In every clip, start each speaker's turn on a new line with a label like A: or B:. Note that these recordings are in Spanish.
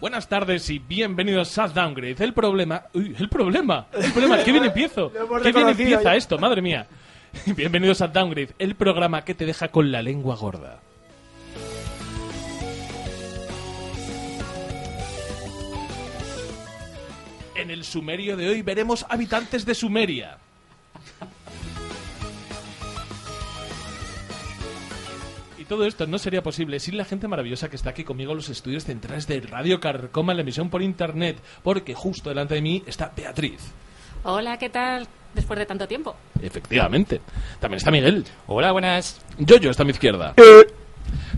A: Buenas tardes y bienvenidos a Downgrade. El problema. Uy, el problema. El problema. ¿Qué bien empiezo?
B: Lo hemos
A: ¿Qué bien
B: reconocido
A: empieza
B: ya.
A: esto? Madre mía. Bienvenidos a Downgrade, el programa que te deja con la lengua gorda. En el sumerio de hoy veremos habitantes de Sumeria. Y todo esto no sería posible sin la gente maravillosa que está aquí conmigo en los estudios centrales de Radio Carcoma, en la emisión por internet, porque justo delante de mí está Beatriz.
C: Hola, ¿qué tal? Después de tanto tiempo.
A: Efectivamente. También está Miguel.
D: Hola, buenas.
A: Yoyo está a mi izquierda.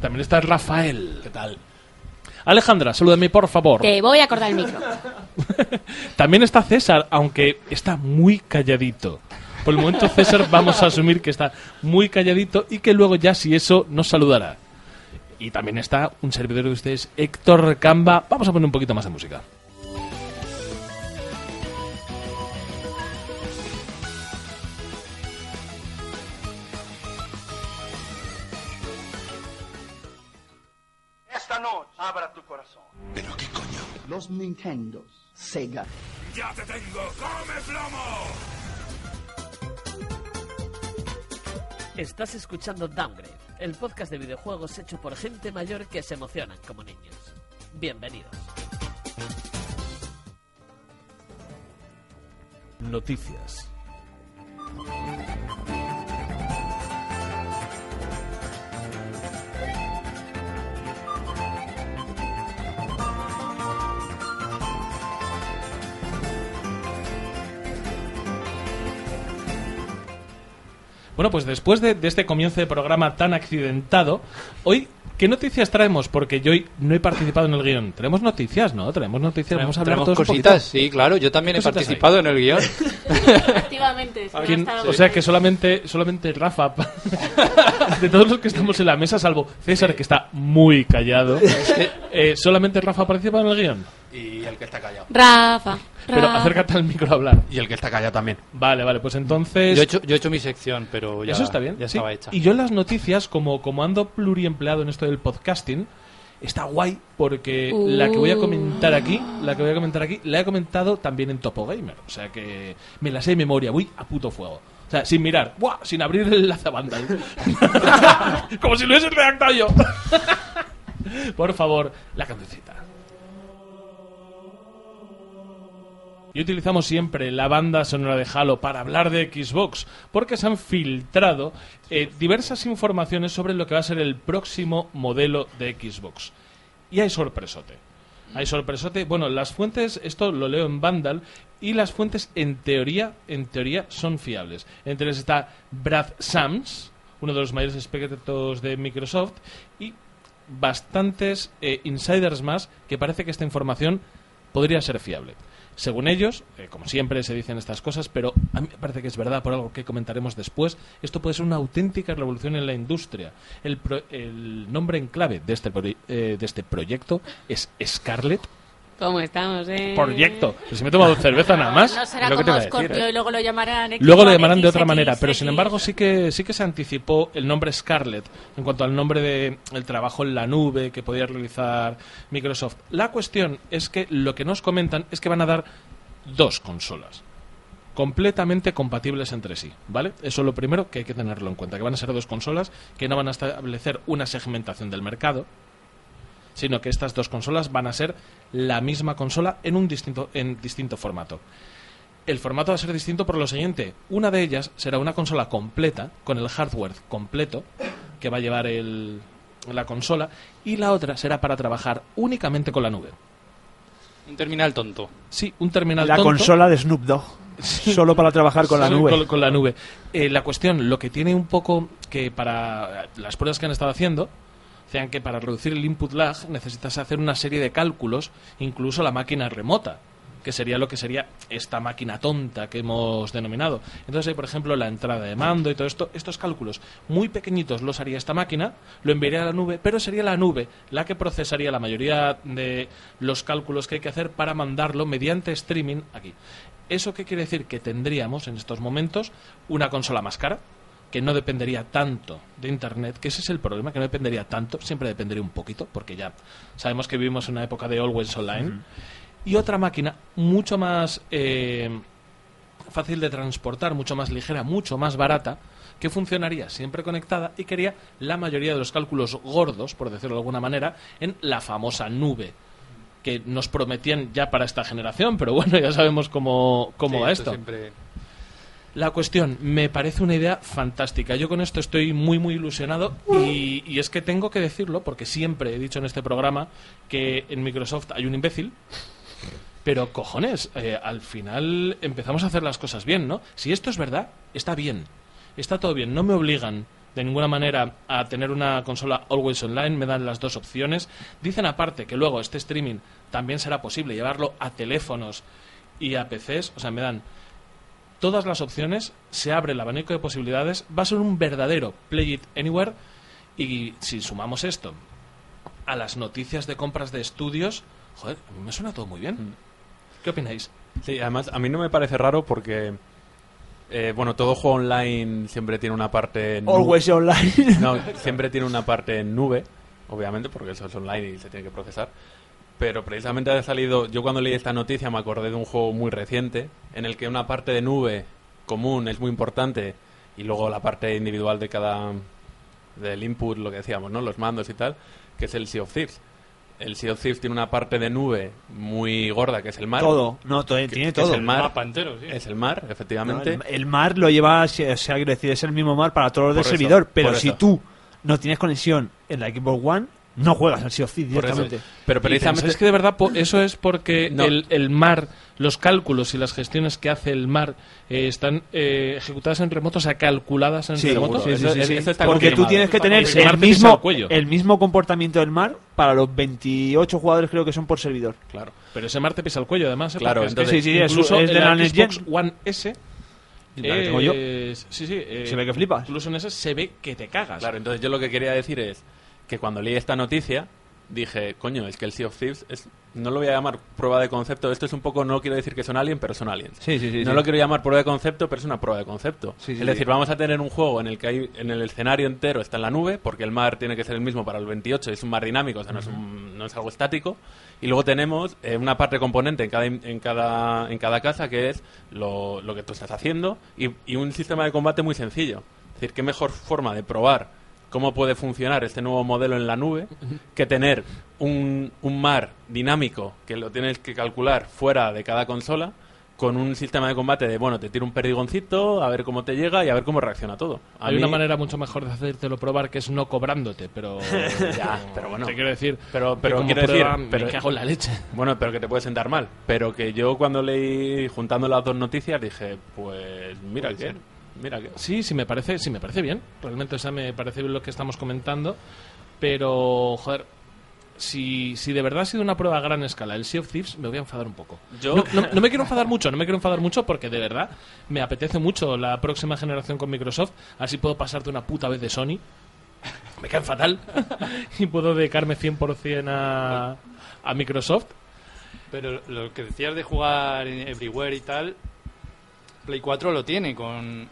A: También está Rafael. ¿Qué tal? Alejandra, salúdame por favor.
C: Te voy a acordar el micro.
A: También está César, aunque está muy calladito. Por el momento César vamos a asumir que está muy calladito y que luego ya si eso nos saludará. Y también está un servidor de ustedes, Héctor Camba. Vamos a poner un poquito más de música.
E: Esta noche abra tu corazón.
F: los Nintendos, Sega,
G: Estás escuchando Downgrade, el podcast de videojuegos hecho por gente mayor que se emocionan como niños. Bienvenidos.
A: Noticias. Bueno, pues después de, de este comienzo de programa tan accidentado, hoy, ¿qué noticias traemos? Porque yo hoy no he participado en el guión. Tenemos noticias, ¿no? Traemos noticias, vamos a hablar
D: Tenemos
A: todos un
D: cositas,
A: poquito.
D: sí, claro. Yo también he
A: Cositas ahí.
D: participado en el guión.
C: Activamente. si no
A: ¿Quién-
C: estaba
A: o sea
C: presente.
A: que solamente, solamente Rafa, pa- de todos los que estamos en la mesa, salvo César, que está muy callado, eh, solamente Rafa participa en el guión.
H: Y el que está callado.
C: Rafa.
A: Pero
C: Rafa.
A: acércate al micro a hablar.
H: Y el que está callado también.
A: Vale, vale, pues entonces...
D: Yo he, hecho, yo he hecho mi sección, pero ya,
A: Eso está bien,
D: ya
A: sí.
D: estaba hecha.
A: Y yo en las noticias, como, como ando pluriempleado en esto del podcasting, está guay porque
C: Uh.
A: la que voy a comentar aquí, la que voy a comentar aquí, la he comentado también en Topo Gamer. O sea que me la sé de memoria, voy a puto fuego. O sea, sin mirar, ¡buah! sin abrir el lazabanda. como si lo hubiese redactado yo. Por favor, la cancioncita. Y utilizamos siempre la banda sonora de Halo para hablar de Xbox, porque se han filtrado eh, diversas informaciones sobre lo que va a ser el próximo modelo de Xbox. Y hay sorpresote. Hay sorpresote. Bueno, las fuentes, esto lo leo en Vandal, y las fuentes en teoría, en teoría son fiables. Entre ellas está Brad Sams, uno de los mayores expertos de Microsoft, y bastantes eh, insiders más que parece que esta información podría ser fiable. Según ellos, eh, como siempre se dicen estas cosas, pero a mí me parece que es verdad por algo que comentaremos después, esto puede ser una auténtica revolución en la industria. El, pro- el nombre en clave de este, pro- eh, de este proyecto es Scarlet
C: ¿Cómo estamos, eh?
A: Proyecto. Pero si me he tomado cerveza nada más,
C: No será
A: es lo
C: como
A: que te iba a decir,
C: Scorpio
A: ¿eh?
C: y luego lo llamarán X,
A: Luego lo
C: One,
A: llamarán
C: X,
A: de otra
C: X,
A: manera, pero
C: X.
A: sin embargo sí que sí que se anticipó el nombre Scarlett en cuanto al nombre del trabajo en la nube que podía realizar Microsoft. La cuestión es que lo que nos comentan es que van a dar dos consolas completamente compatibles entre sí, ¿vale? Eso es lo primero que hay que tenerlo en cuenta, que van a ser dos consolas que no van a establecer una segmentación del mercado, sino que estas dos consolas van a ser la misma consola en un distinto en distinto formato. El formato va a ser distinto por lo siguiente. Una de ellas será una consola completa, con el hardware completo que va a llevar el- la consola, y la otra será para trabajar únicamente con la nube.
D: Un terminal tonto.
A: Sí, un terminal
B: La
A: tonto.
B: consola de Snoop Dogg. Solo para trabajar con la
A: Sí,
B: nube.
A: Con, con la nube. Eh, la cuestión, lo que tiene un poco que para las pruebas que han estado haciendo, sean que para reducir el input lag necesitas hacer una serie de cálculos, incluso la máquina remota, que sería lo que sería esta máquina tonta que hemos denominado. Entonces hay, por ejemplo, la entrada de mando y todo esto, estos cálculos muy pequeñitos los haría esta máquina, lo enviaría a la nube, pero sería la nube la que procesaría la mayoría de los cálculos que hay que hacer para mandarlo mediante streaming aquí. ¿Eso qué quiere decir? Que tendríamos en estos momentos una consola más cara, que no dependería tanto de Internet, que ese es el problema, que no dependería tanto, siempre dependería un poquito, porque ya sabemos que vivimos en una época de always online, y otra máquina mucho más eh, fácil de transportar, mucho más ligera, mucho más barata, que funcionaría siempre conectada y que haría la mayoría de los cálculos gordos, por decirlo de alguna manera, en la famosa nube que nos prometían ya para esta generación, pero bueno, ya sabemos cómo, cómo
D: Sí,
A: va
D: esto
A: esto.
D: siempre-
A: La cuestión, me parece una idea fantástica. Yo con esto estoy muy, muy ilusionado y, y es que tengo que decirlo porque siempre he dicho en este programa que en Microsoft hay un imbécil. Pero cojones, eh, al final empezamos a hacer las cosas bien, ¿no? Si esto es verdad, está bien. Está todo bien. No me obligan de ninguna manera a tener una consola always online. Me dan las dos opciones. Dicen aparte que luego este streaming también será posible llevarlo a teléfonos y a PCs. O sea, me dan todas las opciones, se abre el abanico de posibilidades, va a ser un verdadero Play It Anywhere y si sumamos esto a las noticias de compras de estudios, joder, a mí me suena todo muy
E: Mm.
A: bien. ¿Qué opináis?
E: Sí, además a mí no me parece raro porque... eh, bueno, todo juego online siempre tiene una parte... nu-
B: Always online.
E: No, siempre tiene una parte en nube, obviamente, porque eso es online y se tiene que procesar. Pero precisamente ha salido, yo cuando leí esta noticia me acordé de un juego muy reciente en el que una parte de nube común es muy importante y luego la parte individual de cada del input, lo que decíamos, ¿no? Los mandos y tal, que es el Sea of Thieves. El Sea of Thieves tiene una parte de nube muy gorda que es el mar.
B: Todo. No, todo-
E: que-
B: tiene
E: que
B: todo.
E: Es el mar,
D: Mapa entero, sí.
E: Es el mar,
B: No,
E: efectivamente.
B: el, el mar lo lleva, se- o sea, quiero decir, es el mismo mar para todos los del
E: Por eso,
B: servidor, pero
E: por
B: si
E: eso.
B: tú no tienes conexión en la Xbox One, no juegas al Sea of Thieves
E: Por eso.
B: directamente.
E: Pero
A: ¿Y
E: precisamente
A: pensáis que de verdad po- eso es porque
E: No.
A: el, el mar, los cálculos y las gestiones que hace el mar eh, están eh, ejecutadas en remoto, o sea, calculadas en remoto?
B: ¿eh?
E: seguro. Eso- eso- eso está
B: Porque tú
E: confirmado.
B: tienes que tener
A: confirmado.
B: el
A: Te pisa
B: mismo,
A: el cuello.
B: el mismo comportamiento del mar para los 28 jugadores creo que son por servidor.
E: claro.
A: Pero ese mar te pisa el cuello, además. ¿eh?
E: Claro,
A: Porque es que
E: entonces-
B: Sí, sí, es-
A: incluso
B: es de
A: en
B: la
A: la
B: Next
A: Xbox
B: Gen.
A: One S.
B: La que
A: eh,
B: tengo yo.
A: Sí, sí. eh,
B: Se ve que flipas.
A: Incluso en ese se ve que te cagas.
E: Claro, entonces yo lo que quería decir es que cuando leí esta noticia dije, coño, es que el Sea of Thieves es- no lo voy a llamar prueba de concepto, esto es un poco, no quiero decir que son aliens, pero son aliens.
B: Sí, sí, sí,
E: no
B: sí.
E: lo quiero llamar prueba de concepto, pero es una prueba de concepto.
B: Sí, sí,
E: es
B: sí.
E: decir, vamos a tener un juego en el que hay, en el escenario entero está en la nube, porque el mar tiene que ser el mismo para el 28, es un mar dinámico, o sea, no, es, un- no es algo estático. Y luego tenemos eh, una parte componente en cada, en cada, en cada casa, que es lo, lo que tú estás haciendo, y, y un sistema de combate muy sencillo. Es decir, qué mejor forma de probar cómo puede funcionar este nuevo modelo en la nube que tener un, un mar dinámico que lo tienes que calcular fuera de cada consola con un sistema de combate de, bueno, te tiro un perdigoncito, a ver cómo te llega y a ver cómo reacciona todo. A
A: Hay
E: mí-
A: una manera mucho mejor de hacértelo probar que es no cobrándote, pero.
E: Ya, pero bueno.
A: Te quiero decir.
E: Pero-
A: que
E: pero
A: como
E: quiero decir,
A: prueba me
E: pero-
A: cago en la leche.
E: Bueno, pero que te puede sentar mal. Pero que yo cuando leí, juntando las dos noticias, dije, pues mira qué, mira qué.
A: Sí, sí me parece, sí me parece bien. Realmente, o sea, me parece bien lo que estamos comentando. Pero, joder, si, si de verdad ha sido una prueba a gran escala el Sea of Thieves, me voy a enfadar un poco.
E: Yo-
A: No, no- no me quiero enfadar mucho, no me quiero enfadar mucho porque de verdad me apetece mucho la próxima generación con Microsoft. Así puedo pasarte una puta vez de Sony. Me caen fatal. y puedo dedicarme 100% a, a Microsoft.
D: Pero lo que decías de jugar en Everywhere y tal, Play 4 lo tiene con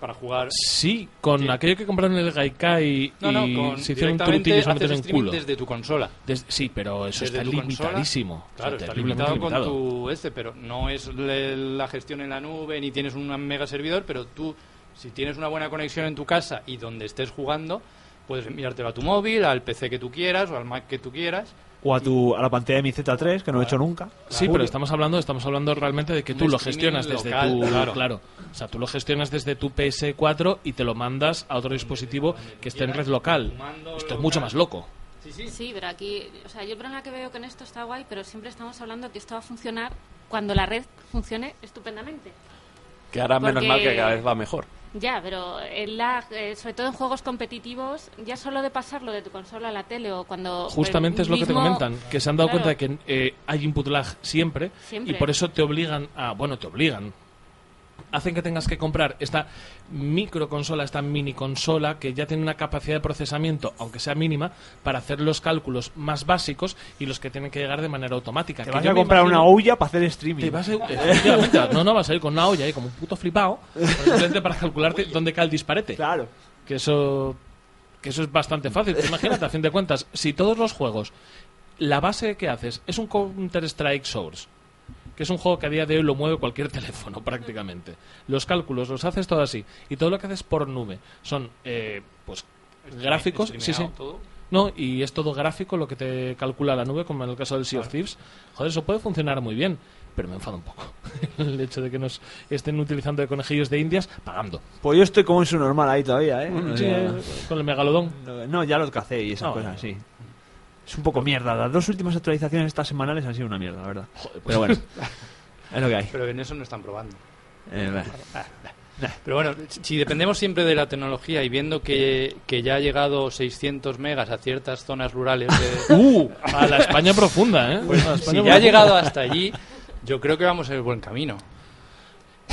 D: para jugar.
A: Sí, con
D: Sí.
A: aquello que compraron en el Gaikai
D: No, no,
A: y
D: con
A: se hicieron un
D: directamente
A: truquillo y se lo
D: haces
A: metieron en
D: streaming
A: culo.
D: desde tu consola.
A: Des- sí, pero eso
D: Desde
A: está
D: tu consola.
A: limitadísimo. O
D: Claro,
A: sea,
D: está
A: terriblemente
D: limitado con
A: limitado.
D: tu este, pero no es le- la gestión en la nube ni tienes un mega servidor, pero tú si tienes una buena conexión en tu casa y donde estés jugando, puedes enviártelo a tu móvil, al PC que tú quieras o al Mac que tú quieras.
B: O a, tu, a la pantalla de mi Z3, que no lo he hecho nunca.
A: Sí, pero estamos hablando, estamos hablando realmente de que
D: Un
A: tú lo
D: streaming
A: gestionas desde
D: local,
A: tu,
D: claro.
A: o sea, tú lo gestionas desde tu PS4 y te lo mandas a otro dispositivo que esté en red local.
D: mando
A: Esto es
D: local.
A: mucho más loco.
D: Sí, sí.
C: Sí, pero aquí, o sea, yo el problema que veo con esto está guay, pero siempre estamos hablando que esto va a funcionar cuando la red funcione estupendamente.
E: Que ahora menos
C: Porque-
E: mal que cada vez va mejor.
C: Ya, pero el lag, eh, sobre todo en juegos competitivos, ya solo de pasarlo de tu consola a la tele o cuando... el
A: Justamente es lo que te
C: mismo-
A: comentan, que se han dado
C: Claro.
A: cuenta de que eh, hay input lag siempre,
C: Siempre.
A: y por eso te obligan a, bueno, te obligan, hacen que tengas que comprar esta micro consola, esta mini consola, que ya tiene una capacidad de procesamiento, aunque sea mínima, para hacer los cálculos más básicos y los que tienen que llegar de manera automática.
B: Te
A: Que
B: vas
A: yo
B: a
A: me
B: comprar
A: imagino-
B: una olla para hacer streaming.
A: te vas a- efectivamente, no, no, vas a ir con una olla ahí como un puto flipado, simplemente para calcularte dónde cae el disparete.
B: Claro.
A: Que eso, que eso es bastante fácil. Tú Imagínate, a fin de cuentas, si todos los juegos, la base que haces es un Counter-Strike Source, que es un juego que a día de hoy lo mueve cualquier teléfono prácticamente. Los cálculos los haces todo así. Y todo lo que haces por nube son, eh, pues, gráficos. Sí, sí.
D: Streameado todo.
A: No, y es todo gráfico lo que te calcula la nube, como en el caso del Sea of Thieves. Joder, eso puede funcionar muy bien, pero me enfada un poco el hecho de que nos estén utilizando de conejillos de indias pagando.
B: Pues yo estoy como en su normal ahí todavía, ¿eh? O
A: Sí,
B: sea,
A: Con el megalodón.
B: no- No, ya lo cacé y esas
A: Ah,
B: cosas,
A: bueno.
B: sí. Es un poco mierda. Las dos últimas actualizaciones estas semanales han sido una mierda, la verdad.
A: Joder, pues-
B: Pero bueno, es lo que hay.
D: Pero en eso no están probando.
B: Eh, bah.
D: Pero bueno, si dependemos siempre de la tecnología y viendo que, que ya ha llegado 600 megas a ciertas zonas rurales, de-
A: ¡Uh! A la España profunda, ¿eh?
E: Pues-
A: A
B: pues
A: la España
D: si ya ha
A: profunda.
D: llegado hasta allí, yo creo que vamos en el buen camino.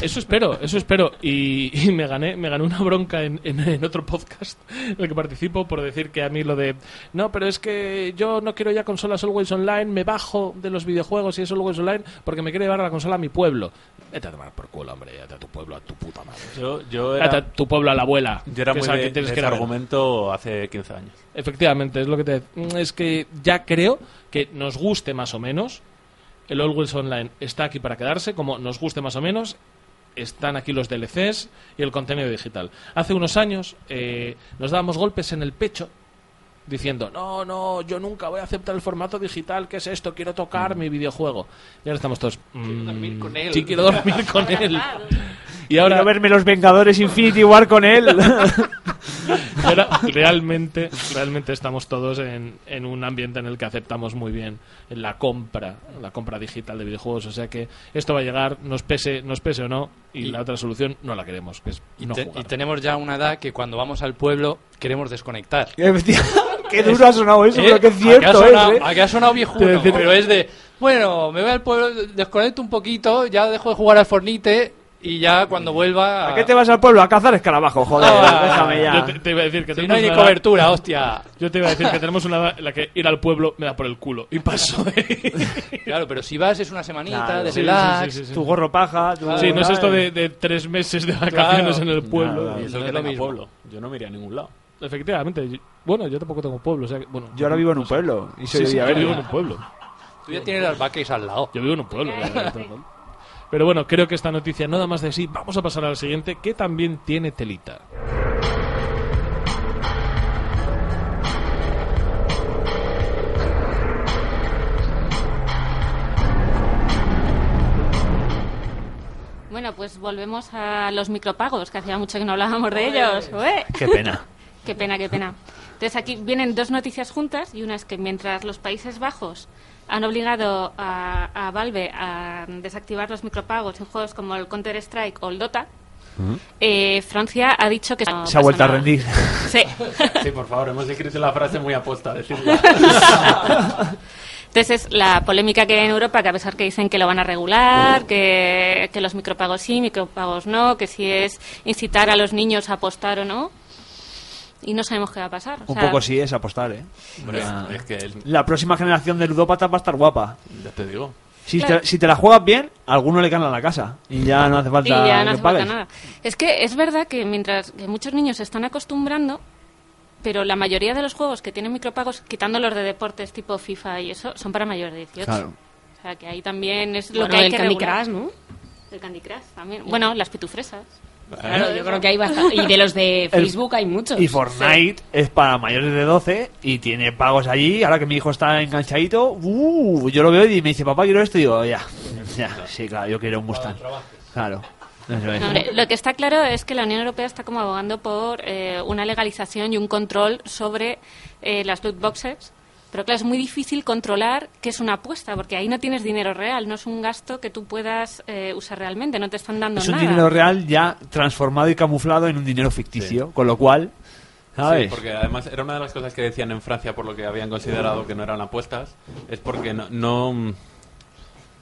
A: Eso espero, eso espero. Y, y me gané me gané una bronca en, en- en otro podcast en el que participo por decir que a mí lo de. No, pero es que yo no quiero ya consolas Always Online, me bajo de los videojuegos y eso Always Online porque me quiero llevar la consola a mi pueblo. Vete a tomar por culo, hombre, vete a tu pueblo, a tu puta madre.
E: Yo, yo
A: Vete
E: era,
A: a tu pueblo a la abuela.
E: yo era
A: Ah, que
E: muy
A: es al
E: de,
A: que tienes
E: de
A: que ir
E: ese
A: a ver.
E: argumento hace 15 años.
A: Efectivamente, es lo que te mm, es que ya creo que nos guste más o menos el Always Online está aquí para quedarse, como nos guste más o menos están aquí los DLCs y el contenido digital. Hace unos años eh, nos dábamos golpes en el pecho diciendo no no yo nunca voy a aceptar el formato digital que es esto quiero tocar mi videojuego y ahora estamos todos quiero
D: Mm. dormir con él".
A: sí quiero dormir con él y ahora
B: Quiero verme los Vengadores Infinity War con él.
A: Pero realmente, realmente estamos todos en, en un ambiente en el que aceptamos muy bien la compra, la compra digital de videojuegos. O sea que esto va a llegar, nos pese, nos pese o no, y,
D: Y-
A: la otra solución no la queremos, que es
D: Y,
A: no
D: te-
A: jugar.
D: y tenemos ya una edad que cuando vamos al pueblo queremos desconectar.
B: qué duro ha sonado eso, pero
D: ¿Eh?
B: qué
D: ¿A que
B: cierto
D: ha sonado,
B: es,
D: a
B: ¿eh?
D: que ha sonado viejuno,
A: Quiero decir-
D: pero es de, bueno, me voy al pueblo, desconecto un poquito, ya dejo de jugar al Fornite y ya cuando vuelva...
B: ¿A qué te vas al pueblo? A cazar escarabajo, joder,
D: Ah,
B: déjame ya.
A: Yo te, te iba a decir que
D: Si no
A: tenemos
D: hay ni
A: una edad-
D: cobertura, hostia.
A: yo te iba a decir que tenemos una edad en la que ir al pueblo me da por el culo y paso. de-
D: Claro, pero si vas es una semanita
B: Claro.
D: de
A: Sí, sí,
D: relax.
A: sí, sí, sí.
B: Tu gorro paja, tu...
A: Sí, no es esto de, de tres meses de vacaciones en el pueblo.
B: Nada.
E: Y
D: no
E: eso
D: es
E: que
D: lo
E: tenga
D: mismo.
E: pueblo. Yo no me iría a ningún lado.
A: Efectivamente. yo- bueno, yo tampoco tengo pueblo. O sea que, bueno,
B: Yo ahora vivo en un pueblo
A: Sí,
B: y soy de
A: sí, yo
B: Villaverde.
A: vivo en un pueblo.
D: Tú ya tienes las vacas al lado.
A: Yo vivo en un pueblo.
C: Eh,
A: ¿verdad? Pero bueno, creo que esta noticia no da más de sí. Vamos a pasar al siguiente, que también tiene telita.
I: Bueno, pues volvemos a los micropagos, que hacía mucho que no hablábamos de ellos. ¡Ué!
B: Qué pena.
I: Qué pena, qué pena. Entonces aquí vienen dos noticias juntas y una es que mientras los Países Bajos han obligado a, a Valve a desactivar los micropagos en juegos como el Counter Strike o el Dota, eh, Francia ha dicho que pues, no
B: Se ha vuelto a
I: pasa nada.
B: rendir.
I: Sí.
E: Sí, por favor, hemos escrito la frase muy aposta. Decirla.
I: Entonces, la polémica que hay en Europa, que a pesar que dicen que lo van a regular, que, que los micropagos sí, micropagos no, que si es incitar a los niños a apostar o no, y no sabemos qué va a pasar. O
B: Un
I: sea,
B: poco sí es apostar, ¿eh?
E: Hombre,
A: Ah.
E: es que, el-
B: La próxima generación de ludópatas va a estar guapa.
E: ya te digo.
B: Si,
I: Claro.
B: te, si te la juegas bien, a alguno le ganan la casa. Y ya no hace
I: Y
B: falta
I: ya no
B: que
I: hace falta
B: pagues.
I: nada. Es que es verdad que mientras que muchos niños se están acostumbrando, pero la mayoría de los juegos que tienen micropagos, quitando los de deportes tipo FIFA y eso, son para mayores de 18.
B: Claro.
I: O sea, que ahí también es lo
G: Bueno,
I: que hay
G: el
I: que
G: Candy
I: regular.
G: Crush, ¿no?
I: El Candy Crush también. Bueno, las pitufresas.
G: Claro, yo creo que hay bastante. Y de los de Facebook hay muchos.
B: ¿Eh? Y Fortnite es para mayores de 12 y tiene pagos allí. Ahora que mi hijo está enganchadito, ¡uh! yo lo veo y me dice, papá, quiero esto. Y digo, ya, ya, sí, claro, yo quiero un Mustang. Claro. Eso es.
I: No, hombre, lo que está claro es que la Unión Europea está como abogando por eh, una legalización y un control sobre eh, las loot boxes. Pero claro, es muy difícil controlar que es una apuesta, porque ahí no tienes dinero real, no es un gasto que tú puedas eh, usar realmente, no te están dando
B: Es un
I: nada.
B: dinero real ya transformado y camuflado en un dinero ficticio. Con lo cual,
E: Sí,
B: ¿sabes?
E: porque además era una de las cosas que decían en Francia por lo que habían considerado que no eran apuestas, es porque no, no,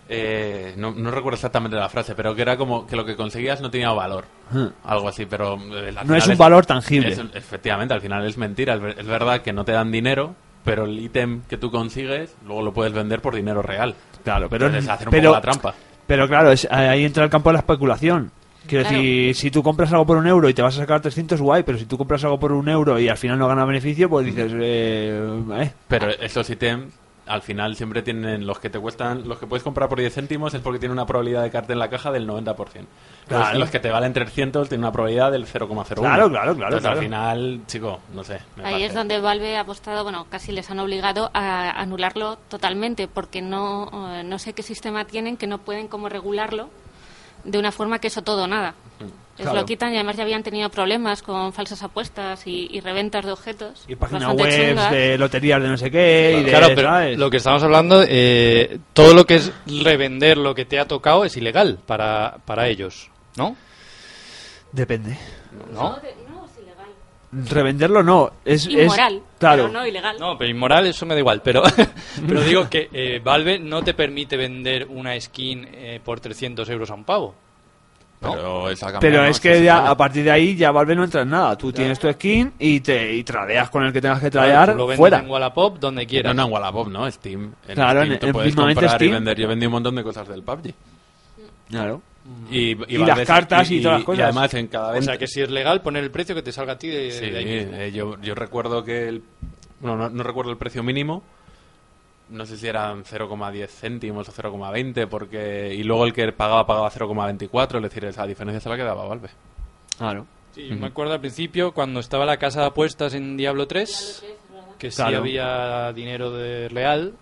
E: eh, no, no recuerdo exactamente la frase, pero que era como que lo que conseguías no tenía valor.
B: Hmm.
E: Algo así, pero... eh, al
B: No
E: final
B: es un valor tangible.
E: es- efectivamente, al final es mentira. Es ver- Es verdad que no te dan dinero, pero el ítem que tú consigues luego lo puedes vender por dinero real.
B: Claro, pero,
E: Entonces, hacer un
B: pero,
E: poco la trampa.
B: pero claro, es- ahí entra el campo de la especulación. Quiero
C: Claro.
B: decir, si tú compras algo por un euro y te vas a sacar 300, guay, pero si tú compras algo por un euro y al final no gana beneficio, pues dices, eh, eh,
E: Pero esos ítems, al final siempre tienen los que te cuestan, los que puedes comprar por 10 céntimos es porque tiene una probabilidad de caerte en la caja del 90%. Entonces,
B: Claro.
E: Los que te valen 300 tienen una probabilidad del 0,01.
B: Claro, claro, claro,
E: Entonces,
B: claro.
E: al final, chico, no sé. me
C: Ahí
E: parece.
C: es donde Valve ha apostado, bueno, casi les han obligado a anularlo totalmente, porque no, eh, no sé qué sistema tienen que no pueden como regularlo de una forma que eso todo o nada. Les
B: Claro.
C: lo quitan y además ya habían tenido problemas con falsas apuestas y, y reventas de objetos.
B: y páginas
C: bastante ¿eh?
B: webs
C: chungas.
B: de loterías de no sé qué, y de,
D: Claro, pero
B: ¿sabes?
D: lo que estamos hablando, eh, todo lo que es revender lo que te ha tocado es ilegal para, para ellos, ¿no?
B: Depende.
D: ¿No?
C: No, es ilegal.
B: Revenderlo no, es... es-
C: Inmoral,
B: claro.
C: pero no ilegal.
D: No, pero inmoral eso me da igual, pero, pero digo que eh, Valve no te permite vender una skin eh, por 300 euros a un pavo. ¿no?
E: Pero, es,
B: Pero es que ya, a partir de ahí ya Valve no entra en nada. Tú tienes tu skin y te y tradeas con el que tengas que tradear
D: Tú pues lo vendes
B: fuera.
D: en Wallapop donde quieras.
E: No, no, en Wallapop, ¿no? Steam. En
B: Claro,
E: Steam
B: en-
E: tú
B: en
E: puedes
B: mismamente
E: comprar y
B: Steam.
E: vender. Yo vendí un montón de cosas del PUBG.
B: Claro.
E: Y,
B: Mm. Y las cartas y todas las cosas.
E: Y además en cada
D: O
E: venta...
D: sea que si es legal poner el precio que te salga a ti de,
E: Sí,
D: de ahí mismo.
E: eh, yo, yo recuerdo que el, bueno, no, no recuerdo el precio mínimo. No sé si eran 0,10 céntimos o 0,20 porque y luego el que pagaba pagaba 0,24, es decir, esa diferencia se la quedaba Valve.
B: Claro.
D: Sí, me acuerdo al principio cuando estaba la casa de apuestas en Diablo 3, que sí
B: Claro.
D: había dinero de real.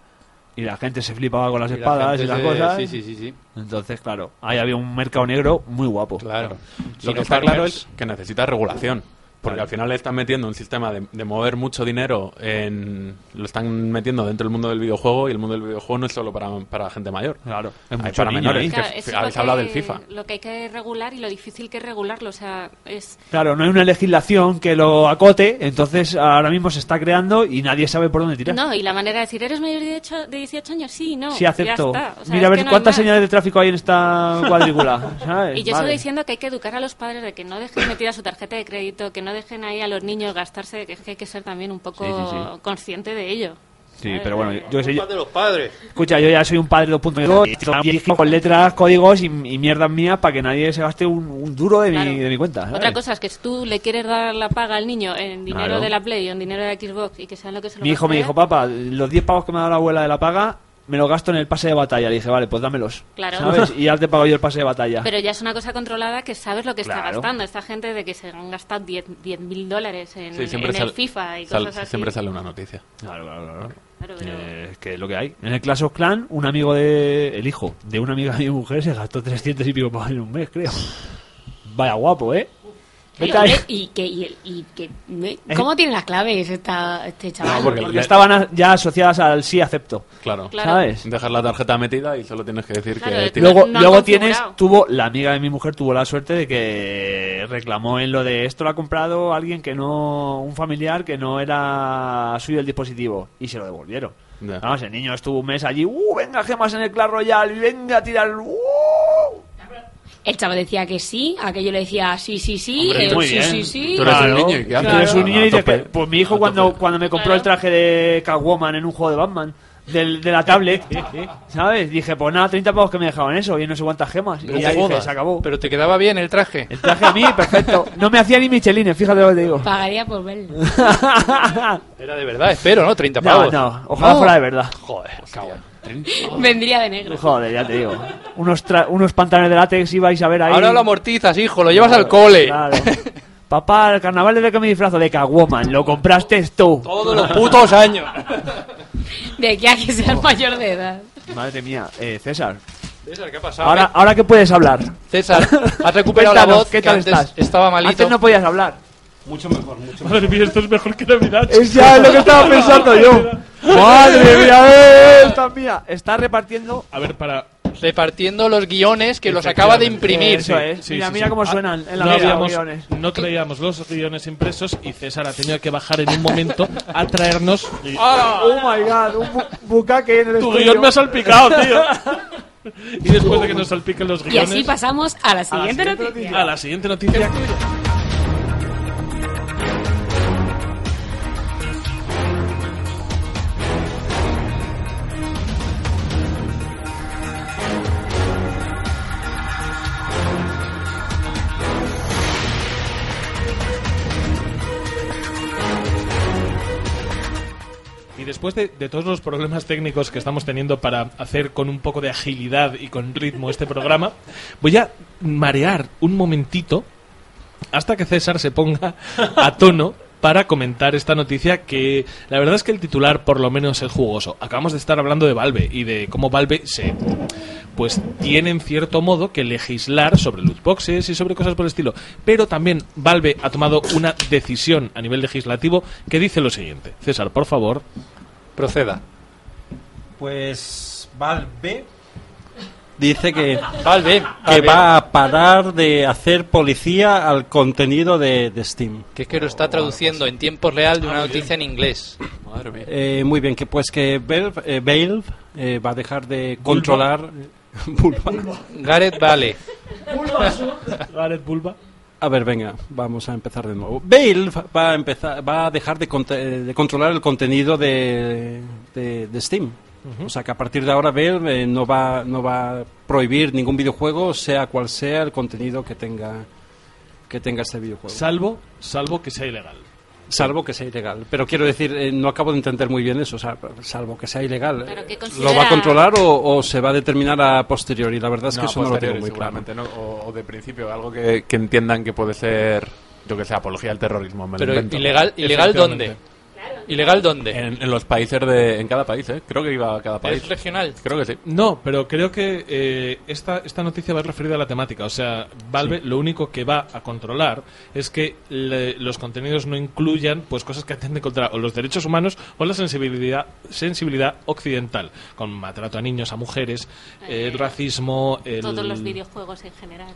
B: Y la gente se flipaba con las
D: y la
B: espadas
D: gente
B: y las
D: se-
B: cosas.
D: Sí, sí, sí, sí.
B: Entonces, claro, ahí había un mercado negro muy guapo.
D: Claro.
E: Lo que está claro es que necesita regulación. Porque al final le están metiendo un sistema de, de mover mucho dinero en... Lo están metiendo dentro del mundo del videojuego y el mundo del videojuego no es solo para, para gente mayor.
B: Claro.
E: Hay
B: mucho ¿eh?
E: para
B: niño
E: menores.
B: ahí.
E: que
C: Claro,
E: f-
C: eso es lo
E: habéis
C: que-
E: hablado del FIFA.
C: Lo que hay que regular y lo difícil que es regularlo. O sea, es
B: Claro, no hay una legislación que lo acote, entonces ahora mismo se está creando y nadie sabe por dónde tirar.
C: No, y la manera de decir, ¿eres mayor de 18, de 18 años? Sí, no.
B: sí, acepto.
C: ya está. O sea,
B: Mira
C: es
B: a ver
C: que no hay
B: cuántas
C: más.
B: señales de tráfico hay en esta cuadrícula. ¿sabes?
C: Y yo
B: Vale.
C: sigo diciendo que hay que educar a los padres de que no dejen metida su tarjeta de crédito, que no dejen ahí a los niños gastarse, que es que hay que ser también un poco
B: Sí, sí,
C: consciente de ello.
B: Sí, pero bueno, yo qué sé, yo-
D: de los padres.
B: escucha, yo ya soy un padre 2.0 y también dije con letras, códigos y, y mierdas mías para que nadie se gaste un, un duro de,
C: Claro.
B: mi, de mi cuenta. ¿sabes?
C: Otra cosa es que si tú le quieres dar la paga al niño en dinero
B: Claro.
C: de la Play o en dinero de la Xbox y que sean lo que se lo
B: Mi hijo me
C: gastea,
B: dijo, papá, los 10 pavos que me ha dado la abuela de la paga, me los gasto en el pase de batalla. Le dije, vale, pues dámelos.
C: Claro.
B: ¿Sabes? Y ya te pago yo el pase de batalla.
C: Pero ya es una cosa controlada que sabes lo que está
B: Claro.
C: gastando. Esta gente de que se han gastado 10 10.000 dólares en,
E: Sí, siempre
C: en el
E: sale-
C: FIFA y
E: sal-
C: cosas así.
E: Siempre sale una noticia.
B: Claro, claro, claro.
C: Claro, pero-
B: Eh, es que es lo que hay. En el Clash of Clan, un amigo de. El hijo de una amiga de mi mujer se gastó 300 y pico pavos en un mes, creo. Vaya guapo, ¿eh?
I: Y,
B: Vete ahí.
I: y que, y, el- y que-
C: ¿eh?
I: me- ¿Cómo tiene las claves esta, este chaval?
E: No, porque-
B: Porque estaban a- ya asociadas al sí acepto.
E: Claro.
C: Claro.
B: ¿Sabes?
E: Dejar la tarjeta metida y solo tienes que decir
C: Claro,
E: que...
C: el-
E: tienes-
B: Luego,
C: no han
B: luego
C: configurado.
B: tienes, tuvo, la amiga de mi mujer tuvo la suerte de que reclamó en lo de esto lo ha comprado alguien que no, un familiar que no era suyo el dispositivo y se lo devolvieron.
E: Ya.
B: Vamos, el niño estuvo un mes allí, uh, venga gemas en el Clash Royale y venga a tirar, uh.
I: El chaval decía que sí, aquello le decía sí, sí, sí,
B: Hombre,
I: eh,
B: muy
I: sí,
B: bien.
I: sí, sí.
E: Tú eres un niño y ¿qué haces?
B: Tú eres un niño y
E: A
B: dices,
E: tope.
B: que, pues mi hijo
E: A
B: cuando,
E: tope.
B: cuando me compró el traje de Catwoman en un juego de Batman. del- de la tablet, ¿sabes? Dije, pues nada, 30 pavos que me dejaban eso y no sé cuántas gemas. Y
E: Pero
B: ya
E: te
B: dije,
E: jodas.
B: se acabó.
D: Pero te quedaba bien el traje.
B: El traje a mí, perfecto. No me hacía ni michelines, fíjate lo que te digo.
I: Pagaría por verlo.
D: Era de verdad, espero, ¿no? 30
B: no,
D: pavos.
B: no, ojalá fuera de verdad.
D: Joder, cabrón.
I: Vendría de negro.
B: Joder, ya te digo. Unos, tra- unos pantalones de látex ibais a ver ahí.
D: Ahora lo amortizas, hijo, lo llevas al cole.
B: Claro. Papá, el carnaval desde que me disfrazo de Catwoman, lo compraste tú.
D: Todos los putos años.
I: De aquí a que seas mayor de edad.
B: Madre mía, eh, César.
D: César, ¿qué ha pasado?
B: Ahora, ahora que puedes hablar.
D: César, has recuperado la
B: Cuéntanos,
D: voz
B: ¿Qué
D: que
B: tal
D: antes
B: estás?
D: estaba malito.
B: Antes no podías hablar.
A: Madre mía, esto es mejor que Navidad.
B: Es ya lo que estaba pensando yo. Madre mía, eh, esta mía. Está repartiendo
A: A ver, para.
D: Repartiendo los guiones que los acaba de imprimir.
B: Eso es.
A: Sí,
B: mira,
A: sí,
B: mira
A: sí.
B: cómo
A: Ah,
B: suenan en la
A: no,
B: mesa los
A: habíamos-
B: guiones.
A: no traíamos los guiones impresos y César ha tenido que bajar en un momento a traernos.
B: Oh my god, un bu- bucaque en el
A: Tu
B: estudio.
A: guión me ha salpicado, tío. y después de que nos salpiquen los
I: Y
A: guiones.
I: así pasamos a la siguiente,
B: siguiente
I: noticia.
A: A la siguiente noticia. Y después de, de todos los problemas técnicos que estamos teniendo para hacer con un poco de agilidad y con ritmo este programa, voy a marear un momentito hasta que César se ponga a tono para comentar esta noticia que la verdad es que el titular por lo menos es jugoso. Acabamos de estar hablando de Valve y de cómo Valve se pues tiene en cierto modo que legislar sobre lootboxes y sobre cosas por el estilo, pero también Valve ha tomado una decisión a nivel legislativo que dice lo siguiente. César, por favor,
D: Proceda.
J: Pues Valve dice que,
D: Valve,
J: que
D: Valve.
J: va a parar de hacer policía al contenido de, de Steam.
D: Que es que lo está traduciendo en tiempo real de una noticia en inglés. Madre mía.
J: Eh, muy bien, que pues que Valve, eh, Valve, eh, va a dejar de controlar Vulva.
D: Gareth Vale.
A: Gareth Bulba.
J: A ver, venga, vamos a empezar de nuevo. Valve va a empezar, va a dejar de, cont- eh, de controlar el contenido de, de- de Steam. O sea que a partir de ahora Valve eh, no va no va a prohibir ningún videojuego, sea cual sea el contenido que tenga que tenga ese videojuego,
A: Salvo, salvo que sea ilegal.
J: salvo que sea ilegal. Pero quiero decir, eh, no acabo de entender muy bien eso, o sea, salvo que sea ilegal.
C: Pero
J: eh,
C: ¿qué
J: ¿Lo
C: considera-
J: va a controlar o, o se va a determinar a posteriori? La verdad es que
E: No,
J: eso no lo tengo
E: posteriori,
J: muy claro.
E: seguramente, ¿no? O, o de principio, algo que, que entiendan que puede ser, yo que sé, apología al terrorismo. me lo
D: Pero
E: invento.
D: ilegal, ilegal dónde?
E: Efectivamente.
D: Ilegal dónde?
E: En, en los países de. En cada país, ¿eh? Creo que iba a cada país.
D: Es regional.
E: Creo que sí.
A: No, pero creo que eh, esta, esta noticia va referida a la temática. O sea, Valve lo único que va a controlar es que le- los contenidos no incluyan pues cosas que atenten contra o los derechos humanos o la sensibilidad, sensibilidad occidental, con maltrato a niños, a mujeres,
C: Eh,
A: el racismo... El...
C: Todos los videojuegos en general.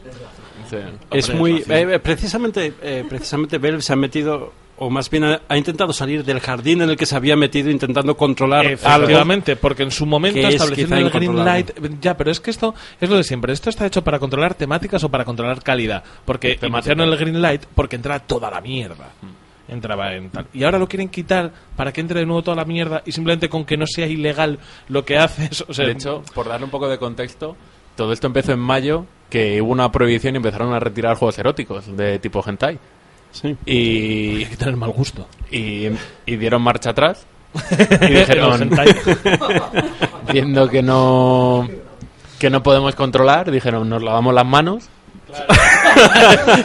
E: Sí.
J: Es
A: Hombre,
J: muy
A: es fácil.
J: eh, eh, precisamente eh, precisamente Valve se ha metido o más bien ha, ha intentado salir del jardín en el que se había metido intentando controlar algo.
A: Efectivamente, porque en su momento
J: que es
A: estableciendo
J: quizá
A: el green light,
J: incontrolable.
A: ya, pero es que esto es lo de siempre. Esto está hecho para controlar temáticas o para controlar calidad, porque
E: Temática.
A: iniciaron el green light porque entraba toda la mierda. Entraba en tal. Y ahora lo quieren quitar para que entre de nuevo toda la mierda y simplemente con que no sea ilegal lo que haces. O sea,
E: De hecho, por darle un poco de contexto, todo esto empezó en mayo, que hubo una prohibición y empezaron a retirar juegos eróticos de tipo hentai.
J: Sí.
E: Y,
A: hay que tener mal gusto.
E: y, y dieron marcha atrás. Y dijeron, viendo que no, que no podemos controlar, dijeron, nos lavamos las manos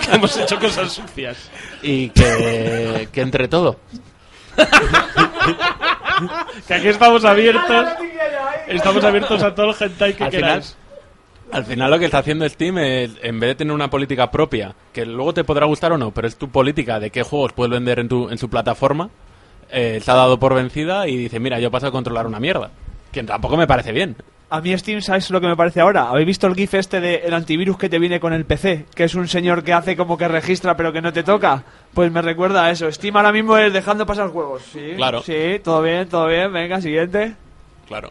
A: que hemos hecho cosas sucias.
E: y que, que entre todo.
A: Que aquí estamos abiertos. Estamos abiertos a todo el hentai que
E: Al
A: queráis.
E: Al final lo que está haciendo Steam es, en vez de tener una política propia, que luego te podrá gustar o no, pero es tu política de qué juegos puedes vender en, tu, en su plataforma, eh, se ha dado por vencida y dice, mira, yo paso a controlar una mierda. Que tampoco me parece bien.
B: A mí Steam, ¿sabes lo que me parece ahora? ¿Habéis visto el GIF este del antivirus que te viene con el PC? Que es un señor que hace como que registra pero que no te toca. Pues me recuerda a eso. Steam ahora mismo es dejando pasar juegos. Sí,
E: Claro.
B: Sí, todo bien, todo bien. Venga, siguiente.
E: Claro.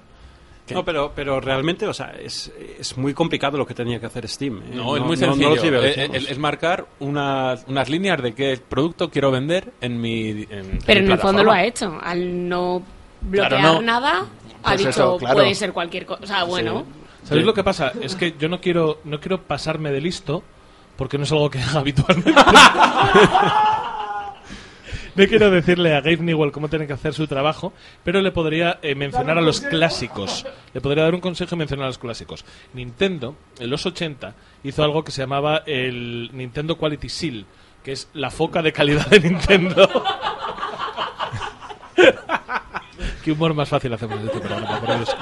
J: No, pero, pero realmente, o sea, es, es muy complicado lo que tenía que hacer Steam. eh.
E: No, es muy
J: no- no
E: sencillo.
J: lo
E: Eh,
J: trivialicemos.
E: eh, es, marcar unas, unas líneas de qué producto quiero vender en mi... en- en
I: Pero en
E: mi
I: el fondo
E: plataforma.
I: lo ha hecho. Al no bloquear
E: Claro, no.
I: nada, ha
E: Pues
I: dicho
E: eso, claro.
I: puede ser cualquier cosa. O sea, bueno.
A: ¿Sabéis
E: Sí.
A: lo que pasa? Es que yo no quiero, no quiero pasarme de listo porque no es algo que haga habitualmente. No quiero decirle a Gabe Newell cómo tiene que hacer su trabajo, pero le podría eh, mencionar a los clásicos. Le podría dar un consejo y mencionar a los clásicos. Nintendo, en los 80, hizo algo que se llamaba el Nintendo Quality Seal, que es la foca de calidad de Nintendo. Qué humor más fácil hacemos en este programa, por Dios.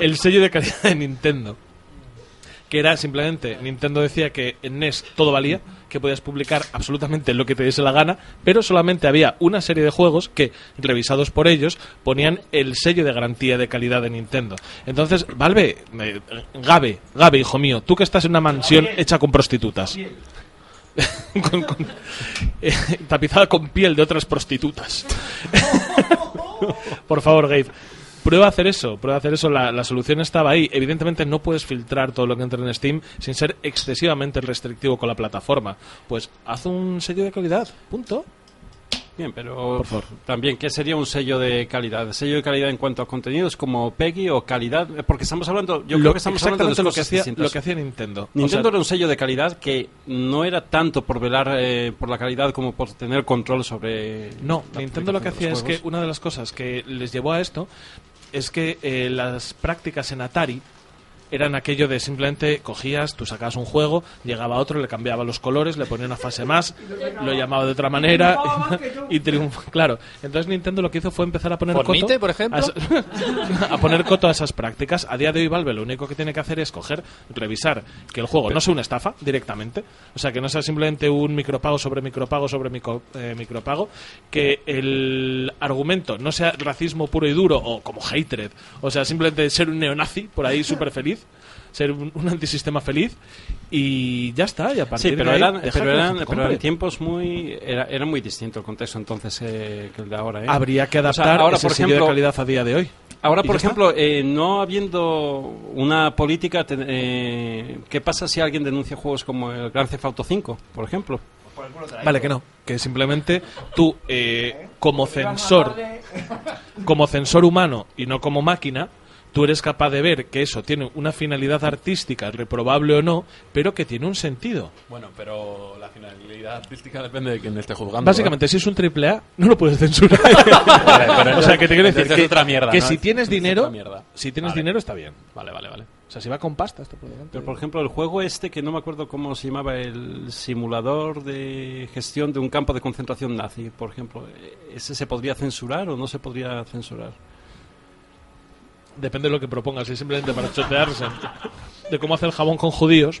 A: El sello de calidad de Nintendo. Que era simplemente, Nintendo decía que en NES todo valía, que podías publicar absolutamente lo que te diese la gana, pero solamente había una serie de juegos que, revisados por ellos, ponían el sello de garantía de calidad de Nintendo. Entonces, Valve, eh, Gabe, Gabe, hijo mío, tú que estás en una mansión hecha con prostitutas. Con- con- eh, tapizada con piel de otras prostitutas. Por favor, Gabe. Prueba a hacer eso, prueba a hacer eso. La, la solución estaba ahí. Evidentemente no puedes filtrar todo lo que entra en Steam sin ser excesivamente restrictivo con la plataforma. Pues haz un sello de calidad, punto.
J: Bien, pero también, ¿qué sería un sello de calidad? ¿Sello de calidad en cuanto a contenidos como PEGI o calidad? Eh, Porque estamos hablando, yo creo que estamos hablando de
A: exactamente
J: dos
A: lo que,
J: cosas
A: hacía,
J: distintas.
A: lo que hacía Nintendo. O
J: Nintendo
A: sea,
J: era un sello de calidad que no era tanto por velar eh, por la calidad como por tener control sobre...
A: No,
J: la
A: Nintendo lo que
J: aplicación
A: hacía
J: de los
A: es que
J: juegos.
A: una de las cosas que les llevó a esto es que eh, las prácticas en Atari eran aquello de simplemente cogías, tú sacabas un juego, llegaba otro, le cambiaba los colores, le ponía una fase más, lo llamaba de otra manera y triunfa. Claro, entonces Nintendo lo que hizo fue empezar a poner
D: ¿Fornite,
A: coto
D: por ejemplo?
A: a esa- A, poner coto a esas prácticas. A día de hoy Valve lo único que tiene que hacer es coger, revisar que el juego no sea una estafa directamente, o sea, que no sea simplemente un micropago sobre micropago sobre micro- eh, micropago, que el argumento no sea racismo puro y duro o como hatred, o sea, simplemente ser un neonazi por ahí súper feliz. Ser un, un antisistema feliz y ya está. Y a partir
J: Sí, pero
A: de ahí,
J: eran,
A: deja que
J: pero
A: la
J: eran,
A: gente
J: pero
A: compre.
J: eran tiempos muy... Era, era muy distinto el contexto entonces eh, que el de ahora. ¿eh?
A: Habría que
J: O sea,
A: adaptar ese sello de calidad a día de hoy.
J: Ahora,
A: Y
J: por
A: ya está.
J: ejemplo, eh, no habiendo una política, te- eh, ¿qué pasa si alguien denuncia juegos como el Grand Theft Auto 5, por ejemplo?
A: Vale, que no. Que simplemente tú, eh, como censor, como censor humano y no como máquina, tú eres capaz de ver que eso tiene una finalidad artística, reprobable o no, pero que tiene un sentido.
E: Bueno, pero la finalidad artística depende de quién esté ¿eh? jugando.
A: Básicamente, si es un triple A, no lo puedes censurar.
E: pero
A: o sea, que te quiero
E: entonces
A: decir
E: es
A: que,
E: otra mierda,
A: que
E: ¿no?
A: si
E: Es-
A: tienes
E: es
A: dinero,
E: otra mierda.
A: si tienes
E: Vale.
A: dinero está bien.
E: Vale, vale, vale.
A: O sea, si va con pasta esto por delante.
J: Pero, por ejemplo, el juego este, que no me acuerdo cómo se llamaba, el simulador de gestión de un campo de concentración nazi, por ejemplo, eh, ¿ese se podría censurar o no se podría censurar?
A: Depende de lo que propongas, es simplemente para chotearse de cómo hace el jabón con judíos.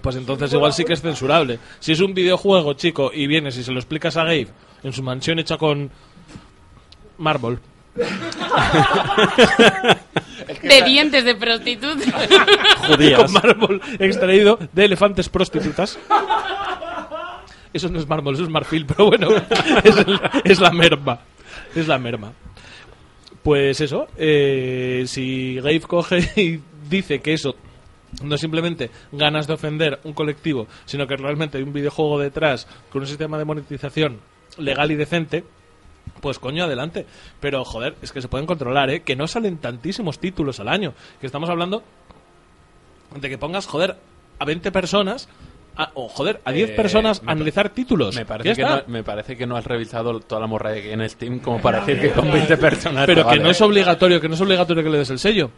A: Pues entonces igual sí que es censurable. Si es un videojuego, chico, y vienes y se lo explicas a Gabe en su mansión hecha con mármol.
I: De dientes de prostituta.
A: Con mármol extraído de elefantes prostitutas. Eso no es mármol, eso es marfil, pero bueno, es, el- es la merma. Es la merma. Pues eso, eh, si Gabe coge y dice que eso no es simplemente ganas de ofender un colectivo, sino que realmente hay un videojuego detrás con un sistema de monetización legal y decente, pues coño, adelante. Pero joder, es que se pueden controlar, ¿eh? Que no salen tantísimos títulos al año. Que estamos hablando de que pongas, joder, a 20 personas, a- o joder, a 10
E: Eh,
A: personas a
E: me pa-
A: analizar títulos.
E: Me
A: Pues, Ya
E: parece, que
A: está.
E: no, me parece que no has revisado toda la morralla que hay en Steam como para decir que con 20 personas.
A: Pero
E: te
A: que
E: vale.
A: no es obligatorio, que no es obligatorio que le des el sello.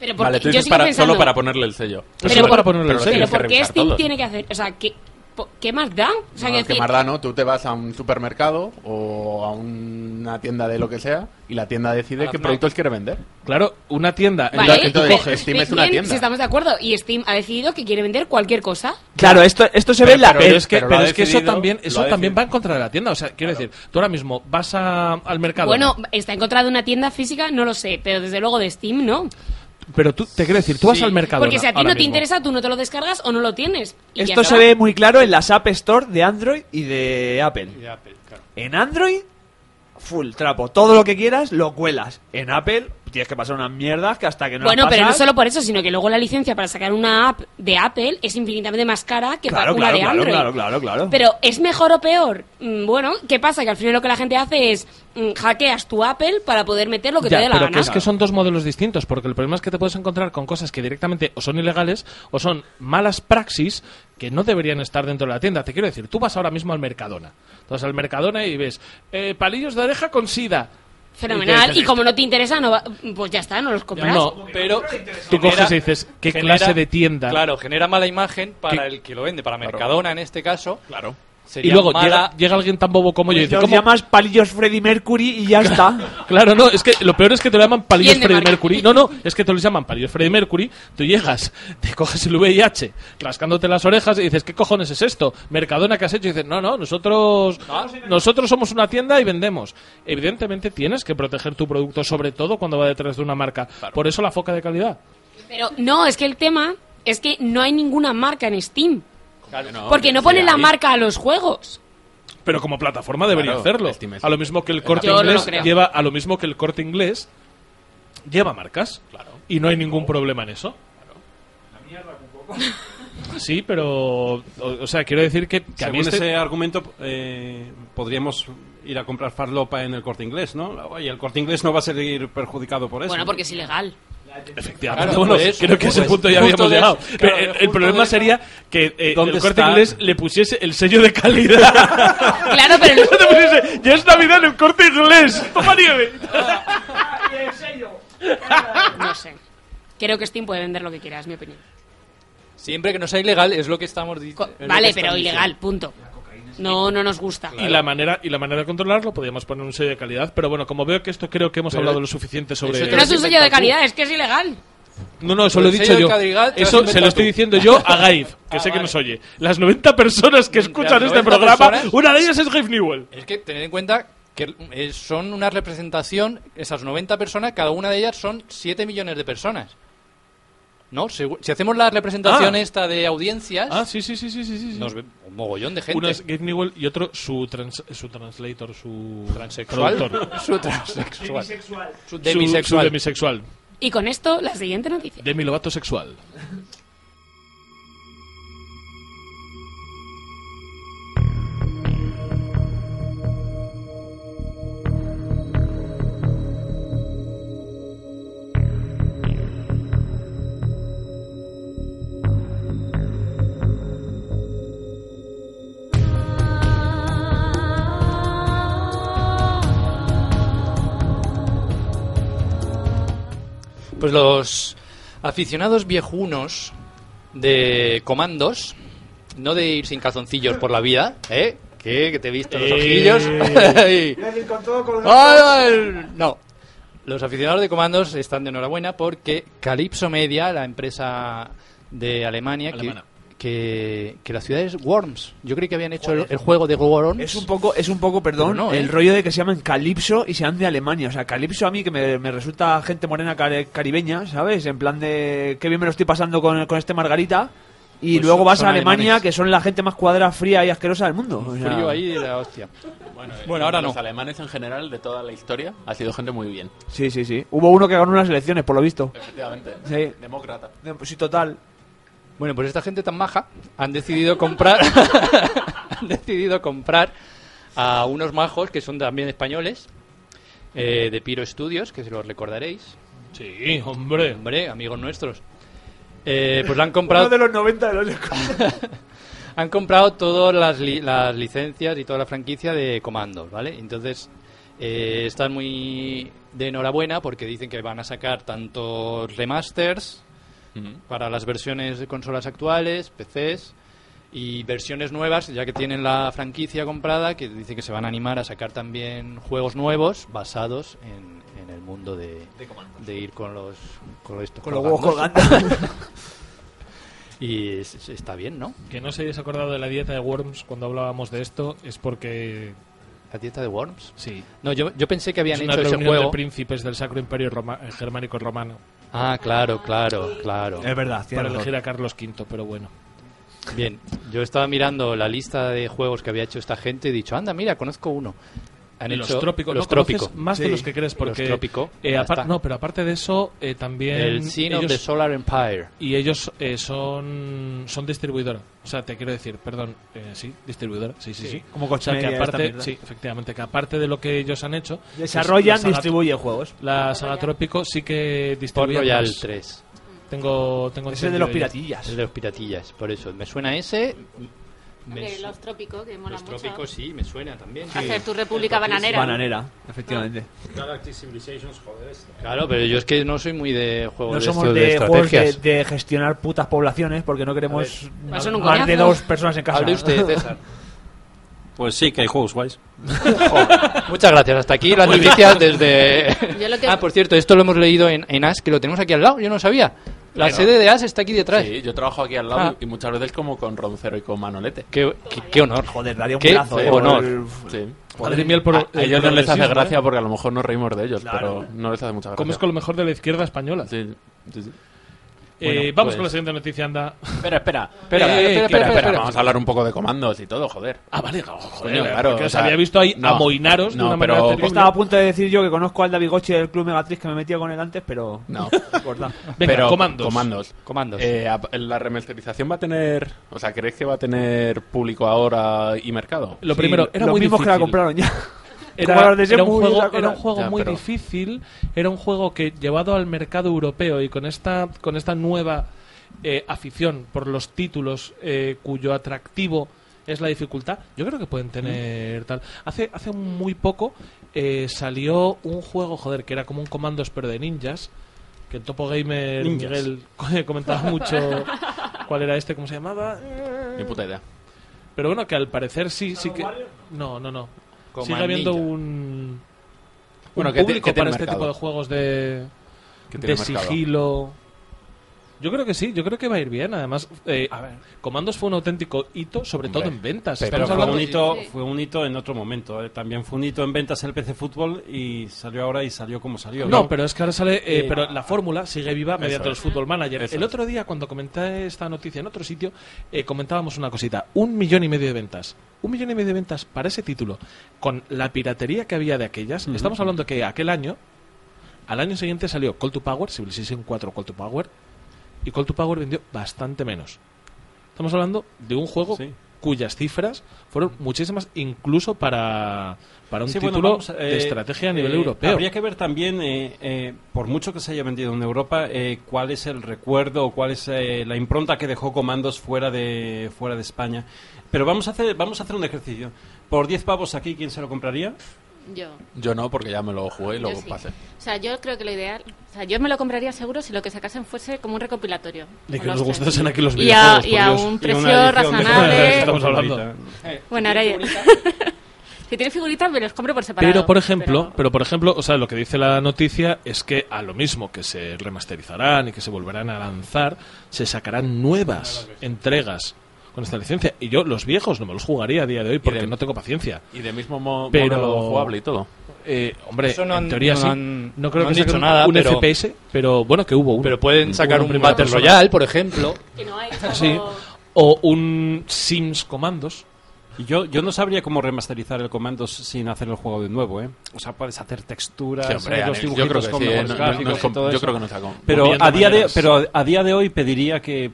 I: Pero porque
E: Vale, tú
I: yo
E: dices
I: sigo
E: para-
I: pensando,
E: solo para ponerle el sello.
A: Pero solo
I: por-
A: para ponerle el
E: pero
A: sello.
I: Pero
E: tienes que
I: ¿por qué
E: revisar
I: Steam
E: todo.
I: tiene que hacer? O sea, ¿qué, po- qué más da? O sea,
H: No,
I: que
H: es que
I: decir-
H: Marda, ¿no? Tú te vas a un supermercado o a una tienda de lo que sea y la tienda
D: A
H: decide
D: la
H: qué
D: Fnac.
H: productos quiere vender.
A: Claro, una tienda. en
I: Vale,
A: la
H: que tú
I: pero-
H: coges, Steam es una
I: bien,
H: tienda.
I: Si estamos de acuerdo. Y Steam ha decidido que quiere vender cualquier cosa.
B: Claro, esto, esto se ve
H: Pero-
B: en la
H: pero
B: peli.
A: es que,
H: pero lo
A: pero
H: ha
A: es que eso
H: decidido,
A: también,
H: lo
A: eso
H: ha
A: también
H: decidido.
A: va en contra de la tienda. O sea, quiero decir, tú ahora mismo vas a- al mercado.
I: Bueno, está en contra de una tienda física, no lo sé. Pero desde luego de Steam no.
A: pero tú, te quiero decir, tú vas
D: Sí,
A: al mercado.
I: Porque si a ti
A: ahora
I: no te
A: mismo.
I: interesa, tú no te lo descargas o no lo tienes. Y ya
B: Esto se
I: está.
B: ve muy claro en las App Store de Android y de Apple.
D: De Apple, claro.
B: En Android, full trapo. Todo lo que quieras, lo cuelas. En Apple, tienes que pasar unas mierdas que hasta que no
I: Bueno,
B: las
I: pero no
B: pasas-
I: solo por eso, sino que luego la licencia para sacar una app de Apple es infinitamente más cara que para
B: Claro,
I: una
B: claro,
I: de
B: claro,
I: Android.
B: claro, claro, claro.
I: Pero ¿es mejor o peor? Mm, Bueno, ¿qué pasa? Que al final lo que la gente hace es mm, hackeas tu Apple para poder meter lo que
A: Ya,
I: te dé la
A: pero
I: gana.
A: que es que son dos modelos distintos, porque el problema es que te puedes encontrar con cosas que directamente o son ilegales o son malas praxis que no deberían estar dentro de la tienda. Te quiero decir, tú vas ahora mismo al Mercadona. Tú vas al Mercadona y ves eh, palillos de oreja con sida.
I: Fenomenal. Y como no te interesa, no va- pues ya está, no los compras.
A: No,
D: Pero
A: tú
D: genera-
A: coges y dices, ¿qué
D: genera-
A: clase de tienda?
D: Claro, genera mala imagen
A: ¿Qué?
D: para el que lo vende, para Mercadona en este caso. Claro.
A: Y
D: Sería
A: luego
D: mala-
A: llega, llega alguien tan bobo como
H: Pues
A: yo y dice,
B: Los
A: ¿cómo?
B: llamas palillos Freddie Mercury y ya está.
A: Claro, no, es que lo peor es que te lo llaman palillos
I: Bien de
A: Freddie
I: marca.
A: Mercury. No, no, es que te lo llaman palillos Freddie Mercury. Tú llegas, te coges el VIH, rascándote las orejas y dices, ¿qué cojones es esto? Mercadona que has hecho. Y dices, no, no, nosotros, nosotros somos una tienda y vendemos. Evidentemente tienes que proteger tu producto, sobre todo cuando va detrás de una marca. Por eso la foca de calidad.
I: Pero no, es que el tema es que no hay ninguna marca en Steam.
E: Claro,
I: porque no
E: sí,
I: pone la
E: ahí.
I: marca a los juegos.
A: Pero como plataforma debería
E: Claro,
A: hacerlo.
E: Steam es-
A: A lo mismo que el corte
I: Yo no lo
A: inglés
I: creo.
A: lleva, a lo mismo que el corte inglés lleva marcas. Y no hay ningún problema en eso. Sí, pero. O, o sea, quiero decir que, que a mí
J: Según
A: este-
J: ese argumento eh, podríamos ir a comprar farlopa en el corte inglés, ¿no? Oye, el corte inglés no va a salir perjudicado por eso.
I: Bueno, porque es ilegal.
A: Efectivamente,
D: Claro,
A: bueno,
D: por eso,
A: creo que a ese
D: pues,
A: punto ya
D: justo
A: habíamos
D: de
A: llegado.
D: eso,
A: Pero eh,
D: claro,
A: el- el,
D: justo
A: problema
D: de eso.
A: sería que eh, el
J: ¿Dónde
A: corte
J: está?
A: inglés le pusiese el sello de calidad.
I: Claro, pero
A: Le pusiese, ya es Navidad en el corte inglés. Toma nieve.
I: no sé. Creo que Steam puede vender lo que quiera, es mi opinión.
D: Siempre que no sea ilegal es lo que estamos di-
I: Co-
D: es lo que
I: vale,
D: están
I: pero
D: diciendo.
I: ilegal, punto. No, no nos gusta.
A: Y la manera y la manera de controlarlo podríamos poner un sello de calidad, pero bueno, como veo que esto creo que hemos hablado lo suficiente sobre
D: eso te
I: Pero
D: lo
I: es un
D: has
I: sello de
D: inventado
I: calidad, es que es ilegal.
A: No, no, eso lo he
D: El
A: dicho
D: sello de
A: yo.
D: calidad te lo has
A: Eso se lo
D: inventado
A: estoy
D: tú.
A: diciendo yo a Gaif, que
D: Ah,
A: sé que
D: vale.
A: nos oye. Las 90 personas que escuchan este
D: 90
A: programa,
D: personas-
A: una de ellas es Gaif Newell.
D: Es que tened en cuenta que eh, son una representación, esas 90 personas, cada una de ellas son 7 millones de personas. ¿No? Si, si hacemos la representación
A: Ah.
D: esta de audiencias,
A: Ah, sí, sí, sí, sí, sí, sí. sí.
D: nos ve un mogollón de gente.
A: Uno es Gabe Newell y otro su, trans- su translator, su
D: Transexual.
A: productor.
D: Su transexual. Su
A: Su- Su,
D: demisexual.
A: demisexual.
I: Y con esto, la siguiente noticia.
A: Demi Lovato sexual.
D: Pues los aficionados viejunos de comandos, no de ir sin calzoncillos por la vida, ¿eh? ¿Qué? ¿Que te he visto los
A: Eh.
D: ojillos? Ay. Ay, ay, no. Los aficionados de comandos están de enhorabuena porque Calypso Media, la empresa de Alemania, que,
A: Alemana.
D: que, que la ciudad es Worms. Yo creí que habían hecho el, el juego de Worms.
B: Es un poco, es un poco, perdón,
D: Pero no, ¿eh?
B: el rollo de que se llaman Calypso y sean de Alemania. O sea, Calypso a mí que me, me resulta gente morena care- caribeña, ¿sabes? En plan de qué bien me lo estoy pasando con, con este Margarita. Y
D: Pues
B: luego
D: son-
B: vas
D: son
B: a Alemania,
D: alemanes.
B: que son la gente más cuadra, fría y asquerosa del mundo. O sea,
D: frío ahí de la hostia.
E: Bueno,
D: Bueno, ahora
E: los
D: no.
E: alemanes en general de toda la historia ha sido gente muy bien.
B: Sí, sí, sí. Hubo uno que ganó unas elecciones, por lo visto.
E: Efectivamente.
B: Sí. pues
E: Demócrata.
B: Sí, total.
D: Bueno, pues esta gente tan maja han decidido comprar han decidido comprar a unos majos que son también españoles eh, de Piro Studios, que se los recordaréis,
A: Sí, hombre.
D: hombre, amigos nuestros. Eh, pues la han comprado
B: Uno de los 90 de los...
D: han comprado todas las, li- las licencias y toda la franquicia de comandos, ¿vale? Entonces, eh, están muy de enhorabuena porque dicen que van a sacar tantos remasters para las versiones de consolas actuales, PCs, y versiones nuevas, ya que tienen la franquicia comprada, que dice que se van a animar a sacar también juegos nuevos basados en, en el mundo de, de ir con los con, estos
B: Con los huevos
D: colgando.
B: colgando.
D: Y es- es- está bien, ¿no?
A: Que no se hayáis acordado de la dieta de Worms cuando hablábamos de esto es porque.
D: La dieta de Worms.
A: Sí.
D: No, yo, yo pensé que habían
A: es una
D: hecho ese
A: reunión de
D: juego.
A: príncipes del Sacro Imperio Roma- eh, Germánico Romano
D: Ah, claro, claro, claro.
B: Es verdad, tiene
A: para
B: razón.
A: elegir a Carlos V, pero bueno.
D: Bien, yo estaba mirando la lista de juegos que había hecho esta gente y he dicho, anda, mira, conozco uno. Han
A: Y
D: hecho
A: los trópicos.
D: Los
A: ¿no? Conoces
D: Trópico.
A: Más de
B: Sí.
A: los que crees, porque.
D: Los Trópico,
A: eh,
D: ya
A: apar-
D: está.
A: no, pero aparte de eso, eh, también.
D: El Sin of
A: ellos-
D: the Solar Empire.
A: Y ellos eh, son, son distribuidora. O sea, te quiero decir, perdón, eh, sí, distribuidora, sí, sí, sí.
B: como
A: o sea, que
B: Coachmedia, esta
A: aparte,
B: mierda.
A: sí, efectivamente, que aparte de lo que ellos han hecho, pues,
B: Desarrollan,
A: la saga-
B: distribuyen juegos.
A: La saga Trópico sí que
D: Port
A: distribuye.
D: Royal
A: más.
D: 3.
A: Tengo, tengo
D: Pues
B: Ese de los
A: entendido ya.
B: piratillas.
D: El de los piratillas, por eso. Me suena ese. me
C: Hombre,
D: su-
C: los trópicos, que mola
D: los
C: mucho.
D: trópicos sí, me suena también.
C: Hacer tu república bananera.
B: Bananera, efectivamente.
A: Ah.
D: Claro, pero yo es que no soy muy de juegos
B: No
D: de
B: somos
D: estos
B: de, juegos de,
D: estrategias.
B: de gestionar putas poblaciones porque no queremos
I: Va a ser un
B: más de
I: coñazo.
B: dos personas en casa.
D: Hable usted, César.
J: Pues sí, que hay juegos guays.
D: Muchas gracias. Hasta aquí las noticias desde.
C: Yo lo que-
D: Ah, por cierto, esto lo hemos leído en, en AS, que lo tenemos aquí al lado. Yo no sabía. La sede de AS está aquí detrás.
E: Sí, yo trabajo aquí al lado
D: Ah.
E: y muchas veces como con Roncero y con Manolete.
D: Qué, qué- qué honor.
B: Joder, daría un
D: Qué
B: brazo, eh,
D: honor.
B: por-
E: Sí.
A: Madre mía, el pro-
E: a, a
A: el
E: ellos no les hace
A: progresismo,
E: gracia
A: ¿eh?
E: porque a lo mejor nos reímos de ellos,
B: Claro.
E: pero no les hace mucha gracia.
A: Comes con lo mejor de la izquierda española.
E: Sí, sí, sí.
A: Eh,
E: Bueno,
A: vamos
E: pues-
A: con la siguiente noticia, anda.
E: Espera, espera, espera,
A: Eh,
E: espera,
A: eh,
E: espera,
A: espera, espera.
E: Vamos a hablar un poco de comandos y todo, joder.
A: Ah, vale, oh, joder,
E: Coño,
A: claro. Porque os había visto ahí
E: no,
A: amoinaros de
E: no,
A: una
E: pero
A: manera terrible.
B: Estaba a punto de decir yo que conozco al David Gochi del Club Megatriz que me metía con él antes, pero.
E: No.
B: Corta.
A: Venga,
E: Pero,
A: comandos.
E: Comandos.
D: Comandos.
E: Eh, ap- ¿La remasterización va a tener. O sea, ¿creéis que va a tener público ahora y mercado?
A: Lo primero, era
B: los
A: muy
B: mismos
A: difícil.
B: que la compraron ya. Como
A: Era,
B: los de
A: era un
B: Shenmue y
A: juego,
B: esa cosa.
A: era un juego
E: Ya,
A: muy
E: pero-
A: difícil, era un juego que llevado al mercado europeo y con esta, con esta nueva eh, afición por los títulos eh, cuyo atractivo es la dificultad, yo creo que
E: Mm.
A: pueden tener tal. Hace, hace muy poco eh, salió un juego, joder, que era como un comandos pero de ninjas, que el Topo Gamer
J: Ninjas.
A: Miguel comentaba mucho cuál era este, cómo se llamaba.
E: Ni puta idea.
A: Pero bueno, que al parecer sí, sí que... No, no, no.
D: Como
A: Sigue habiendo
D: ninja.
A: un,
E: Bueno,
A: un
E: que te-
A: público
E: que tiene
A: para este
E: mercado.
A: tipo de juegos de,
E: Que
A: de
E: tiene mercado.
A: sigilo. Yo creo que sí, yo creo que va a ir bien. Además, eh, Comandos fue un auténtico hito, sobre
E: Hombre,
A: todo en ventas.
E: pero
J: Pero
A: Estamos
J: fue
A: hablando
J: un, hito,
C: Sí.
J: fue un hito en otro momento. eh. También fue un hito en ventas en el PC Fútbol y salió ahora y salió como salió.
A: No, pero es que ahora sale. eh,
J: Eh,
A: pero la fórmula sigue viva mediante
E: es.
A: los Football Manager.
E: Eso
A: el
E: es.
A: otro día, cuando comenté esta noticia en otro sitio, eh, comentábamos una cosita: un millón y medio de ventas. Un millón y medio de ventas para ese título, con la piratería que había de aquellas. Estamos hablando que aquel año, al año siguiente salió Call to Power, Civilization 4 Call to Power, y Call to Power vendió bastante menos. Estamos hablando de un juego
J: Sí.
A: cuyas cifras fueron muchísimas, incluso para, para un
J: Sí, bueno,
A: título
J: vamos,
A: de
J: eh,
A: estrategia a nivel
J: eh,
A: europeo.
J: Habría que ver también, eh, eh, por mucho que se haya vendido en Europa, eh, cuál es el recuerdo o cuál es eh, la impronta que dejó Comandos fuera de, fuera de España. Pero vamos a, hacer, vamos a hacer un ejercicio. Por 10 pavos aquí, ¿quién se lo compraría?
C: Yo.
E: Yo no, porque ya me lo jugué y
C: yo
E: luego
C: sí.
E: pasé.
C: O sea, yo creo que lo ideal. O sea, yo me lo compraría seguro si lo que sacasen fuese como un recopilatorio.
A: De que
C: Con
A: nos
C: los tres.
A: gustasen aquí los
C: Y a,
A: videojuegos.
C: y a
A: por Dios.
C: un
J: Y una
C: precio
J: edición de-
A: Estamos
C: razonable.
A: hablando.
C: bueno, ahora ya. si tiene figuritas, me los compro por separado.
A: Pero por ejemplo, pero...
C: pero-
A: por ejemplo, o sea, lo que dice la noticia es que a lo mismo que se remasterizarán y que se volverán a lanzar, se sacarán nuevas entregas con esta licencia. Y yo los viejos no me los jugaría a día de hoy porque
E: de-
A: no tengo paciencia.
E: Y de mismo mo
A: Pero-
E: modo jugable y todo.
A: Eh, hombre,
D: Eso no
A: en
D: han-
A: teoría
D: no
A: sí.
D: han-
A: no creo que
D: no han
A: saquen
D: dicho nada,
A: un
D: pero-
A: FPS, pero bueno, que hubo uno.
D: Pero pueden sacar
A: Uno
D: un
A: primera
D: Battle
A: persona.
D: Royale, por ejemplo.
C: Que no hay.
A: Sí.
C: como-
A: O un Sims Comandos.
J: Y Yo, yo no sabría cómo remasterizar el Comandos sin hacer el juego de nuevo, ¿eh. O sea, puedes hacer texturas,
E: Sí, hombre,
J: eh, los
E: Alex,
J: dibujitos
E: yo creo que sí.
J: con
E: eh,
J: los
E: no- no-
J: gráficos
E: no es
J: y
E: com-
J: todo
E: yo
J: eso.
E: creo que no está com-
J: Pero
E: viendo
J: a día de
E: maneras.
J: pero a día de hoy pediría que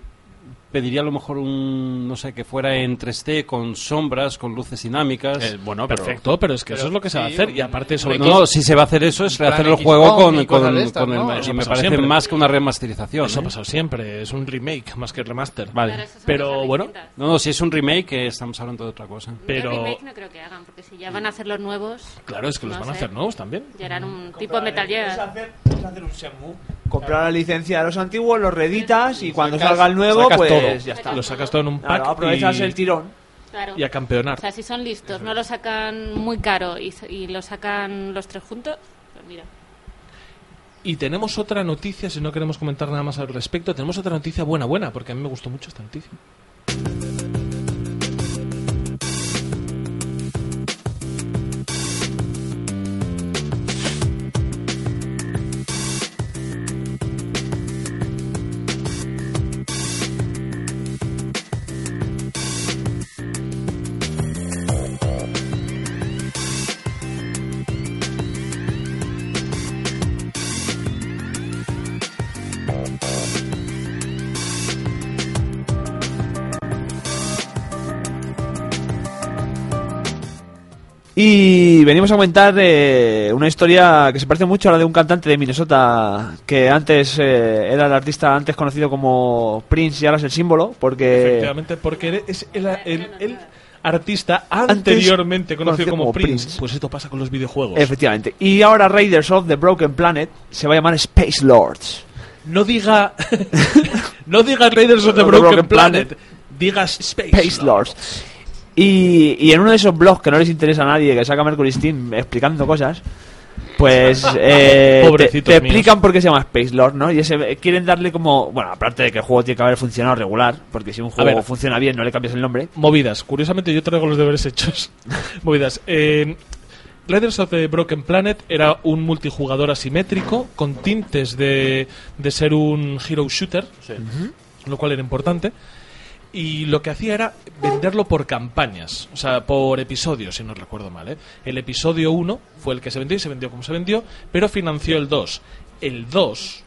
J: pediría a lo mejor un no sé que fuera en 3D con sombras, con luces dinámicas.
E: Eh, bueno, pero-
A: Perfecto, pero es que eso
D: Pero
A: es lo que se va a
D: sí,
A: hacer. Y aparte, sobre
J: no,
A: todo,
J: no, si se va a hacer eso es
D: plan
J: rehacer el
D: XCOM
J: juego con,
D: y cosas
J: con-
D: de estas,
J: con el-
D: ¿no?
J: y
A: Eso ha
J: me
A: pasado
J: parece
A: siempre.
J: más que una remasterización.
A: eso ha
J: ¿eh?
A: pasado siempre. Es un remake más que remaster.
J: Vale.
C: Claro, esas son
A: Pero
C: cosas
A: bueno,
C: distintas.
J: No, no, si es un remake eh, estamos hablando de otra cosa.
A: pero-
C: Yo remake no creo que hagan, porque si ya van a hacer los nuevos.
A: claro, es que los
C: no
A: van a
C: sé.
A: hacer nuevos también.
C: Ya harán un tipo Metal Gear.
B: Comprar la licencia de los antiguos, los reeditas y cuando
D: Sacas-
B: salga el nuevo,
A: sacas
B: pues
A: todo.
B: ya está.
A: Lo sacas todo en un pack
B: Claro, aprovechas
A: y,
B: el tirón.
C: Claro.
A: y a campeonar.
C: O sea, si son listos, no lo sacan muy caro y, s- y lo sacan los tres juntos, pues mira.
A: Y tenemos otra noticia, si no queremos comentar nada más al respecto, tenemos otra noticia buena, buena, porque a mí me gustó mucho esta noticia.
B: Y venimos a comentar eh, una historia que se parece mucho a la de un cantante de Minnesota que antes eh, era el artista antes conocido como Prince y ahora es el símbolo porque
A: Efectivamente, porque es el, el-
C: no,
A: el
C: nada.
A: artista
B: Antes
A: anteriormente conocido
B: conocido
A: como
B: como
A: Prince.
B: Prince.
A: Pues esto pasa con los videojuegos.
B: efectivamente y ahora Raiders of the Broken Planet se va a llamar Space Lords.
A: no diga no diga Raiders of the Broken, Planet, digas Space,
B: Space Lords. Y, y en uno de esos blogs que no les interesa a nadie, que saca Mercury Steam explicando cosas, pues eh, te,
A: Pobrecitos
B: te
A: míos.
B: explican por qué se llama Space Lord, ¿no? Y ese, quieren darle como. Bueno, aparte de que el juego tiene que haber funcionado regular, porque si un juego
A: ver.
B: funciona bien no le cambias el nombre.
A: Movidas. Curiosamente yo traigo los deberes hechos. Movidas. Eh, Raiders of the Broken Planet era un multijugador asimétrico con tintes de, de ser un hero shooter, lo cual era importante. Y lo que hacía era venderlo por campañas, o sea, por episodios, si no recuerdo mal. ¿eh? El episodio 1 fue el que se vendió y se vendió como se vendió, pero financió el 2. El 2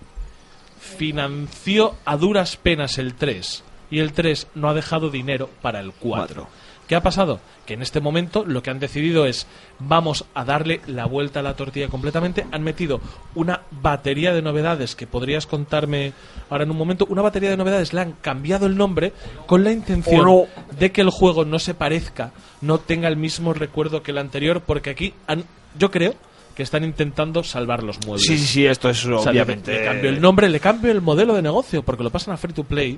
A: financió a duras penas el 3 y el 3 no ha dejado dinero para el 4. ¿Qué ha pasado? Que en este momento lo que han decidido es vamos a darle la vuelta a la tortilla completamente. Han metido una batería de novedades que podrías contarme ahora en un momento. Una batería de novedades le han cambiado el nombre con la intención
B: Oh,
A: de que el juego no se parezca, no tenga el mismo recuerdo que el anterior, porque aquí han, yo creo que están intentando salvar los muebles.
B: Sí, sí, sí, esto es
A: O sea, le-
B: obviamente.
A: Le, cambio el nombre, le cambio el modelo de negocio, porque lo pasan a free to play.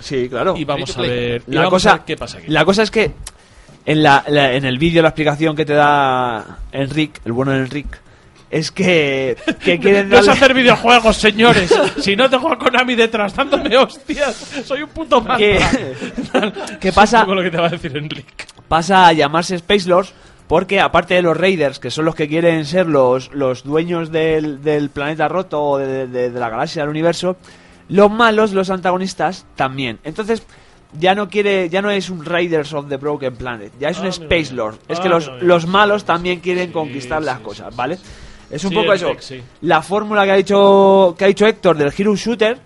B: Sí, claro.
A: Y vamos a
B: Free to play.
A: ver, y
B: La
A: vamos
B: cosa-
A: a ver qué pasa aquí.
B: La cosa es que en, la, la- en el vídeo, la explicación que te da Enric, el bueno de Enric, es que, que quieren
A: No es
B: darle-
A: hacer videojuegos, señores. si no tengo a Konami detrás dándome hostias, soy un puto mal.
B: ¿Qué? ¿Qué pasa?
A: lo que te va a decir Enrique.
B: pasa a llamarse Space Lords porque aparte de los Raiders, que son los que quieren ser los, los dueños del, del planeta roto o de, de- de la galaxia del universo, los malos, los antagonistas, también. Entonces, ya no quiere, ya no es un Raiders of the Broken Planet, ya es un
A: Ah, mira,
B: Space
A: mira.
B: Lord. Es
A: Ah,
B: que los,
A: mira, mira.
B: los malos también quieren
A: Sí,
B: conquistar las
A: sí,
B: cosas,
A: sí,
B: ¿vale?
A: sí,
B: Es un
A: Sí,
B: poco
A: el
B: eso.
A: Tech, sí.
B: La fórmula que ha dicho que ha dicho Héctor del Hero Shooter,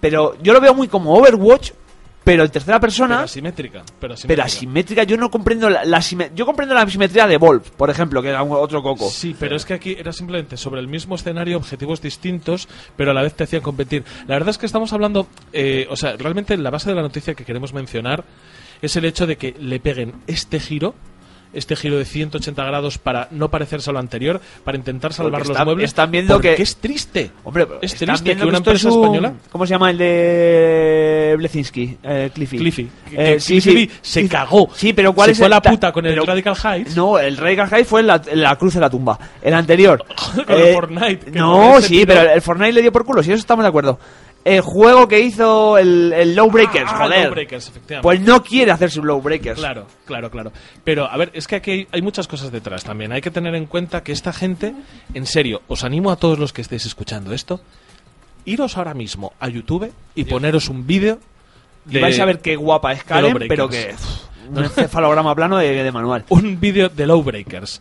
B: pero yo lo veo muy como Overwatch, pero en tercera persona.
A: Pero asimétrica. Pero asimétrica.
B: Pero asimétrica, yo no comprendo la, la asime- yo comprendo la asimetría de Wolf, por ejemplo, que era un- otro coco.
A: Sí, pero es que aquí era simplemente sobre el mismo escenario, objetivos distintos, pero a la vez te hacían competir. La verdad es que estamos hablando, eh, o sea, realmente la base de la noticia que queremos mencionar es el hecho de que le peguen este giro, este giro de 180 grados para no parecerse a lo anterior, para intentar salvar
B: Porque
A: los
B: está-
A: muebles.
B: están viendo
A: porque
B: que-
A: es triste.
B: Hombre, pero
A: es
B: están
A: triste
B: viendo
A: que una
B: esto es
A: empresa
B: un-
A: española.
B: ¿Cómo se llama el de Blezinski? Eh, Cliffy.
A: Cliffy.
B: Eh,
A: Que-
B: sí,
A: Cliffy
B: sí.
A: se cagó.
B: Sí, pero ¿cuál
A: se
B: es
A: fue
B: el
A: a la
B: ta-
A: puta con el
B: pero-
A: Radical Heights.
B: No, el Radical High fue en la, en la cruz de la tumba. El anterior. Eh,
A: Con el Fortnite, que
B: No,
A: ese
B: sí,
A: tiró-
B: pero el Fortnite le dio por culo, si eso estamos de acuerdo. El juego que hizo el, el Low Breakers,
A: Ah,
B: joder.
A: Lawbreakers, efectivamente.
B: Pues no quiere hacer sus Low Breakers.
A: Claro, claro, claro. Pero, a ver, es que aquí hay, hay muchas cosas detrás también. Hay que tener en cuenta que esta gente, en serio, os animo a todos los que estéis escuchando esto, iros ahora mismo a YouTube y poneros un vídeo
B: Y
A: de...
B: vais a ver qué guapa es
A: de
B: Karen,
A: Low
B: pero que.
A: Breakers.
B: pff, un encefalograma plano de, de manual.
A: Un vídeo de Lawbreakers.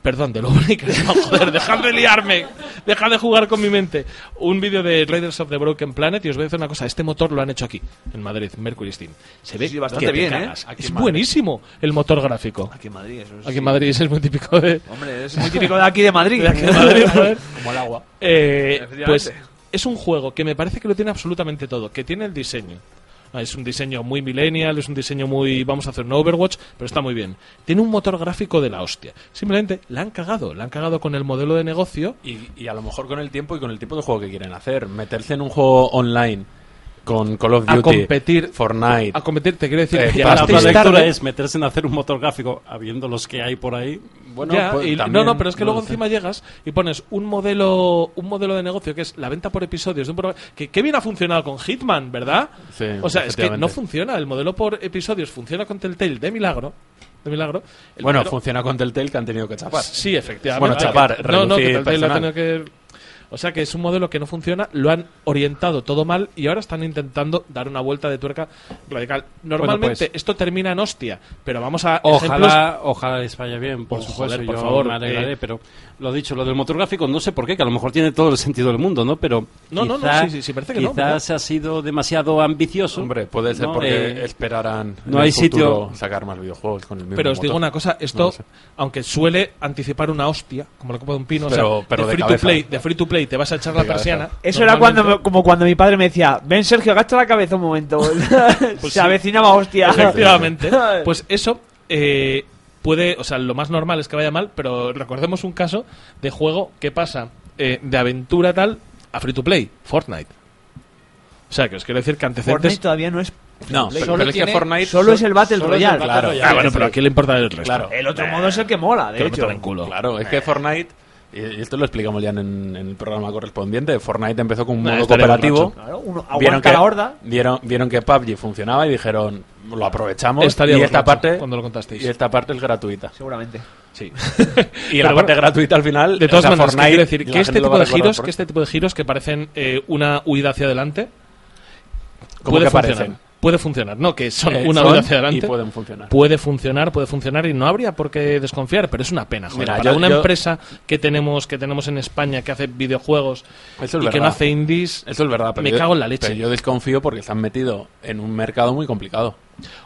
A: Perdón, de Lawbreakers. No, joder, dejad de liarme. Dejad de jugar con mi mente. Un vídeo de Raiders of the Broken Planet y os voy a decir una cosa. Este motor lo han hecho aquí, en Madrid, Mercury Steam. Se ve
B: Sí, bastante
A: que te
B: bien, ¿eh?
A: cagas.
B: Aquí
A: Es
B: en Madrid.
A: buenísimo el motor gráfico.
B: Aquí en Madrid, eso es.
A: Aquí en Madrid es muy típico de,
B: Hombre, es muy típico de aquí de Madrid.
A: de aquí de Madrid, pues. joder.
E: Como el agua.
A: Eh,
E: Efectivamente.
A: pues es un juego que me parece que lo tiene absolutamente todo, que tiene el diseño. Ah, Es un diseño muy millennial, es un diseño muy... Vamos a hacer un Overwatch, pero está muy bien. Tiene un motor gráfico de la hostia. Simplemente la han cagado, la han cagado con el modelo de negocio.
E: Y, y a lo mejor con el tiempo y con el tipo de juego que quieren hacer. Meterse en un juego online con Call of
A: A
E: Duty.
A: competir-
E: Fortnite.
A: A competir, te quiero decir... que
E: Eh,
J: Y
E: Ya
J: la
E: la
A: llegasteis
E: pastéis
J: otra
A: tarde-
J: lectura es meterse en hacer un motor gráfico, habiendo los que hay por ahí.
E: bueno,
A: Ya,
E: pues
A: y-
E: también,
A: no, no, pero es que
J: no
A: luego
J: lo sé.
A: encima llegas y pones un modelo, un modelo de negocio que es la venta por episodios de un programa. Que, que bien ha funcionado con Hitman, ¿verdad?
E: Sí,
A: o sea, es que
E: efectivamente.
A: no funciona. El modelo por episodios funciona con Telltale de milagro. De milagro. El
E: bueno,
A: primero-
E: funciona con Telltale que han tenido que chapar.
A: Sí, efectivamente.
E: Bueno,
A: Hay que-
E: chapar,
A: no, no, que Telltale
E: reducir
A: lo ha
E: personal.
A: tenido que- O sea que es un modelo que no funciona, lo han orientado todo mal y ahora están intentando dar una vuelta de tuerca radical. Normalmente
J: pues.
A: esto termina en hostia, pero vamos a ejemplos
J: Ojalá, ojalá les vaya bien, por
A: Oh,
J: supuesto.
A: joder, por
J: yo
A: favor,
J: me alegraré,
A: eh.
J: pero lo dicho, lo del motor gráfico, no sé por qué, que a lo mejor tiene todo el sentido del mundo, ¿no? Pero.
A: No, no, no,
J: quizá-
A: sí, sí, sí, parece que no, ¿verdad?
J: Quizás ha sido demasiado ambicioso.
E: Hombre, puede ser
J: ¿no?
E: porque
J: Eh,
E: esperarán en
J: no
E: el
J: hay sitio-
E: futuro sacar más videojuegos con el mismo
A: Pero os
E: motor.
A: digo una cosa, esto,
E: No lo sé.
A: aunque suele anticipar una hostia, como la copa de un pino, o
E: Pero-
A: sea,
E: pero
A: de,
E: de
A: free to
E: cabeza.
A: play, de free to play te vas a echar la
E: cabeza.
A: persiana.
B: Eso era cuando, me-
A: normalmente.
B: como cuando mi padre me decía: Ven, Sergio, agacha la cabeza un momento. Se
A: Pues sí.
B: avecinaba, hostia.
A: Efectivamente. Pues eso eh, puede, o sea, lo más normal es que vaya mal, pero recordemos un caso de juego que pasa eh, de aventura tal a free to play, Fortnite. O sea, que os quiero decir que
B: Fortnite
A: antecedentes...
B: todavía no es.
E: No, pero,
D: Solo
E: pero es que
D: tiene-
E: Fortnite...
B: Solo es el Battle Royale.
E: Claro,
A: Ah, bueno, pero aquí le importa el resto.
E: Claro.
B: El otro modo es el que mola,
A: Eh, Que
B: de
A: lo
B: hecho.
A: metan en culo.
E: Claro, es que Fortnite, y y esto lo explicamos ya en, en el programa correspondiente, Fortnite empezó con un
A: Nah,
E: modo
A: estaré
E: cooperativo.
A: borracho.
B: Claro, uno aguanta
E: que,
B: la horda.
E: Vieron, vieron que PUBG funcionaba y dijeron, lo aprovechamos.
A: Estaría
E: y esta
A: borracho
E: parte
A: cuando lo contasteis.
E: Y esta parte es gratuita.
B: Seguramente.
E: Sí. y la
A: Pero
E: parte
A: bueno,
E: gratuita al final.
A: De todas
E: o sea,
A: maneras, ¿qué
E: Fortnite,
A: quiero decir
E: la
A: que este
E: gente lo va
A: tipo
E: a
A: de
E: recordar
A: giros,
E: por
A: que este tipo de giros que parecen eh, una huida hacia adelante,
E: ¿Cómo
A: puede
E: que
A: funcionar.
E: parecen?
A: Puede funcionar, no, que son
E: Eh,
A: una
E: son
A: huida hacia adelante.
E: y pueden funcionar.
A: Puede funcionar, puede funcionar y no habría por qué desconfiar, pero es una pena, joder.
E: Mira,
A: Para
E: yo-
A: una
E: yo-
A: empresa que tenemos que tenemos en España que hace videojuegos
E: Eso es
A: y
E: verdad.
A: que no hace indies,
E: Eso es verdad. pero
A: me
E: yo-
A: cago en la leche.
E: Pero yo desconfío porque se han metido en un mercado muy complicado.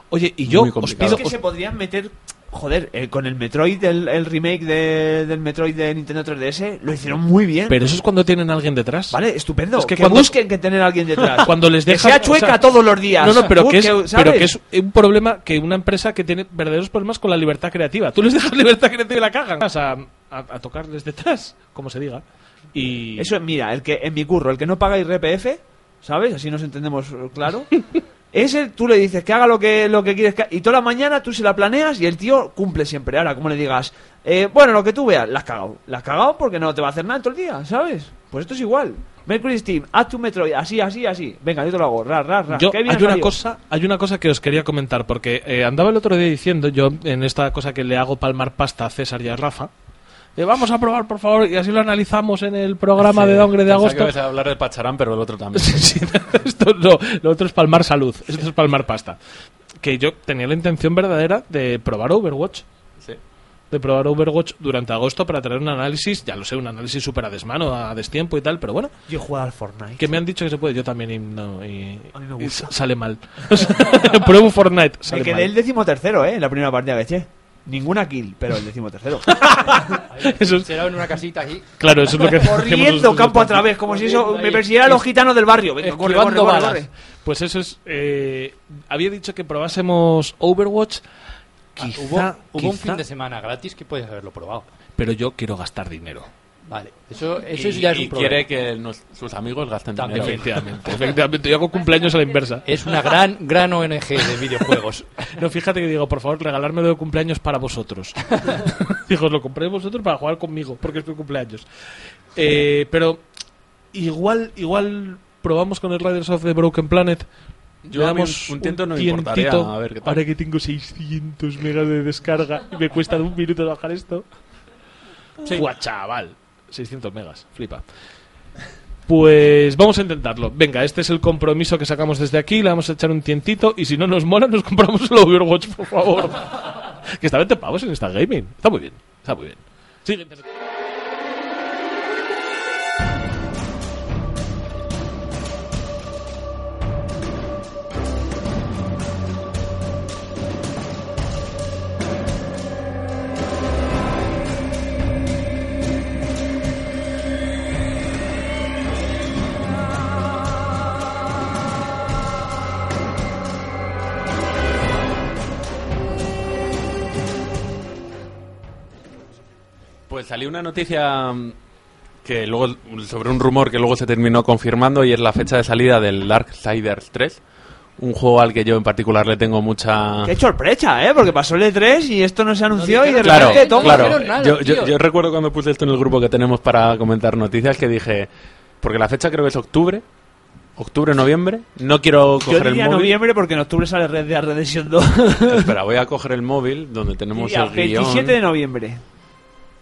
A: Oye, y yo
E: Muy
A: os
E: complicado.
A: pido,
B: Es que
A: os
B: se podrían meter. Joder, eh, con el Metroid, el, el remake de- del Metroid de Nintendo 3DS, lo hicieron muy bien.
A: Pero eso es cuando tienen a alguien detrás.
B: Vale, estupendo.
A: Es que
B: que
A: cuando-
B: busquen que tener a alguien detrás.
A: Cuando les
B: Que
A: dejan-
B: sea chueca
A: o sea,
B: todos los días.
A: No, no, pero,
B: Uh,
A: que es,
B: ¿sabes?
A: pero que es un problema que una empresa que tiene verdaderos problemas con la libertad creativa. Tú les dejas libertad creativa y la cagan. Vas a, a, a tocarles detrás, como se diga. Y
B: Eso, mira, el que en mi curro, el que no paga IRPF, ¿sabes? Así nos entendemos eh, claro. Ese tú le dices que haga lo que, lo que quieres que Y toda la mañana tú se la planeas y el tío cumple siempre. Ahora, como le digas, eh, bueno, lo que tú veas, la has cagado. La has cagado porque no te va a hacer nada en todo el día, ¿sabes? Pues esto es igual. Mercury Steam, haz tu Metroid, así, así, así. Venga, yo te lo hago, ra, ra, ra.
A: Yo,
B: Qué bien
A: hay,
B: has
A: una
B: salido.
A: cosa, hay una cosa que os quería comentar, porque eh, andaba el otro día diciendo, yo en esta cosa que le hago palmar pasta a César y a Rafa, eh, vamos a probar, por favor, y así lo analizamos en el programa de Downgrade de
E: Pensaba que
A: agosto.
E: ibas a hablar del Pacharán, pero el otro también.
A: Sí, sí, esto no, lo otro es palmar salud, esto es palmar pasta. Que yo tenía la intención verdadera de probar Overwatch.
E: Sí.
A: De probar Overwatch durante agosto para traer un análisis, ya lo sé, un análisis súper a desmano, a destiempo y tal, pero bueno,
B: Yo he jugado al Fortnite.
A: que me han dicho que se puede, yo también y, no, y-
B: A mí me
A: y
B: gusta.
A: sa- sale mal. Pruebo Fortnite,
B: Me
A: sale
B: quedé
A: mal.
B: el decimotercero, ¿eh? En la primera partida que eché. Ninguna kill, pero el decimotercero.
A: Eso es-
D: Será en una casita aquí.
A: claro, eso es lo que hacemos
B: Corriendo
A: nosotros
B: campo
A: también.
B: a través, como si eso
D: Corriendo
B: me
D: ahí.
B: persiguieran los gitanos del barrio. Venga, corre, corre,
D: Esquivando
B: corre,
D: balas.
B: corre.
A: Pues eso es. eh, había dicho que probásemos Overwatch.
D: Ah,
A: Quizá,
D: hubo hubo un
A: quizá,
D: fin de semana gratis que podías haberlo probado.
A: pero yo quiero gastar dinero.
D: Vale. Eso, eso
E: y,
D: ya es
E: y
D: un problema.
E: quiere que nos- sus amigos gasten
D: También.
E: dinero.
A: Efectivamente, efectivamente. Yo hago cumpleaños a la inversa.
D: Es una gran, gran ONG de videojuegos.
A: No, fíjate que digo, por favor, regalármelo de cumpleaños para vosotros. Dijo, os lo compréis vosotros para jugar conmigo, porque es mi cumpleaños. Eh, pero igual, igual probamos con el Riders of the Broken Planet.
E: Yo
A: Le
E: a mí
A: damos
E: un tiento no me
A: tientito.
E: importaría, a ver qué tal.
A: Ahora que tengo 600 megas de descarga y me cuesta un minuto bajar esto. Buah, chaval. 600 megas, flipa. Pues vamos a intentarlo. Venga, este es el compromiso que sacamos desde aquí. Le vamos a echar un tientito y si no nos mola, nos compramos el Overwatch, por favor. que está 20 pavos en esta gaming. Está muy bien, está muy bien. Siguiente.
E: Pues salió una noticia mm, que luego sobre un rumor que luego se terminó confirmando y es la fecha de salida del Darksiders 3, un juego al que yo en particular le tengo mucha
B: Qué sorpresa, ¿eh? Porque pasó el E3 y esto no se anunció y de
E: Claro,
B: repente toma.
E: claro.
D: dijeron nada,
E: yo, yo-
D: tío.
E: yo recuerdo cuando puse esto en el grupo que tenemos para comentar noticias que dije, porque la fecha creo que es octubre, octubre, noviembre, no quiero
B: Yo
E: coger el
B: diría
E: móvil.
B: noviembre porque en octubre sale Red Dead Redemption 2.
E: Espera, voy a coger el móvil donde tenemos
B: Diría
E: el guión.
B: 27 de noviembre.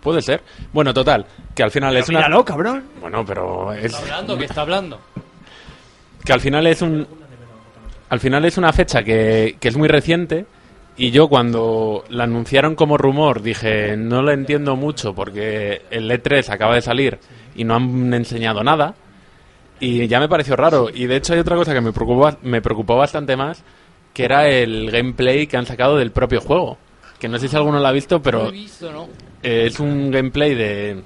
E: Puede ser. Bueno, total, que al final es una...
B: Míralo, cabrón.
E: Bueno, pero es...
D: Está hablando, que está hablando.
E: que al final es un al final es una fecha que, que es muy reciente y yo cuando la anunciaron como rumor dije no la entiendo mucho porque el E3 acaba de salir y no han enseñado nada y ya me pareció raro y de hecho hay otra cosa que me preocupó me preocupó bastante más que era el gameplay que han sacado del propio juego que no sé si alguno lo ha visto
D: No lo
E: pero
D: he visto, ¿no?
E: eh, es un gameplay de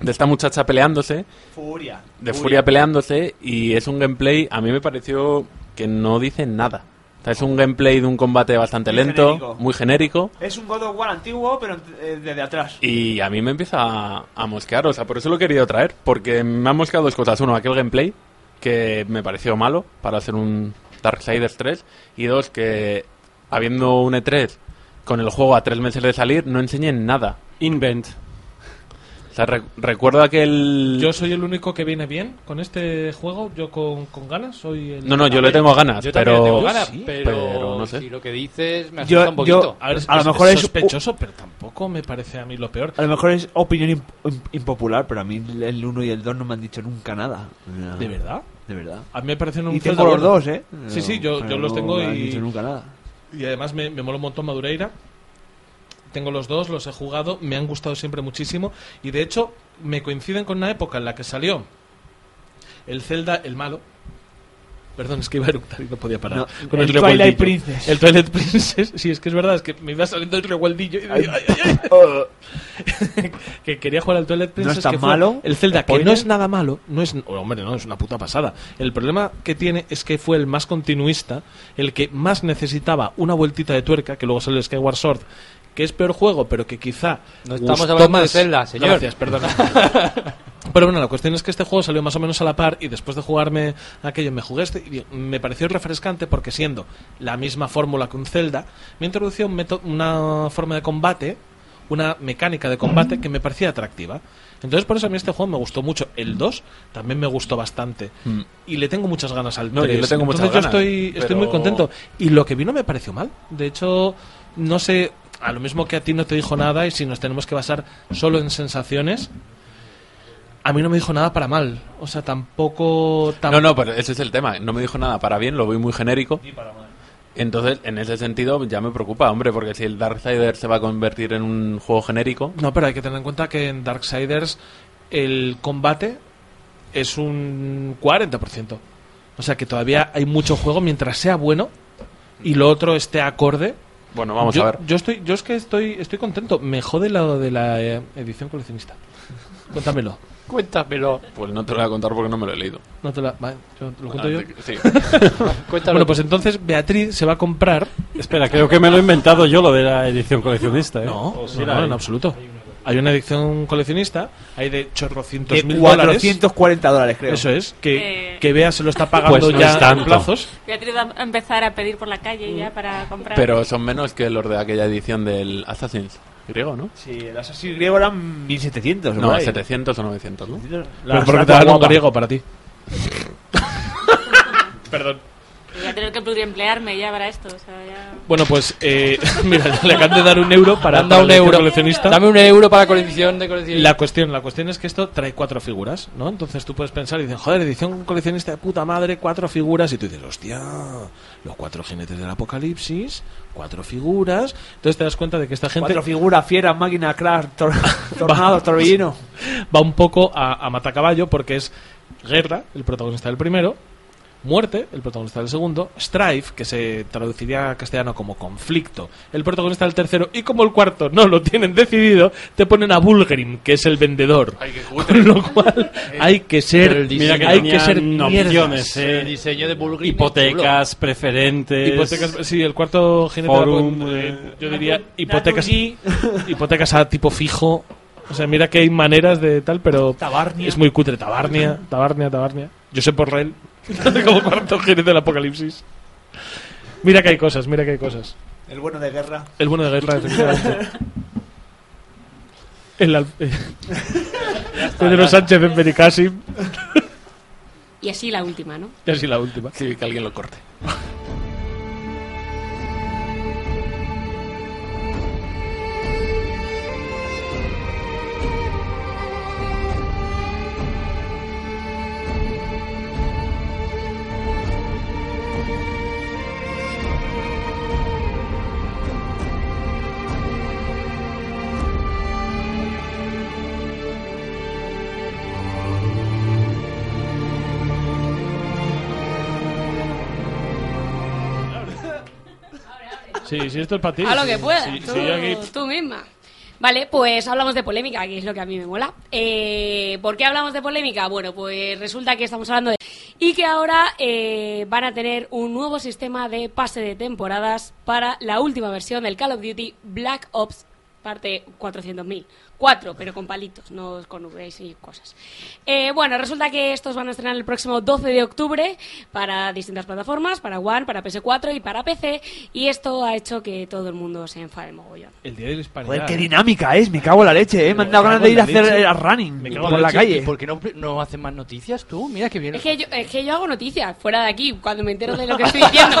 E: de esta muchacha peleándose
B: Furia.
E: de Furia peleándose y es un gameplay, a mí me pareció que no dice nada. O sea, es un gameplay de un combate bastante
B: Muy
E: lento,
B: genérico.
E: muy genérico
B: Es un God of War antiguo, pero eh, desde atrás.
E: y a mí me empieza a, a mosquear, o sea, por eso lo he querido traer, porque me han mosqueado dos cosas. Uno, aquel gameplay que me pareció malo para hacer un Darksiders 3 y dos, que habiendo un E E3 con el juego a tres meses de salir, no enseñen nada.
J: Invent.
E: O sea, re- recuerdo aquel...
A: ¿Yo soy el único que viene bien con este juego? ¿Yo con, con ganas? soy el-
E: No, no, yo le tengo ganas,
A: Yo
E: pero...
A: también le tengo
D: ganas,
E: Sí,
D: pero
E: no sé.
D: si lo que dices me
B: Yo-
D: asusta un poquito.
B: yo-
A: A, ver, es-
B: A lo
A: es-
B: mejor
A: es
B: es-
A: sospechoso, pero tampoco me parece a mí lo peor.
B: A lo mejor es opinión imp- imp- impopular, pero a mí el 1 y el 2 no me han dicho nunca nada. No.
A: ¿De verdad?
B: De verdad.
A: A mí me parecen un
B: Y
A: tres
B: tengo
A: de
B: los
A: gordo.
B: dos, ¿eh?
A: Sí, sí, yo,
B: Pero
A: yo los
B: no
A: tengo
B: me han
A: y...
B: dicho nunca nada.
A: Y además me, me mola un montón Madureira. Tengo los dos, los he jugado, me han gustado siempre muchísimo. Y de hecho, me coinciden con una época en la que salió el Zelda, el malo. Perdón, es que iba a eructar y no podía parar.
B: No,
A: con
B: el
A: revueltillo.
B: Twilight Princess.
A: El Twilight Princess, sí, es que es verdad, es que me iba saliendo el revueldillo. Y ay, ay, ay. que quería jugar al Twilight Princess.
B: No es tan
A: que fue
B: malo,
A: El Zelda, que
B: spoiler.
A: no es nada malo, no es. oh, hombre, no, es una puta pasada. El problema que tiene es que fue el más continuista, el que más necesitaba una vueltita de tuerca, que luego sale el Skyward Sword, que es peor juego, pero que quizá.
D: No estamos
A: gustó
D: hablando de
A: más.
D: Zelda, señor.
A: Gracias, perdón. Pero bueno, la cuestión es que este juego salió más o menos a la par y después de jugarme aquello me jugué este y me pareció refrescante porque siendo la misma fórmula que un Zelda, me introducía un meto- una forma de combate, una mecánica de combate que me parecía atractiva. Entonces por eso a mí este juego me gustó mucho. El 2 también me gustó bastante y le tengo muchas ganas al
E: Mm. No, yo
A: 3.
E: le tengo muchas
A: Entonces
E: ganas,
A: yo estoy, estoy
E: pero-
A: muy contento. Y lo que vino me pareció mal. De hecho, no sé, a lo mismo que a ti no te dijo nada y si nos tenemos que basar solo en sensaciones, a mí no me dijo nada para mal. O sea, tampoco... tam-
E: No, no, pero ese es el tema. No me dijo nada para bien, lo vi muy genérico. Entonces, en ese sentido, ya me preocupa, hombre, porque si el Darksider se va a convertir en un juego genérico,
A: No, pero hay que tener en cuenta que en Darksiders el combate es un 40%. O sea que todavía hay mucho juego mientras sea bueno y lo otro esté acorde.
E: bueno, vamos
A: yo,
E: a ver.
A: Yo, estoy, yo es que estoy, estoy contento. Me jode lo de la eh, edición coleccionista. Cuéntamelo.
D: Cuéntamelo,
E: Pues no te lo voy a contar porque no me lo he leído.
A: No te la- va, yo- ¿Lo cuento yo?
E: Antes que- sí.
D: cuéntalo.
A: Bueno, pues entonces Beatriz se va a comprar.
J: Espera, creo que me lo he inventado yo lo de la edición coleccionista. ¿eh?
A: No,
J: O sí
A: no,
J: la
A: no,
J: hay.
A: en absoluto. Hay una edición coleccionista, hay de chorrocientos
B: De
A: mil dólares.
B: 440 dólares, Eh, creo.
A: Eso es, que,
C: Eh.
A: que Bea se lo está pagando
J: Pues no
A: ya
J: es tanto.
A: en plazos.
C: Beatriz
I: em-
C: va a empezar a pedir por la calle ya para comprar.
E: Pero son menos que los de aquella edición del Assassin's griego, ¿no?
B: Sí, el Assassin's griego eran 1700.
E: No,
B: por ahí.
E: 700 o 900, ¿no?
B: 700.
A: Pero porque te
B: estatua
A: da como
B: guapa.
A: griego para ti. Perdón.
C: Voy a tener que pluriemplearme ya para esto. O sea, ya...
A: Bueno, pues, eh, mira, le acaban de dar un euro para,
D: Anda,
A: para
D: un
A: la edición
D: euro.
A: coleccionista.
D: Dame un euro para colección de colección.
A: La cuestión, la cuestión es que esto trae cuatro figuras, ¿no? Entonces tú puedes pensar y dices, joder, edición coleccionista de puta madre, cuatro figuras, y tú dices, hostia, los cuatro jinetes del apocalipsis, cuatro figuras. Entonces te das cuenta de que esta gente
B: Cuatro figuras, fieras, máquina, crash, tor- tornado, torbellino.
A: va un poco a, a matacaballo porque es guerra, el protagonista del primero, muerte, el protagonista del segundo, strife, que se traduciría a castellano como conflicto, el protagonista del tercero, y como el cuarto no lo tienen decidido, te ponen a Bulgrim, que es el vendedor. Con lo cual hay que
D: Pero
A: ser,
D: el diseño
J: Mira que
A: hay que ser
J: tenían
A: mierdas.
J: opciones, ¿eh?
D: El diseño de Bulgari.
J: Hipotecas, preferentes.
A: Hipotecas, sí, el cuarto jinete
J: Forum,
A: de la- eh,
J: eh,
A: yo diría hipotecas, hipotecas a tipo fijo. O sea, mira que hay maneras de tal, pero
B: Tabarnia.
A: es muy cutre. Tabarnia, Tabarnia, Tabarnia. Josep Borrell, como cuarto jinete del apocalipsis. Mira que hay cosas, mira que hay cosas.
B: El bueno de guerra.
A: El bueno de guerra, efectivamente. El al- Pedro Sánchez en Benicassim.
I: Y así la última, ¿no?
A: Y así la última.
E: Sí, que alguien lo corte.
A: Sí, sí, esto es para ti.
I: A lo que pueda,
A: Sí,
I: tú,
A: sí, aquí-
I: tú misma. Vale, pues hablamos de polémica, que es lo que a mí me mola. Eh, ¿Por qué hablamos de polémica? Bueno, pues resulta que estamos hablando de... Y que ahora eh, van a tener un nuevo
A: eh,
I: sistema de pase de temporadas para la última versión del Call of Duty Black Ops parte 400.000. Cuatro, pero con palitos, no con Vs y cosas. Eh, bueno, resulta que estos van a estrenar el próximo 12 de octubre para distintas plataformas, para One, para PS4 y para PC, y esto ha hecho que todo el mundo se enfade mogollón.
A: El día de la
B: Joder, qué dinámica es, me cago en la leche, eh. Me han dado ganas de ir a hacer eh, running por la calle.
D: ¿Por qué no, no hacen más noticias tú? Mira que bien.
I: Es que, yo, es que yo hago noticias fuera de aquí, cuando me entero de lo que estoy diciendo.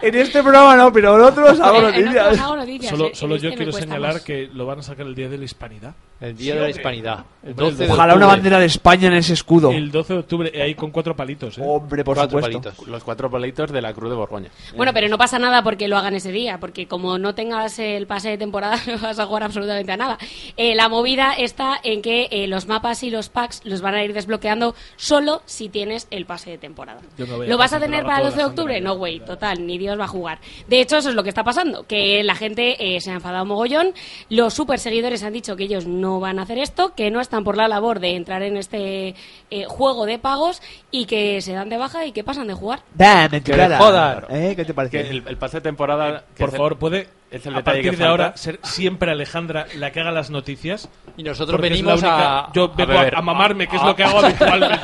B: En este programa no, pero Eh, en otros hago
I: En- en otros
B: noticias.
I: hago noticias,
A: Solo,
I: eh,
A: solo
I: en
A: yo
I: este me
A: quiero
I: cuesta
A: señalar
I: más.
A: que lo van a sacar el día de la hispanidad.
D: El día de la hispanidad. El 12 de
B: Ojalá una
D: octubre.
B: bandera de España en ese escudo.
A: El 12 de octubre, eh, ahí con cuatro palitos. ¿eh?
E: Oh,
B: Hombre, por
D: Cuatro
B: supuesto.
D: palitos.
E: Los cuatro palitos de la Cruz de Borgoña.
A: Eh.
I: Bueno, pero no pasa nada porque lo hagan ese día, porque como no tengas el pase de temporada no vas a jugar absolutamente a nada. Eh, la movida está en que eh, los mapas y los packs los van a ir desbloqueando solo si tienes el pase de temporada.
A: Yo no voy a
I: ¿Lo vas a
A: pasar
I: tener
A: la
I: para el
A: toda
I: 12 de
A: la gente
I: octubre?
A: mayor.
I: No, güey, total, ni Dios va a jugar. De hecho, eso es lo que está pasando, que la gente eh, se ha enfadado mogollón, los super seguidores han dicho que ellos no van a hacer esto, que no están por la labor de entrar en este eh, juego de pagos y que se dan de baja y que pasan de jugar.
B: Dame tu
E: Que
B: cara.
E: jodan.
B: ¿Eh? ¿Qué te
E: Que
B: parece?
E: el, el pase de temporada. que
A: Eh, Por
E: es el-
A: favor, ¿puede
E: es el
A: a
E: detalle que
A: partir de
E: falta.
A: ahora ser siempre Alejandra la que haga las noticias?
D: Y nosotros
A: Porque es
D: venimos
A: la única-
D: a. Ah,
A: Yo vengo a,
E: beber.
A: a mamarme, que es lo que hago habitualmente.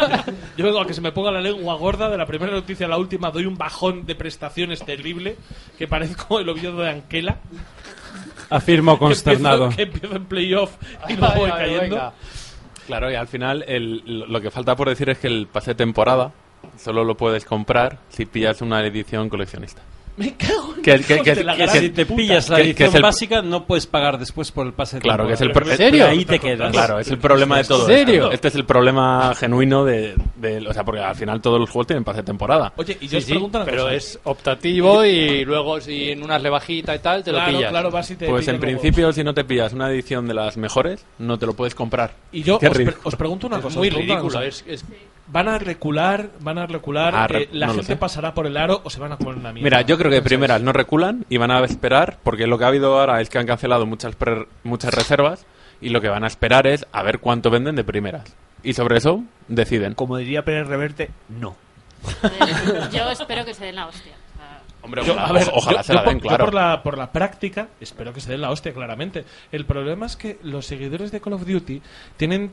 A: Yo vengo a que se me ponga la lengua gorda de la primera noticia a la última, doy un bajón de prestaciones terrible, que parezco el Oviedo de Anquela. que
J: Afirmo
A: empiezo-
J: consternado.
A: Que empiezo en playoff y
D: Ay,
A: luego voy
D: ay,
A: cayendo.
D: venga.
E: Claro, y al final el- lo que falta por decir es que el pase de temporada solo lo puedes comprar si pillas una edición coleccionista.
A: Me cago en
E: Que-
A: hijos
E: que- que-
A: de la
E: que-
A: gran
J: Si te
A: puta.
J: pillas la
E: Que- que es
J: edición
E: el-
J: básica, no puedes pagar después por el pase de
E: Claro, que es el
J: temporada.
E: pro-
D: ¿En serio?
J: Ahí te quedas.
E: Claro, es el problema de todo.
D: ¿En serio?
E: esto. Este es el problema genuino de, de- O sea, porque al final todos los juegos tienen pase de temporada.
A: Oye, y yo
D: Sí,
A: os
D: sí,
A: pregunto una
D: pero
A: cosa.
D: es optativo y luego si en unas rebajita y tal te
A: claro,
D: lo pillas.
A: claro, vas y te
E: Pues
A: pillas
E: en
A: luego.
E: principio, si no te pillas una edición de las mejores, no te lo puedes comprar.
A: Y yo os,
E: Qué
A: pre-
E: ridículo.
A: os pregunto una cosa.
D: es muy
A: os pregunto una
D: ridículo.
A: cosa.
D: Es, es-
A: Van a recular, van a recular.
E: Ah,
A: eh,
E: re-
A: la
E: no lo
A: gente
E: sé.
A: pasará por el aro o se van a comer una mierda.
E: Mira, yo creo que de
A: Entonces,
E: primeras no reculan y van a esperar, porque lo que ha habido ahora es que han cancelado muchas, pre- muchas reservas y lo que van a esperar es a ver cuánto venden de primeras. Y sobre eso deciden.
B: Como diría Pérez Reverte, no.
C: Yo espero que se den la hostia. O sea,
E: Hombre,
A: Yo,
E: ojalá,
A: a ver,
E: ojalá
A: yo-
E: se
A: yo
E: la den,
A: por, yo
E: claro.
A: por la, por la práctica, espero que se den la hostia, claramente. El problema es que los seguidores de Call of Duty tienen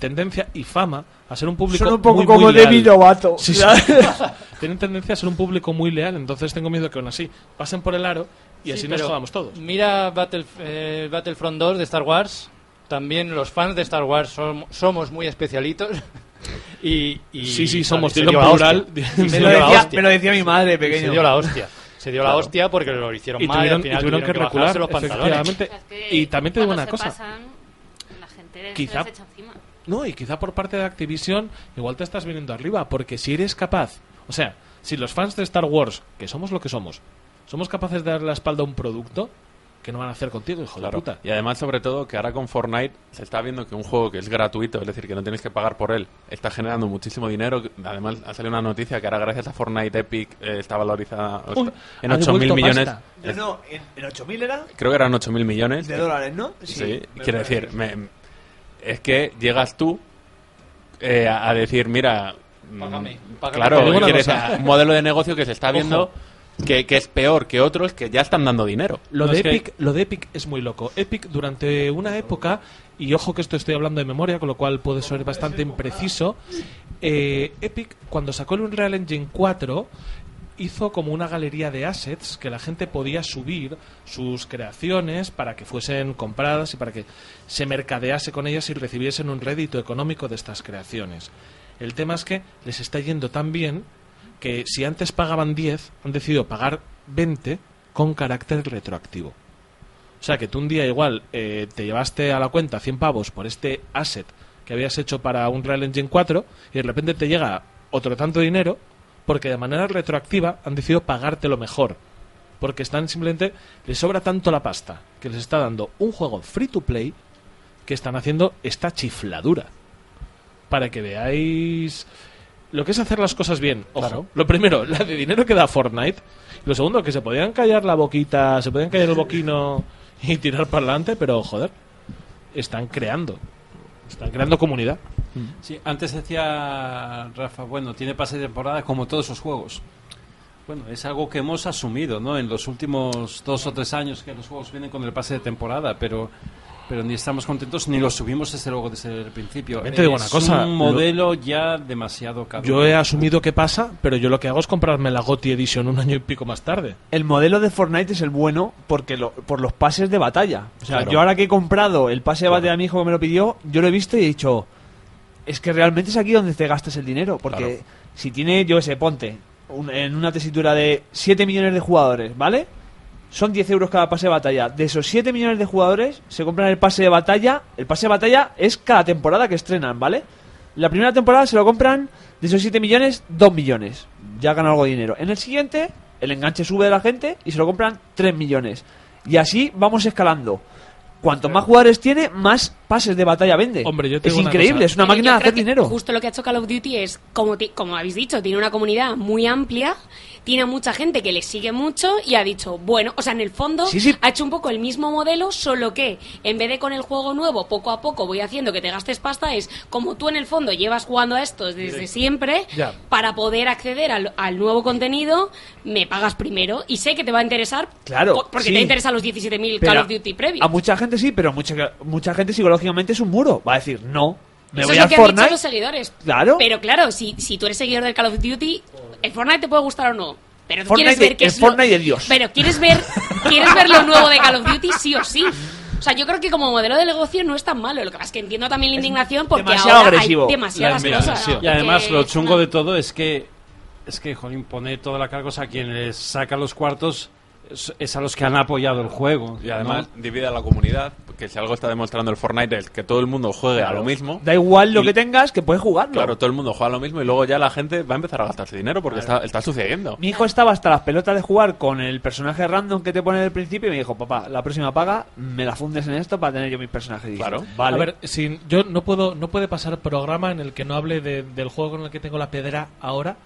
A: tendencia y fama a ser un público
B: Son un poco
A: muy, muy
B: como
A: leal.
B: David Lovato.
A: Sí, sí. tienen tendencia a ser un público muy leal, entonces tengo miedo que aún así pasen por el aro y
D: sí,
A: así nos
D: pero
A: jodamos todos.
D: Mira Battle, eh, Battlefront 2 de Star Wars. También los fans de Star Wars som- somos muy especialitos. Y, y-
A: Sí, sí,
D: vale,
A: somos,
D: se
A: dilo
D: dio
A: en
D: la
A: plural.
D: hostia.
A: Dilo
D: Se
B: Me
A: en
D: dio
B: lo,
D: la
B: decía,
D: hostia.
B: me lo decía mi madre, pequeño.
D: Se dio la hostia. Se dio la hostia porque lo hicieron
A: Y
D: mal
A: tuvieron,
D: al final
A: y tuvieron que recular,
D: bajarse los pantalones.
A: efectivamente.
C: es que
A: Eh, Y también te digo
C: cuando
A: una
C: se
A: cosa.
C: pasan, la gente
A: Quizá-
C: se les echa encima.
A: No, y quizá por parte de Activision igual te estás viniendo arriba, porque si eres capaz, o sea, si los fans de Star Wars, que somos lo que somos, somos capaces de dar la espalda a un producto, que no van a hacer contigo, hijo
E: Claro.
A: de puta?
E: Y además, sobre todo, que ahora con Fortnite se está viendo que un juego que es gratuito, es decir, que no tienes que pagar por él, está generando muchísimo dinero. Además, ha salido una noticia que ahora, gracias a Fortnite, Epic eh, está valorizada o
A: Uy,
E: está- en
A: ha
E: 8.000
A: devuelto
E: millones. Eh,
A: pasta.
B: No, no, en, en 8000 era
E: Creo que eran 8.000 millones.
B: de dólares, ¿no?
E: Sí,
B: me
E: quiero
B: parece.
E: decir, me- es que llegas tú eh, a a decir, mira, mm,
D: Págame, págame. pues,
E: claro,
A: Te digo una
E: quieres
A: cosa.
E: a- un modelo de negocio que se está viendo
A: Ojo.
E: que, que es peor que otros que ya están dando dinero.
A: Lo,
J: No,
A: de
J: es que-
A: Epic, lo de Epic es muy loco. Epic durante una época, y ojo que esto estoy hablando de memoria, con lo cual puede ser bastante impreciso, eh, Epic cuando sacó el Unreal Engine 4 hizo como una galería de assets que la gente podía subir sus creaciones para que fuesen compradas y para que se mercadease con ellas y recibiesen un rédito económico de estas creaciones. El tema es que les está yendo tan bien que si antes pagaban 10, han decidido pagar 20 con carácter retroactivo. O sea, que tú un día igual eh, te llevaste a la cuenta 100 pavos por este asset que habías hecho para un Real Engine 4 y de repente te llega otro tanto dinero porque de manera retroactiva han decidido pagártelo mejor. Porque están simplemente, les sobra tanto la pasta que les está dando un juego free to play que están haciendo esta chifladura. Para que veáis lo que es hacer las cosas bien. Ojo, lo primero, la de dinero que da Fortnite. Lo segundo, que se podían callar la boquita, se podían callar el boquino y tirar para adelante, pero joder, están creando. Están creando comunidad.
J: Sí, antes decía Rafa, bueno, tiene pase de temporada como todos los juegos. Bueno, es algo que hemos asumido, ¿no? En los últimos dos o tres años que los juegos vienen con el pase de temporada, pero pero ni estamos contentos ni los subimos desde luego desde el principio.
A: También te digo
J: es
A: una cosa,
J: un
A: lo-
J: modelo ya demasiado caro.
A: Yo he asumido que pasa, pero yo lo que hago es comprarme la GOTI Edition un año y pico más tarde.
B: El modelo de Fortnite es el bueno porque lo- por los pases de batalla. O sea,
A: Claro.
B: yo ahora que he comprado el pase de batalla a mi hijo que me lo pidió, yo lo he visto y he dicho, es que realmente es aquí donde te gastas el dinero. Porque
A: Claro.
B: si tiene, yo qué sé, ponte, un- en una tesitura de 7 millones de jugadores, ¿vale? Son 10 euros cada pase de batalla. De esos 7 millones de jugadores se compran el pase de batalla. El pase de batalla es cada temporada que estrenan, ¿vale? La primera temporada se lo compran de esos 7 millones, 2 millones. Ya ganan algo de dinero. En el siguiente, el enganche sube de la gente y se lo compran 3 millones. Y así vamos escalando. Cuanto más jugadores tiene, más pases de batalla vende.
A: Hombre, yo te
B: es
A: digo una cosa.
B: increíble, es una
I: Pero
B: máquina
I: yo
B: de
I: creo
B: hacer
I: que
B: dinero.
I: Justo lo que ha hecho Call of Duty es, como, ti- como habéis dicho, tiene una comunidad muy amplia, tiene a mucha gente que le sigue mucho y ha dicho, bueno, o sea, en el fondo
B: Sí, sí.
I: ha hecho un poco el mismo modelo, solo que en vez de con el juego nuevo, poco a poco voy haciendo que te gastes pasta, es como tú en el fondo llevas jugando a esto desde siempre,
A: Ya.
I: para poder acceder al, al nuevo contenido, me pagas primero y sé que te va a interesar,
B: Claro,
I: po- porque
B: sí.
I: te interesan los 17.000
B: Pero
I: Call
B: a-
I: of Duty previos.
B: A mucha gente sí, pero mucha, mucha gente psicológicamente es un muro. Va a decir, no, me
I: Eso
B: voy
I: es
B: a
I: lo que han dicho
B: Fortnite.
I: los seguidores.
B: Claro.
I: Pero claro, si, si tú eres seguidor del Call of Duty, el Fortnite te puede gustar o no. Pero tú
B: Fortnite
I: quieres ver
B: de-
I: qué
B: el
I: es lo-
B: Fortnite de Dios.
I: Pero quieres ver, quieres ver lo nuevo de Call of Duty sí o sí. O sea, yo creo que como modelo de negocio no es tan malo. Lo que pasa es que entiendo también la indignación porque
B: demasiado
I: ahora
B: agresivo.
I: hay demasiadas
A: La
I: cosas.
A: indignación.
J: Y además
I: Porque
J: lo
I: es
J: chungo
I: una-
J: de todo es que es que jolín pone toda la carga o sea, a quien les saca los cuartos es, es a los que han apoyado el juego.
E: Y además
J: ¿no?
E: divide a la comunidad, que si algo está demostrando el Fortnite es que todo el mundo juegue a lo mismo.
B: Da igual lo
E: Y-
B: que tengas, que puedes jugarlo.
E: Claro, todo el mundo juega a lo mismo y luego ya la gente va a empezar a gastarse dinero porque está, está sucediendo.
B: Mi hijo estaba hasta las pelotas de jugar con el personaje random que te pone al principio y me dijo, papá, la próxima paga me la fundes en esto para tener yo mis personajes. Y dije,
E: Claro.
B: vale.
A: A ver, si yo no puedo, no puede pasar programa en el que no hable de- del juego con el que tengo la pedra ahora,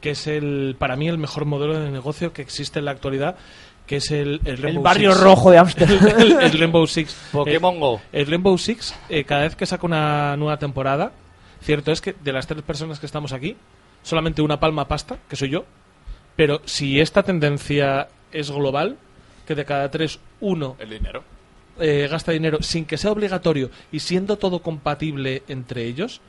A: que es el, para mí el mejor modelo de negocio que existe en la actualidad, que es el, el
B: el
A: Rainbow
B: barrio
A: Six.
B: rojo de Ámsterdam.
A: el, el Rainbow Six.
D: Pokémon
A: Eh,
D: Go.
A: El Rainbow Six, eh, cada vez que saca una nueva temporada, cierto es que de las tres personas que estamos aquí, solamente una palma pasta, que soy yo, pero si esta tendencia es global, que de cada tres, uno
E: El dinero.
A: eh, gasta dinero sin que sea obligatorio y siendo todo compatible entre ellos,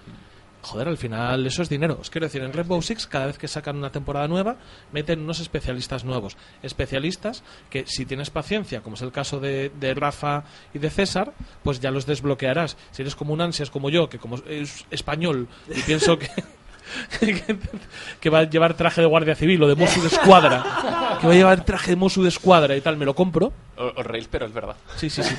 A: joder, al final eso es dinero. Os quiero decir, en Rainbow Six cada vez que sacan una temporada nueva meten unos especialistas nuevos. Especialistas que si tienes paciencia, como es el caso de, de Rafa y de César, pues ya los desbloquearás. Si eres como un ansias como yo, que como es español y pienso que... que- que va a llevar traje de guardia civil o de Mosu de escuadra. Que va a llevar traje de Mosu de escuadra y tal, me lo compro.
E: O- Os reís, pero es verdad.
A: Sí, sí, sí.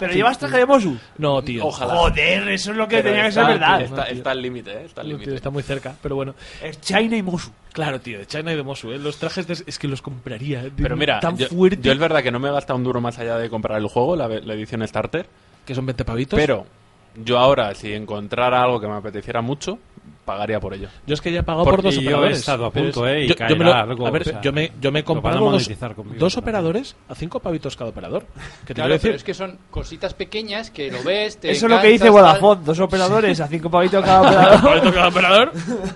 B: ¿Pero llevas traje de Mosu?
A: No, tío.
E: Ojalá.
B: Joder, eso es lo que
E: Pero
B: tenía que
E: está-
B: ser verdad.
E: Está, está al límite, ¿eh? Está al
A: No, tío,
E: límite.
A: está muy cerca, pero bueno.
B: Es China y Mosu.
A: Claro, tío, de China y de Mosu. ¿eh? Los trajes de- es que los compraría. de
E: Pero
A: un-
E: mira,
A: tan
E: yo,
A: fuerte
E: yo es verdad que no me he gastado un duro más allá de comprar el juego, la, ve- la edición Starter.
A: que son 20 pavitos.
E: Pero yo ahora, si encontrara algo que me apeteciera mucho, pagaría por ello.
A: yo es que ya he pagado
E: Porque
A: por dos
E: yo he
A: operadores.
J: estado a
A: Pero
J: punto,
A: es-
J: eh, y
A: yo, yo me lo,
J: caerá algo,
A: a ver,
J: o sea,
A: yo me, yo me he
J: lo van a
A: comprado dos,
J: monetizar conmigo,
A: dos
J: pero-
A: operadores a 5 pavitos cada operador. Que te
D: Claro,
A: quiero decir,
D: pero es que son cositas pequeñas que lo ves, te
B: Eso es lo que
D: enganchas,
B: dice
D: tal,
B: Vodafone, dos operadores a cinco pavitos cada operador.
A: ¿Pavito
E: Eh,
A: cada operador?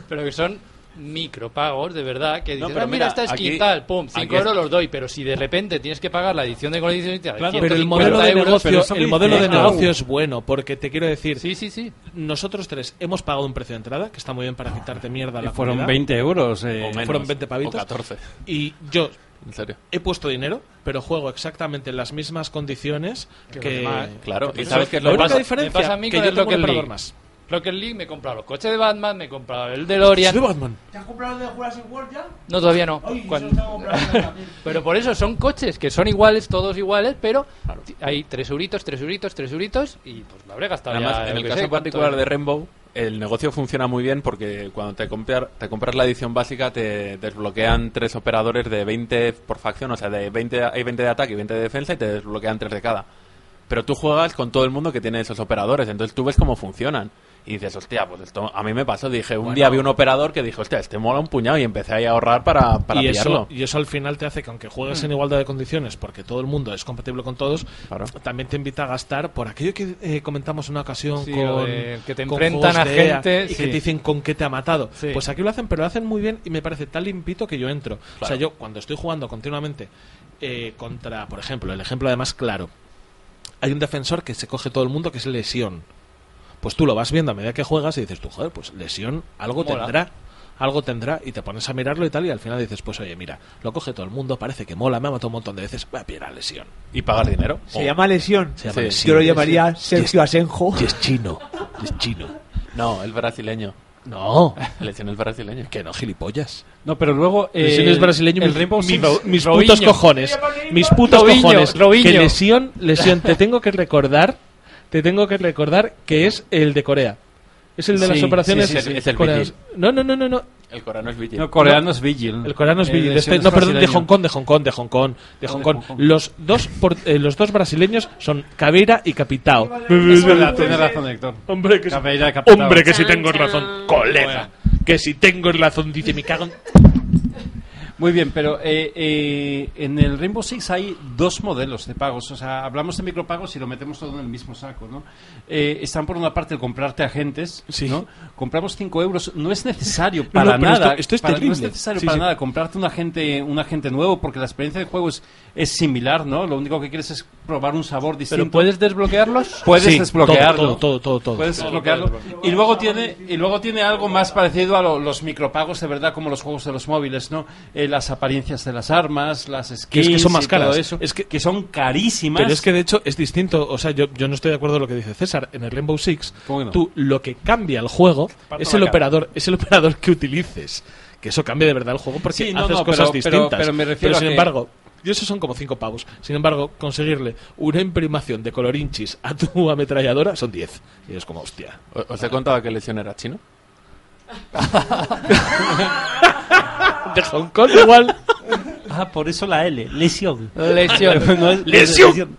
D: Pero que son micropagos, de verdad, que dices,
E: pero
D: "Ah, mira,
E: mira,
D: esta skin
E: aquí-
D: tal, pum,
E: aquí
D: 5
E: es-
D: euros los doy, pero si de repente tienes que pagar la edición de colección, te
A: Claro, pero el modelo de negocio, el modelo de negocio es bueno, porque te quiero decir,
D: Sí, sí, sí.
A: nosotros tres hemos pagado un precio de entrada, que está muy bien para quitarte mierda a la
J: fueron
A: comunidad,
J: 20 euros.
E: O
J: eh,
E: menos,
A: fueron 20 pavitos.
E: O 14,
A: y yo
E: en serio.
A: he puesto dinero, pero juego exactamente en las mismas condiciones que...
E: Claro, y
A: Eso
E: sabes
A: es
E: que es
A: la
E: lo que
A: única
E: pasa.
A: dif- diferencia
D: me pasa a mí
A: que
D: con
A: yo
D: el
A: tengo un
D: Rocket
A: operador
D: League.
A: más.
D: Rocket League me he comprado los coches de Batman, me he comprado el DeLorean.
A: Soy Batman.
F: ¿Te has comprado el de Jurassic World ya?
D: No, todavía no.
F: Ay,
D: Cuando-
F: yo lo tengo comprado también.
D: pero por eso son coches que son iguales, todos iguales, pero ti- hay tres euritos, tres euritos, tres euritos y pues lo habré gastado ya,
E: Además, en
D: yo
E: el
D: qué
E: caso
D: sé, cuánto
E: particular
D: era.
E: de Rainbow, el negocio funciona muy bien porque cuando te, comprar- te compras la edición básica te desbloquean tres operadores de 20 por facción, o sea, de 20, hay 20 de ataque y 20 de defensa y te desbloquean tres de cada. Pero tú juegas con todo el mundo que tiene esos operadores, entonces tú ves cómo funcionan. Y dices, hostia, pues esto a mí me pasó. Dije, un día vi un operador que dijo, hostia, este mola un puñado y empecé ahí a ahorrar para, para
A: y,
E: pillarlo.
A: eso, y eso al final te hace que aunque juegues
E: Mm.
A: en igualdad de condiciones, porque todo el mundo es compatible con todos, también te invita a gastar por aquello que eh, comentamos en una ocasión
D: Sí, lo
A: con
D: de que te
A: con
D: enfrentan
A: juegos
D: a
A: de EA
D: gente,
A: y
D: sí.
A: que te dicen con qué te ha matado.
D: Sí.
A: Pues aquí lo hacen, pero lo hacen muy bien y me parece tan limpito que yo entro. O sea, yo cuando estoy jugando continuamente eh, contra, por ejemplo, el ejemplo además claro, hay un defensor que se coge todo el mundo que es lesión. Pues tú lo vas viendo a medida que juegas y dices tú, joder, pues lesión algo
E: Mola.
A: tendrá. Algo tendrá y te pones a mirarlo y tal y al final dices, pues oye, mira, lo coge todo el mundo, parece que mola, me ha matado un montón de veces, va a pillar lesión.
E: Y pagar dinero.
K: Se llama lesión.
A: Se llama
E: Sí.
A: lesión.
K: Yo lo llamaría
A: Sí.
K: Sergio Asenjo.
A: Y es chino. Y es chino.
E: No, el brasileño.
A: No.
E: Lesión el brasileño.
A: Que no, gilipollas.
J: No, pero luego. eh,
A: Lesión es brasileño,
J: el
A: mis-
J: Rainbow
A: mis,
J: Six-
A: mis
J: Robinho.
A: putos cojones. Mis putos
J: Robinho,
A: cojones.
J: Robinho.
A: Que lesión, lesión, te tengo que recordar, te tengo que recordar que es el de Corea. Es el de las
J: Sí,
A: operaciones
J: sí, sí, sí. Es el
A: coreanas. No, no, no, no, no.
E: El coreano es Vigil.
J: No, coreano es Vigil.
A: El coreano es
J: Eh,
A: Vigil. Este-
J: lesión es
A: no, perdón, de
J: brasileño.
A: Hong Kong, de Hong Kong, de Hong Kong, de Hong Kong. Los dos, por- eh, los dos brasileños son Caveira y Capitao.
J: Es verdad, tienes razón, Héctor.
A: Hombre, que,
J: Caveira y Capitao.
A: hombre, que si
J: Chan,
A: tengo
J: chan.
A: razón, colega. Que si tengo razón, dice mi cago. en-
J: Muy bien, pero eh, eh, en el Rainbow Six hay dos modelos de pagos. O sea, hablamos de micropagos y lo metemos todo en el mismo saco, ¿no? Eh, están por una parte el comprarte agentes, ¿no? Compramos 5 euros. No es necesario para
A: pero
J: nada.
A: esto- esto es
J: para- No es
A: terrible.
J: necesario
A: Sí,
J: para
A: sí.
J: nada comprarte un agente, un agente nuevo porque la experiencia de juego es, es similar, ¿no? Lo único que quieres es probar un sabor distinto.
D: puedes desbloquearlos?
J: Puedes
A: Sí,
J: desbloquearlo.
A: todo, todo, todo, todo.
J: Puedes
A: Todo,
J: desbloquearlo.
A: todo,
J: Y luego tiene, y luego tiene algo más parecido a lo- los micropagos de verdad, como los juegos de los móviles, ¿no? Eh, las apariencias de las armas, las skins.
A: Que es que son más
J: y todo
A: caras.
J: eso,
A: Es
J: que, son carísimas.
A: Pero es que de hecho es distinto. O sea, yo, yo no estoy de acuerdo con lo que dice César. En el Rainbow Six,
J: ¿Cómo que no?
A: tú lo que cambia el juego
J: Parto
A: es
J: la
A: el,
J: cara.
A: operador, es el operador que utilices. Que eso cambia de verdad el juego porque
J: Sí, no,
A: haces
J: no, pero-
A: cosas
J: pero-
A: distintas.
J: pero me refiero
A: sin
J: a que-
A: embargo. Y esos son como cinco pavos. Sin embargo, conseguirle una imprimación de colorinchis a tu ametralladora son 10. Y es como, hostia.
E: ¿O- ¿Os he contado que lesión era chino?
A: De Hong Kong igual.
K: Ah, por eso la L, lesión.
D: Lesión.
K: No es-
A: ¡Lesión!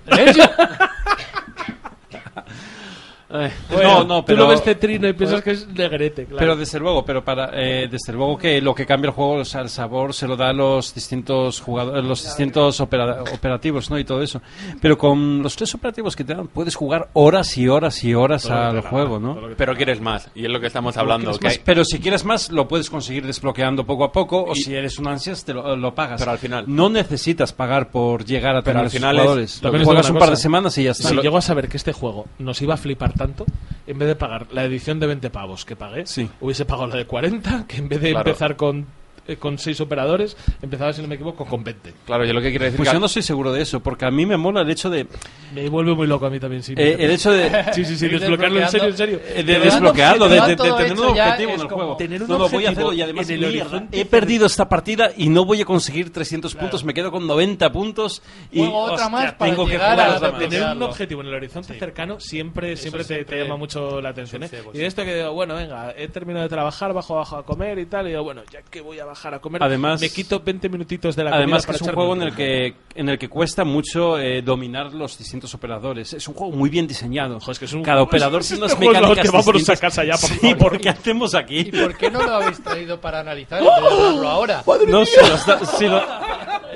J: no, no, pero.
A: Tú lo ves cetrino y piensas que es negrete, claro.
J: Pero desde luego, pero para eh, desde luego que lo que cambia el juego, o sea, el sabor se lo da a los distintos jugadores, los distintos opera- operativos, ¿no? Y todo eso. Pero con los tres operativos que te dan puedes jugar horas y horas y horas
E: Todo lo que
J: al
E: te dan,
J: juego, ¿no?
E: Pero quieres más. Y es lo que estamos hablando.
J: quieres
E: que
J: más,
E: hay-
J: Pero si quieres más, lo puedes conseguir desbloqueando poco a poco, o si eres un ansias, te lo, lo pagas.
E: Pero al final-
J: No necesitas pagar por llegar a
E: Pero
J: tener
E: al
J: esos
E: final es- lo
J: jugadores. Lo
E: que
J: que
E: es
J: juegas
E: una
J: un par de
E: cosa.
J: semanas y ya está.
A: Si llego a saber que este juego nos iba a flipar tanto, en vez de pagar la edición de 20 pavos que pagué, hubiese pagado la de 40, que en vez de
E: Claro.
A: empezar con, eh, con 6 operadores, empezaba, si no me equivoco, con 20.
E: Claro, yo lo que quiero decir
J: Pues
E: que-
J: yo no estoy seguro de eso, porque a mí me mola el hecho de...
A: Me vuelve muy loco a mí también, sí.
J: Eh, el hecho de-
A: Sí, sí, sí, desbloquearlo en serio, en serio.
J: eh, de desbloquearlo, de, de- de tener un objetivo en el
A: como
J: juego.
A: tener un
J: no, no, voy a
A: objetivo
J: hacerlo y además
A: en el
J: mierda,
A: horizonte,
J: he perdido esta partida y no voy a conseguir 300 puntos, me quedo con 90 puntos y
D: Juego otra más para
J: tengo que
D: llegar
J: jugar
D: a
J: otra
D: la
J: más.
A: Tener un objetivo en el horizonte cercano siempre, siempre, te- te, llama mucho la atención. ¿eh? Y de esto que digo, bueno, venga, he terminado de trabajar, bajo abajo a comer y tal. Y digo, bueno, ya que voy a bajar a comer,
J: Además-
A: me quito 20 minutitos de la
J: Además que
A: comida para
J: es un
A: echarme
J: juego en el que en el que cuesta mucho eh, dominar los distintos operadores. Es un juego muy bien diseñado. Cada
A: juego-
J: operador
A: es-
J: tiene
A: es
J: unas
A: un Este juego de la
J: mecánicas
A: hostia, vámonos
J: distintas.
A: a casa ya, por
J: Sí,
A: favor.
J: ¿por qué hacemos aquí?
D: ¿Y por qué no lo habéis traído para analizar en vez de darlo ahora?
J: No si lo, está- si lo-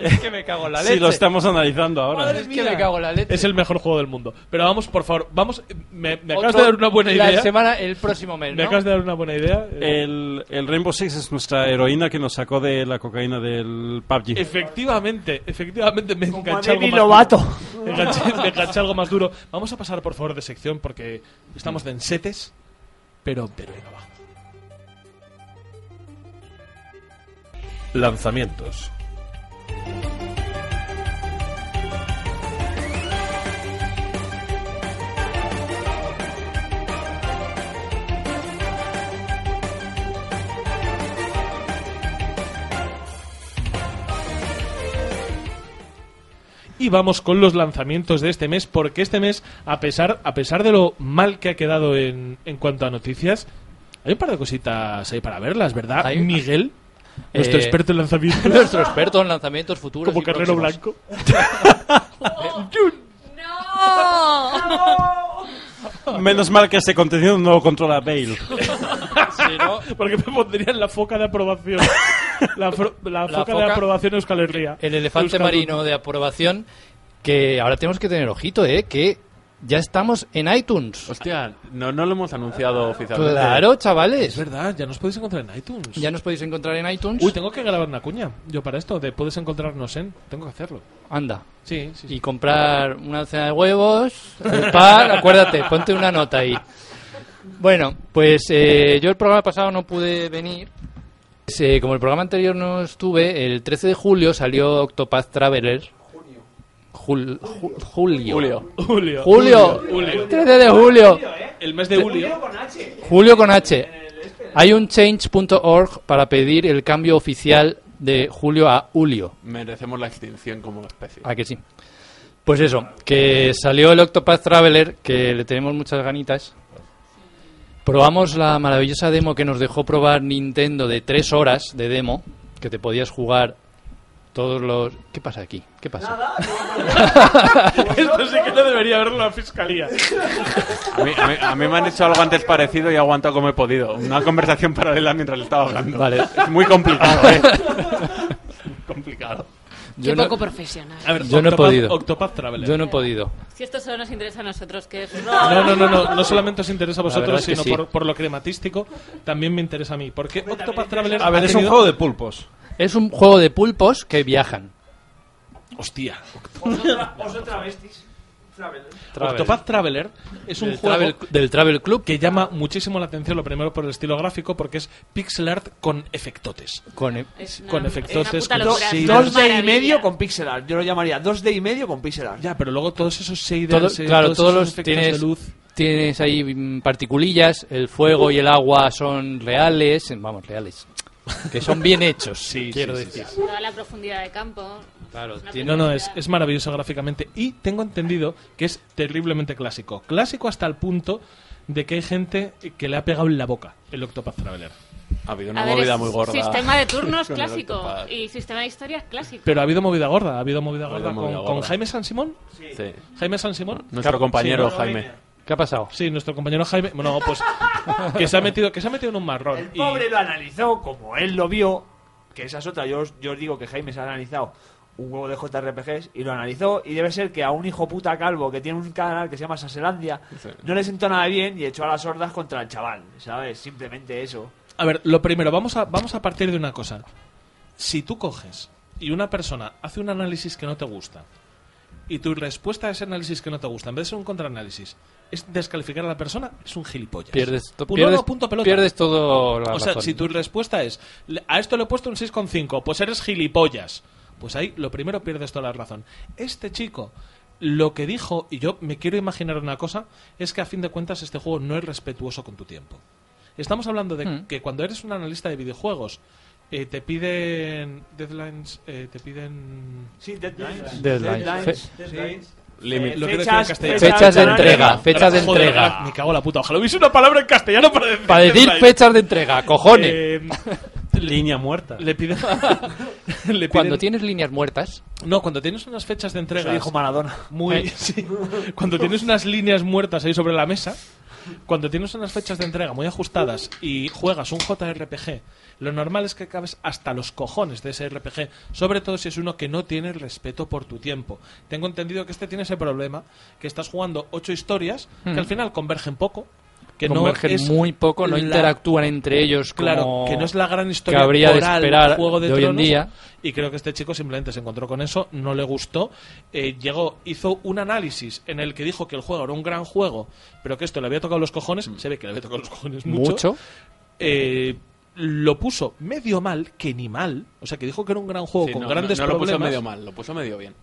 D: Es que me cago en la
J: si
D: leche.
J: lo estamos analizando ahora.
D: Madre Es que mía. me cago en la leche.
A: Es el mejor juego del mundo. Pero vamos, por favor, vamos. Me, me acabas
D: Otro-
A: de dar una buena idea.
D: La semana, el próximo mes,
A: Me
D: ¿no?
A: acabas de dar una buena idea.
J: El, el Rainbow Six es nuestra heroína que nos sacó de la cocaína del PUBG.
A: Efectivamente, efectivamente me enganché
K: a
A: algo
K: Demi
A: más
K: Lovato.
A: duro. Me enganché, me enganché algo más duro. Vamos a pasar, por favor, de sección porque estamos de ensetes, pero, pero venga, va.
L: Lanzamientos.
A: Y vamos con los lanzamientos de este mes, porque este mes, a pesar, a pesar de lo mal que ha quedado en, en cuanto a noticias, hay un par de cositas ahí para verlas, ¿verdad?
D: Hay-
A: Miguel, nuestro
D: Eh,
A: experto en lanzamientos.
D: Nuestro experto en lanzamientos futuros.
A: este Como
D: y
A: Carrero
D: próximos.
A: Blanco.
I: ¡No!
J: Menos mal que este contenido no lo controla Bale.
A: Porque me pondrían la foca de aprobación. La, fro- la foca, de
D: foca-
A: aprobación Euskal Herria.
D: El elefante
A: Euskal-
D: marino de aprobación que ahora tenemos que tener ojito, ¿eh? Que ya estamos en iTunes.
E: Hostia, no, no lo hemos anunciado oficialmente.
D: Claro, chavales.
A: Es verdad, ya nos podéis encontrar en iTunes.
D: Ya nos podéis encontrar en iTunes.
A: Uy, tengo que grabar una cuña. Yo para esto, de puedes encontrarnos en. Tengo que hacerlo.
D: Anda.
A: Sí, sí, sí.
D: Y comprar una docena de huevos, el pan, acuérdate, ponte una nota ahí. Bueno, pues eh, yo el programa pasado no pude venir. Pues, eh, como el programa anterior no estuve, el 13 de julio salió Octopath Traveler. Jul- ju- julio. Julio.
A: Julio.
D: Julio.
A: Julio. ¿eh?
D: 13 de julio.
A: El mes de julio. este,
D: Julio con H. Hay un change.org para pedir el cambio oficial de julio a julio.
E: Merecemos la extinción como especie.
D: ¿A Ah, que sí? Pues eso, que salió el Octopath Traveler, que le tenemos muchas ganitas. Probamos la maravillosa demo que nos dejó probar Nintendo de tres horas de demo, que te podías jugar todos los... ¿Qué pasa aquí? ¿Qué pasa?
A: Esto sí que lo debería ver la fiscalía.
E: A mí, a mí- a mí me han hecho algo antes parecido y he aguantado como he podido. Una conversación paralela mientras le estaba hablando.
D: Vale.
E: Es muy complicado, ¿eh?
D: complicado.
C: Qué poco profesional.
A: Ah.
C: A ver,
D: yo no he
A: Octopath-
D: podido.
A: Octopath Traveler.
D: Yo no he podido.
C: Si esto solo nos interesa a nosotros, que es...
A: No, no, no, no, no solamente os interesa a
D: La verdad
A: vosotros,
D: es que
A: sino
D: sí.
A: por, por lo crematístico, también me interesa a mí. Porque Octopath Traveler.
J: A ver,
A: ha
J: es un
A: tenido-
J: juego de pulpos.
D: Es un juego de pulpos que viajan.
J: Hostia.
F: Os otra vestis. Travel.
D: Traveler.
A: Octopath Traveler es un
D: Del
A: juego
D: Travel- del Travel Club
A: que llama muchísimo la atención, lo primero por el estilo gráfico, porque es pixel art con efectotes.
D: Con, e-
C: Es una-
A: con
C: es una
A: efectotes.
C: puta
A: con-
C: locura, es
A: Sí.
C: una
A: Dos-
B: Dos de y
C: maravilla.
B: medio con pixel art. Yo lo llamaría dos de y medio con pixel art.
A: Ya, pero luego todos esos shaders,
D: Todo-
A: eh,
D: claro,
A: todos,
D: todos
A: esos
D: los
A: efectos
D: tienes,
A: de luz.
D: tienes ahí mm, particulillas, el fuego y el agua son reales, eh, vamos, reales, que son bien hechos,
A: Sí,
D: quiero
A: sí, sí,
D: decir.
C: Toda la profundidad de campo.
D: Claro,
C: Una
D: tiene-
A: No, no, es, es maravilloso gráficamente. Y tengo entendido que es terriblemente clásico. Clásico hasta el punto de que hay gente que le ha pegado en la boca el Octopath Traveler.
E: Ha habido
C: A
E: una
C: ver,
E: movida
C: es
E: muy gorda.
C: Sistema de turnos
E: con el
C: clásico
E: Octopath.
C: y sistema de historias clásico.
A: Pero ha habido movida gorda, ha habido movida
E: Ha habido
A: gorda, con,
E: movida
A: con
E: gorda.
A: Jaime San Simón.
E: Sí.
A: Jaime San Simón.
E: Nuestro
A: Cap-
E: compañero
A: sí,
E: Jaime.
D: ¿Qué ha pasado?
A: Sí, nuestro compañero Jaime. Bueno, pues que se ha metido, que se ha metido en un marrón.
B: El
A: y-
B: pobre lo analizó como él lo vio, que esa es otra. Yo, os- yo os digo que Jaime se ha analizado un huevo de JRPGs y lo analizó. Y debe ser que a un hijo puta calvo que tiene un canal que se llama Saselandia
E: Sí.
B: no le sentó nada bien y echó a las hordas contra el chaval, ¿sabes? Simplemente eso.
A: A ver, lo primero, vamos a, vamos a partir de una cosa. Si tú coges y una persona hace un análisis que no te gusta y tu respuesta a ese análisis que no te gusta, en vez de ser un contraanálisis, es descalificar a la persona, es un gilipollas.
D: Pierdes, to-
A: Punto,
D: pierdes,
A: no, punto, pelota.
D: pierdes todo la
A: O sea,
D: razón.
A: si tu respuesta es, "Le- a esto le he puesto un 6,5, pues eres gilipollas. Pues ahí lo primero pierdes toda la razón. Este chico, lo que dijo, y yo me quiero imaginar una cosa, es que a fin de cuentas este juego no es respetuoso con tu tiempo. Estamos hablando de
D: Mm.
A: que cuando eres un analista de videojuegos, eh, te piden deadlines, eh, te piden...
B: Sí, deadlines.
D: Deadlines.
B: Deadlines. Sí.
E: Límite.
A: eh, lo quiero decir en
B: fechas-
A: castellano.
B: fechas
D: Eh, Fechas de
B: horarias.
D: entrega, fecha de
A: Gracias, joder,
D: entrega.
A: me cago en la puta. Ojalá hubiese una palabra en castellano para decir...
D: Para decir
A: deadline.
D: fechas de entrega, cojones.
A: Eh,
J: Línea muerta.
A: le piden... le
D: Cuando
A: piden-
D: tienes líneas muertas,
A: No, cuando tienes unas fechas de entrega
B: Eso dijo Maradona.
A: muy
D: Eh.
A: sí. cuando tienes unas líneas muertas ahí sobre la mesa, cuando tienes unas fechas de entrega muy ajustadas y juegas un JRPG, lo normal es que acabes hasta los cojones de ese RPG, sobre todo si es uno que no tiene respeto por tu tiempo. Tengo entendido que este tiene ese problema, que estás jugando ocho historias que al final convergen poco, que
D: Hmm. convergen
A: no es
D: muy poco, no
A: la-
D: interactúan entre ellos.
A: Claro,
D: como-
A: que no es la gran historia
D: que habría de
A: coral
D: esperar
A: Juego de,
D: de hoy en
A: Tronos,
D: día.
A: Y creo que este chico simplemente se encontró con eso, no le gustó, eh, llegó, hizo un análisis en el que dijo que el juego era un gran juego, pero que esto le había tocado los cojones,
E: Mm.
A: se ve que le había tocado los cojones mucho.
D: mucho.
A: eh, lo puso medio mal, que ni mal, o sea, que dijo que era un gran juego
E: Sí,
A: con
E: no,
A: grandes
E: no, no lo puso
A: problemas.
E: medio mal, lo puso medio bien.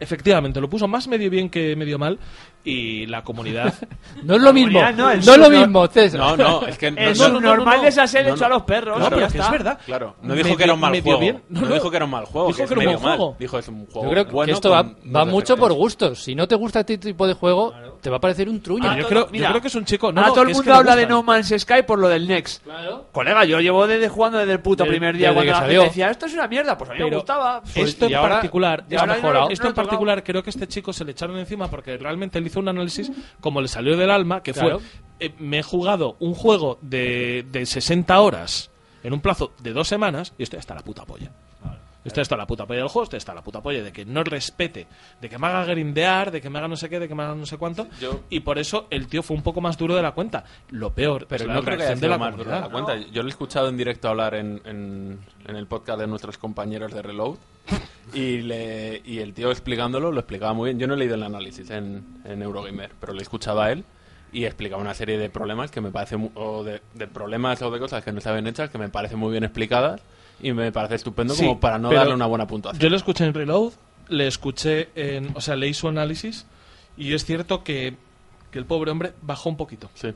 A: Efectivamente, lo puso más medio bien que medio mal y la comunidad
D: No es lo mismo,
B: Comunidad, no,
D: no,
B: el
D: es lo
B: subnor-
D: mismo, César.
E: No, no, es que
M: Eh,
E: no,
B: El
E: no, no,
B: subnormal
A: no, no, no.
B: les hace el
E: No, no.
B: hecho a los perros.
A: No,
B: ya
A: pero que
B: está.
A: es verdad.
E: Claro, no
A: Medio-
E: dijo que era un mal
A: medio
E: juego.
A: bien.
E: No,
A: No, no.
E: dijo que era un mal juego.
A: Dijo
E: es
A: que era un buen
E: medio mal.
A: juego.
E: Dijo es un juego.
D: Yo creo que
E: bueno
D: esto
E: con
D: va,
E: unos
D: va mucho
E: defectos.
D: por gustos. Si no te gusta este tipo de juego, te va a parecer un truño.
A: Ah, yo creo- yo creo que es un chico- no,
M: Ahora
A: no,
M: todo el
A: que es
M: mundo
A: que le
M: habla de
A: gustan.
M: No Man's Sky por lo del Next. Colega, yo llevo desde jugando desde el puto
A: Desde-
M: primer día
A: desde
M: cuando
A: que
M: la gente
A: salió.
M: decía esto es una mierda, pues a mí me
A: Pero
M: gustaba. Pues,
A: esto
M: y
A: en
M: ahora-
A: particular,
M: y
A: ya
M: ahora
A: ha
M: no lo-
A: mejorado.
M: no
A: esto
M: lo
A: en
M: he tocado.
A: particular, creo que este chico se le echaron encima porque realmente él hizo un análisis como le salió del alma, que
M: Claro.
A: fue, eh, me he jugado un juego de, de 60 horas en un plazo de dos semanas y estoy hasta la puta polla. Estoy hasta la puta polla del juego, estoy hasta la puta polla de que no respete, de que me haga grindear, de que me haga no sé qué, de que me haga no sé cuánto. Y por eso el tío fue un poco más duro de la cuenta. Lo peor,
E: Pero
A: es la
E: no creo que haya
A: reacción de
E: sido
A: la
E: más duro de
A: comunidad.
E: la cuenta. Yo lo he escuchado en directo hablar en, en- en el podcast de nuestros compañeros de Reload. Y, le- y el tío explicándolo lo explicaba muy bien. Yo no he leído el análisis en, en Eurogamer, pero lo escuchaba a él y explicaba una serie de problemas que me parece mu- o de, de problemas o de cosas que no estaban hechas que me parece muy bien explicadas y me parece estupendo
A: Sí,
E: como para no
A: pero
E: darle una buena puntuación.
A: Yo lo escuché en Reload, le escuché en. O sea, leí su análisis y es cierto que, que el pobre hombre bajó un poquito.
E: Sí.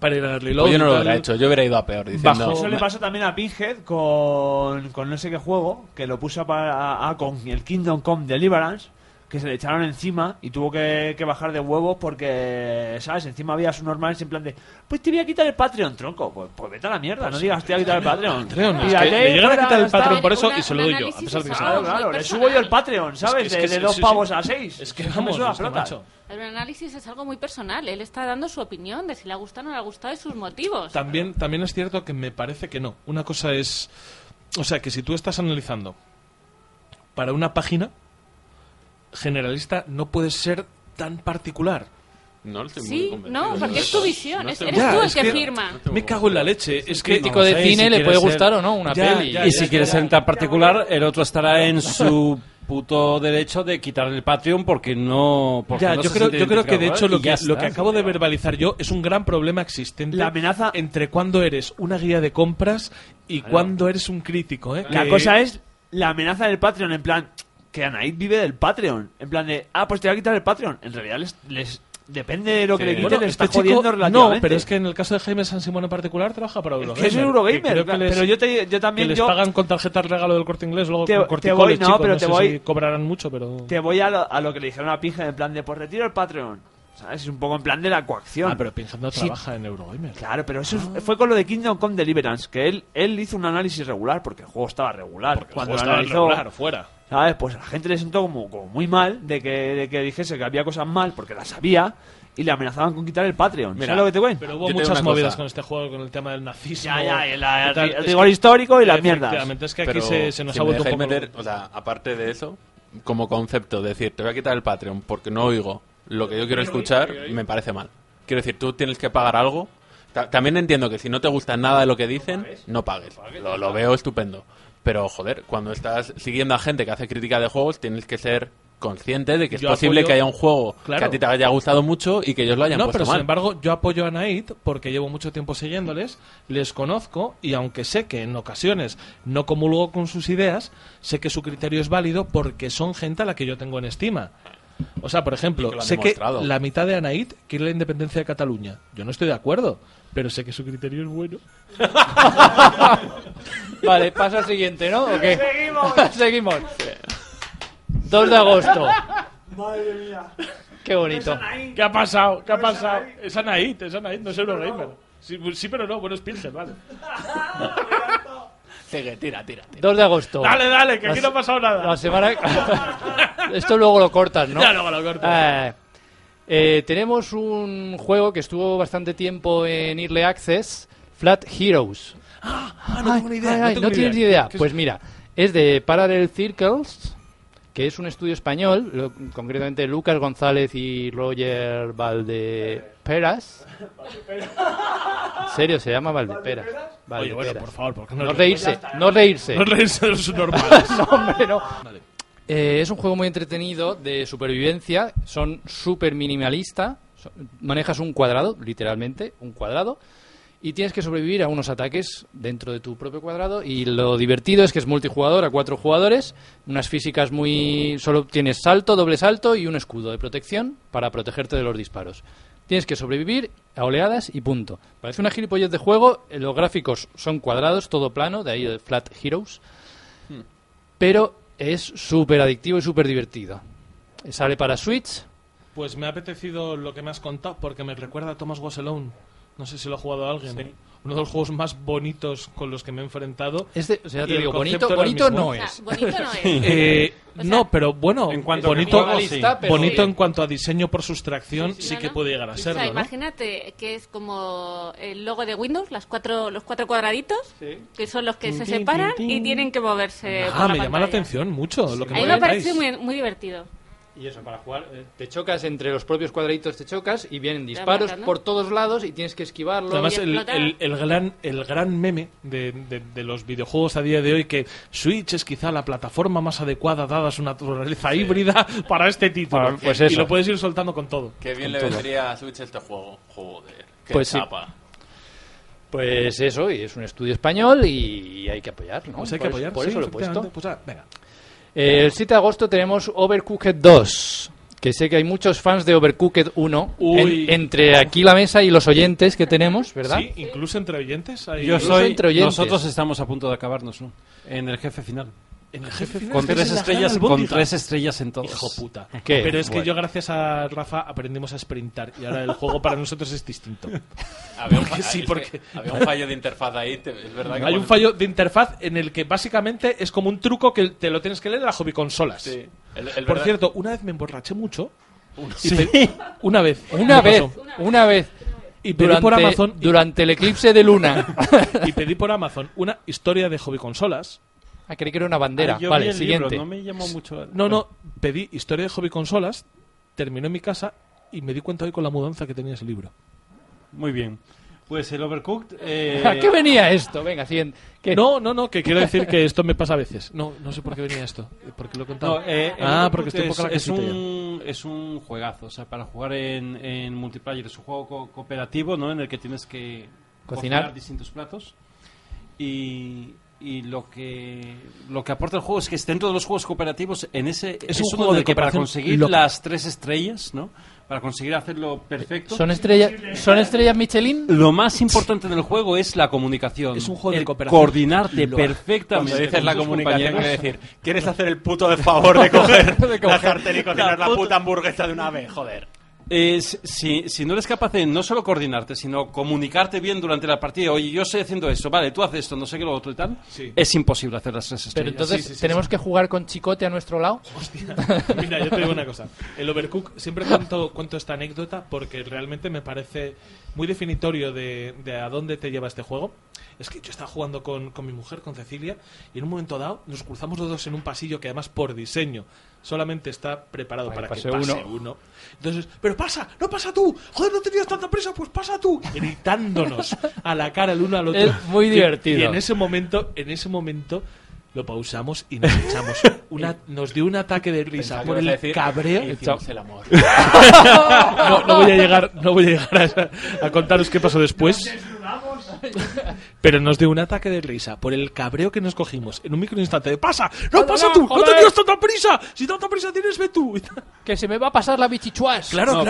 A: Para ir a Reload.
E: Pues yo no
A: y
E: lo
A: tal.
E: hubiera hecho, yo hubiera ido a peor diciendo.
A: Bajó-
B: Eso le pasó también a Pinhead con, con no sé qué juego, que lo puso para- a, a- con el Kingdom Come Deliverance, que se le echaron encima y tuvo que, que bajar de huevos porque, ¿sabes? Encima había sus normales en plan de, pues te voy a quitar el Patreon, tronco. Pues, pues vete a la mierda, no digas te voy a quitar el Patreon.
A: Patreon, es
B: Mira,
A: que
B: te-
A: le llegan a
B: fuera,
A: quitar el
B: ya está.
A: Patreon por eso y se lo doy yo, a pesar de que sea-
B: Claro, claro, le subo yo el Patreon, ¿sabes?
A: Es que-
B: de,
A: es que-
B: de dos
A: sí, sí.
B: pavos a seis.
A: Es que
B: No me
A: vamos,
B: suda
A: es que,
B: flota.
A: macho.
I: El análisis es algo muy personal. Él está dando su opinión de si le ha gustado o no le ha gustado y sus motivos.
A: También, también es cierto que me parece que no. Una cosa es. O sea, que si tú estás analizando para una página generalista, no puedes ser tan particular.
E: No, estoy muy
I: Sí,
E: convencido
I: no,
E: de
I: porque es
E: eso.
I: tu visión.
E: No
I: es-
E: estoy
I: eres
E: muy
I: tú el
E: convencido.
I: que firma.
A: Me cago en la leche. Es que
D: crítico de cine le puede gustar o no una peli.
J: y si quieres ser tan particular, el otro estará en su puto derecho de quitar el Patreon porque no. Porque
A: Ya,
J: no
A: yo,
J: se
A: creo,
J: siente
A: yo creo que de
J: identificado,
A: hecho
J: ¿eh?
A: lo
J: Y
A: que,
J: ya
A: lo
J: está.
A: que acabo de verbalizar yo es un gran problema existente.
B: La amenaza-
A: entre cuando eres una guía de compras y cuando eres un crítico. ¿eh?
B: La
A: Que-
B: cosa es la amenaza del Patreon, en plan, que Anaid vive del Patreon. En plan de, ah, pues te voy a quitar el Patreon. En realidad les, les- depende de lo que le quiten,
A: Bueno,
B: les está
A: este chico-
B: jodiendo relativamente.
A: No, pero es que en el caso de Jaime San Simón en particular trabaja para Eurogamer.
B: es Eurogamer,
A: que creo que
B: claro, pero yo te- yo también
A: que les
B: yo-
A: pagan con tarjeta regalo del corte inglés, luego
B: Te-
A: con
B: te
A: corticoles,
B: voy- no,
A: chico,
B: pero te
A: sé
B: voy-
A: si cobrarán mucho, pero...
B: Te voy a lo, a lo que le dijeron a Pinhead, en plan de, pues retiro el Patreon. ¿Sabes? Es un poco en plan de la coacción.
A: Ah, pero Ah. Pinhead no
B: Sí,
A: trabaja en Eurogamer.
B: Claro, pero eso fue con lo de Kingdom Come Deliverance, que él, él hizo un análisis regular, porque el juego estaba regular. cuando
A: juego
B: lo
A: estaba
B: analizó,
A: regular, fuera.
B: ¿Sabes? Pues a la gente le sentó como, como muy mal de que, de que dijese que había cosas mal, porque las había, y le amenazaban con quitar el Patreon.
A: Mira,
B: ¿Sabes lo que te cuento?
A: Pero hubo muchas movidas con este juego, con el tema del nazismo.
B: Ya, ya, y la-
A: y tal.
B: el
A: Es
B: rigor
A: que-
B: histórico y las
A: efectivamente,
B: mierdas.
A: es que aquí
E: Pero
A: se, se nos
E: si
A: ha
E: me
A: vuelto un
E: dejáis
A: poco...
E: meter, o sea, aparte de eso, como concepto, decir, te voy a quitar el Patreon porque no oigo lo que yo quiero escuchar, me parece mal. Quiero decir, tú tienes que pagar algo. Ta- también entiendo que si no te gusta nada de lo que dicen, no pagues. Lo, lo veo estupendo. Pero, joder, cuando estás siguiendo a gente que hace crítica de juegos, tienes que ser consciente de que es
A: Yo
E: posible
A: apoyo-
E: que haya un juego que a
A: Claro.
E: ti te haya gustado mucho y que ellos lo hayan
A: No,
E: puesto
A: pero sin
E: mal.
A: embargo, yo apoyo a Naid porque llevo mucho tiempo siguiéndoles, les conozco y aunque sé que en ocasiones no comulgo con sus ideas, sé que su criterio es válido porque son gente a la que yo tengo en estima. O sea, por
E: Y que lo
A: ejemplo,
E: han
A: sé que
E: demostrado.
A: la mitad de Anaid quiere la independencia de Cataluña. Yo no estoy de acuerdo, pero sé que su criterio es bueno.
D: Vale, pasa al siguiente, ¿no? ¿O qué?
N: Seguimos.
D: Seguimos. 2 de agosto.
N: Madre mía.
D: Qué bonito.
A: ¿Qué ha pasado? ¿Qué ha pasado? Es Anaid, es Anaid, no es Eurogamer. Sí, sí, pero no, bueno, es Pilsen, vale.
D: Sigue, tira, tira. 2 de agosto.
A: Dale, dale, que
D: La
A: aquí
D: se-
A: no ha pasado nada.
D: La semana. Esto luego lo cortas, ¿no?
A: Ya, luego lo corto.
D: Eh, eh, tenemos un juego que estuvo bastante tiempo en Early Access: Flat Heroes.
A: Ah, no tengo ni idea.
D: Ay, ay,
A: tengo
D: no
A: ni
D: tienes ni
A: idea.
D: idea.
A: ¿Qué- qué
D: Pues
A: es?
D: mira, es de Parallel Circles, que es un estudio español, lo- concretamente Lucas González y Roger Valdeperas. ¿En serio? Se llama Valdeperas.
A: Oye, bueno,
D: Valdeperas.
A: por favor, ¿por qué no
D: no
A: lo- Ya
D: reírse,
A: está.
D: no reírse.
A: No reírse de los normales.
D: no, hombre, no.
A: Vale.
D: Eh, es un juego muy entretenido de supervivencia. Son súper minimalista. So- Manejas un cuadrado, literalmente, un cuadrado. Y tienes que sobrevivir a unos ataques dentro de tu propio cuadrado. Y lo divertido es que es multijugador a cuatro jugadores. Unas físicas muy. Solo tienes salto, doble salto y un escudo de protección para protegerte de los disparos. Tienes que sobrevivir a oleadas y punto. Parece una gilipollez de juego. eh, Los gráficos son cuadrados, todo plano, de ahí el Flat Heroes pero es súper adictivo y súper divertido. Sale para Switch
A: Pues me ha apetecido lo que me has contado porque me recuerda a Thomas Was Alone. No sé si lo ha jugado alguien.
O: Sí.
A: Uno de los juegos más bonitos con los que me he enfrentado.
O: Este, o sea, ya te
A: Y el
O: digo,
A: concepto
O: bonito-
A: era el
O: bonito
A: mismo.
O: no
A: Ah.
O: es. O sea, bonito no es.
A: Eh,
O: O sea,
A: no, pero bueno,
O: en cuanto a
A: bonito,
O: juego, sí.
A: bonito
O: pero-
A: en cuanto a diseño por sustracción, sí, que puede llegar a
C: O sea,
A: serlo. ¿no?
C: imagínate que es como el logo de Windows, las cuatro, los cuatro cuadraditos, que son los que
A: Tin,
C: se
A: tin,
C: separan
A: tin,
C: y tienen que moverse. por
A: Ah,
C: la
A: me llama la
C: pantalla.
A: atención mucho lo que
C: A mí
A: me
C: me
A: contáis.
C: parece muy, muy divertido.
D: Y eso, para jugar, eh, te chocas entre los propios cuadraditos, te chocas y vienen disparos
C: matan, ¿no?
D: por todos lados y tienes que esquivarlo.
A: Además, el, el- el gran, el gran meme de, de- de los videojuegos a día de hoy que Switch es quizá la plataforma más adecuada dada su naturaleza híbrida para este título.
E: Para- pues
A: Y
E: eso.
A: lo puedes ir soltando con todo.
E: Qué bien
A: Con
E: le
A: todo.
E: vendría a Switch este juego. Joder, qué
D: Pues sí.
E: chapa.
D: Pues eso, y es un estudio español y hay que apoyarlo.
A: Pues hay que
D: por
A: apoyar,
D: Eso, por
A: sí,
D: eso lo he
A: efectivamente.
D: puesto.
A: Pues ah, venga.
D: Eh, el 7 de agosto tenemos Overcooked 2. Que sé que hay muchos fans de Overcooked 1 en-
A: Uy.
D: entre aquí la mesa y los oyentes que tenemos, ¿verdad?
A: Sí, incluso entre oyentes. hay-
J: Yo
D: Incluso
J: soy.
D: entre oyentes.
J: Nosotros estamos a punto de acabarnos, ¿no? En el jefe final.
A: En el jefe final,
J: Con
A: que
J: tres
A: es la gran
J: estrellas, con
A: albóndiga.
J: tres estrellas en todos.
A: Hijo puta.
J: ¿Qué?
A: Pero es que
J: Bueno.
A: yo, gracias a Rafa, aprendimos a sprintar. Y ahora el juego para nosotros es distinto.
E: Había un,
A: Porque
E: fa-
A: sí,
E: es que
A: porque-
E: había un fallo de interfaz ahí. te- es verdad que
A: Hay un
E: cuando-
A: fallo de interfaz en el que básicamente es como un truco que te lo tienes que leer a hobby consolas.
E: Sí. El- el
A: Por
E: verdad-
A: cierto, una vez me emborraché mucho. y
E: Sí.
A: pedí- Una vez.
D: Una
A: me
D: vez,
A: pasó.
D: una vez.
A: Y pedí por
D: Durante-
A: Amazon. y-
D: durante el eclipse de luna.
A: y pedí por Amazon una historia de hobby consolas.
D: Ah, creí que era una bandera. Ah, yo Vale, vi el libro, siguiente. no
J: me llamó mucho la-
A: No, no, pedí historia de hobby consolas, terminó en mi casa y me di cuenta hoy con la mudanza que tenía ese libro.
J: Muy bien. Pues el Overcooked. eh,
D: ¿A qué venía esto? Venga, siguiente. ¿Qué?
A: No, no, no, que quiero decir que esto me pasa a veces. No, no sé por qué venía esto. ¿Por qué lo he contado?
J: No, eh, el
A: ah,
J: Overcooked
A: porque estoy un poco a la
J: es, es
A: casita ya.
J: un, es un juegazo, o sea, para jugar en, en multiplayer. Es un juego co- cooperativo, ¿no? En el que tienes que
D: Cocinar.
J: distintos platos. Y, y lo que lo que aporta el juego es que dentro de los juegos cooperativos, en ese
A: Es un
J: uno
A: juego
J: en el
A: de
J: que para
A: cooperación
J: conseguir
A: loca.
J: las tres estrellas, ¿no? Para conseguir hacerlo perfecto.
D: ¿Son estrellas, ¿Son estrellas Michelin?
J: Lo más importante del juego es la comunicación. Es un juego
D: de
A: cooperación
J: Coordinarte
A: loca.
J: perfectamente.
E: Cuando dices
J: con
E: la
J: tus
E: comunicación,
J: compañeros.
E: quiere decir, ¿quieres hacer el puto de favor de coger la sartén y cocinar la
J: puta-
E: puta hamburguesa de una vez? Joder.
J: Eh, si, si no eres capaz de no solo coordinarte, sino comunicarte bien durante la partida, oye, yo estoy haciendo esto, vale, tú haces esto, no sé qué, lo otro y tal, es imposible hacer las tres
D: Pero
J: estrellas.
D: entonces, ¿tenemos que jugar con Chicote a nuestro lado?
A: Mira, yo te digo una cosa. El Overcook, siempre cuento, cuento esta anécdota porque realmente me parece muy definitorio de, de a dónde te lleva este juego. Es que yo estaba jugando con, con mi mujer, con Cecilia, y en un momento dado nos cruzamos los dos en un pasillo que además por diseño solamente está preparado para
D: pase
A: que pase uno.
D: uno.
A: Entonces, pero pasa, no pasa tú. Joder, no tenías tanta prisa, pues pasa tú. Gritándonos a la cara el uno al otro.
D: Es muy
A: Y-
D: divertido.
A: Y en ese momento, en ese momento lo pausamos y nos echamos una, nos dio un ataque de risa
E: Pensaba que
A: por
E: ibas
A: el
E: a decir,
A: cabreo.
E: "Hicimos el amor".
A: no, no voy a llegar, no voy a, llegar a, esa- a contaros qué pasó después. Pero nos dio un ataque de risa por el cabreo que nos cogimos en un microinstante de pasa, no pasa
D: no,
A: tú, no
D: joder".
A: tenías tanta prisa, si tanta prisa tienes ve tú.
D: Que se me va a pasar la bichichuas.
J: no,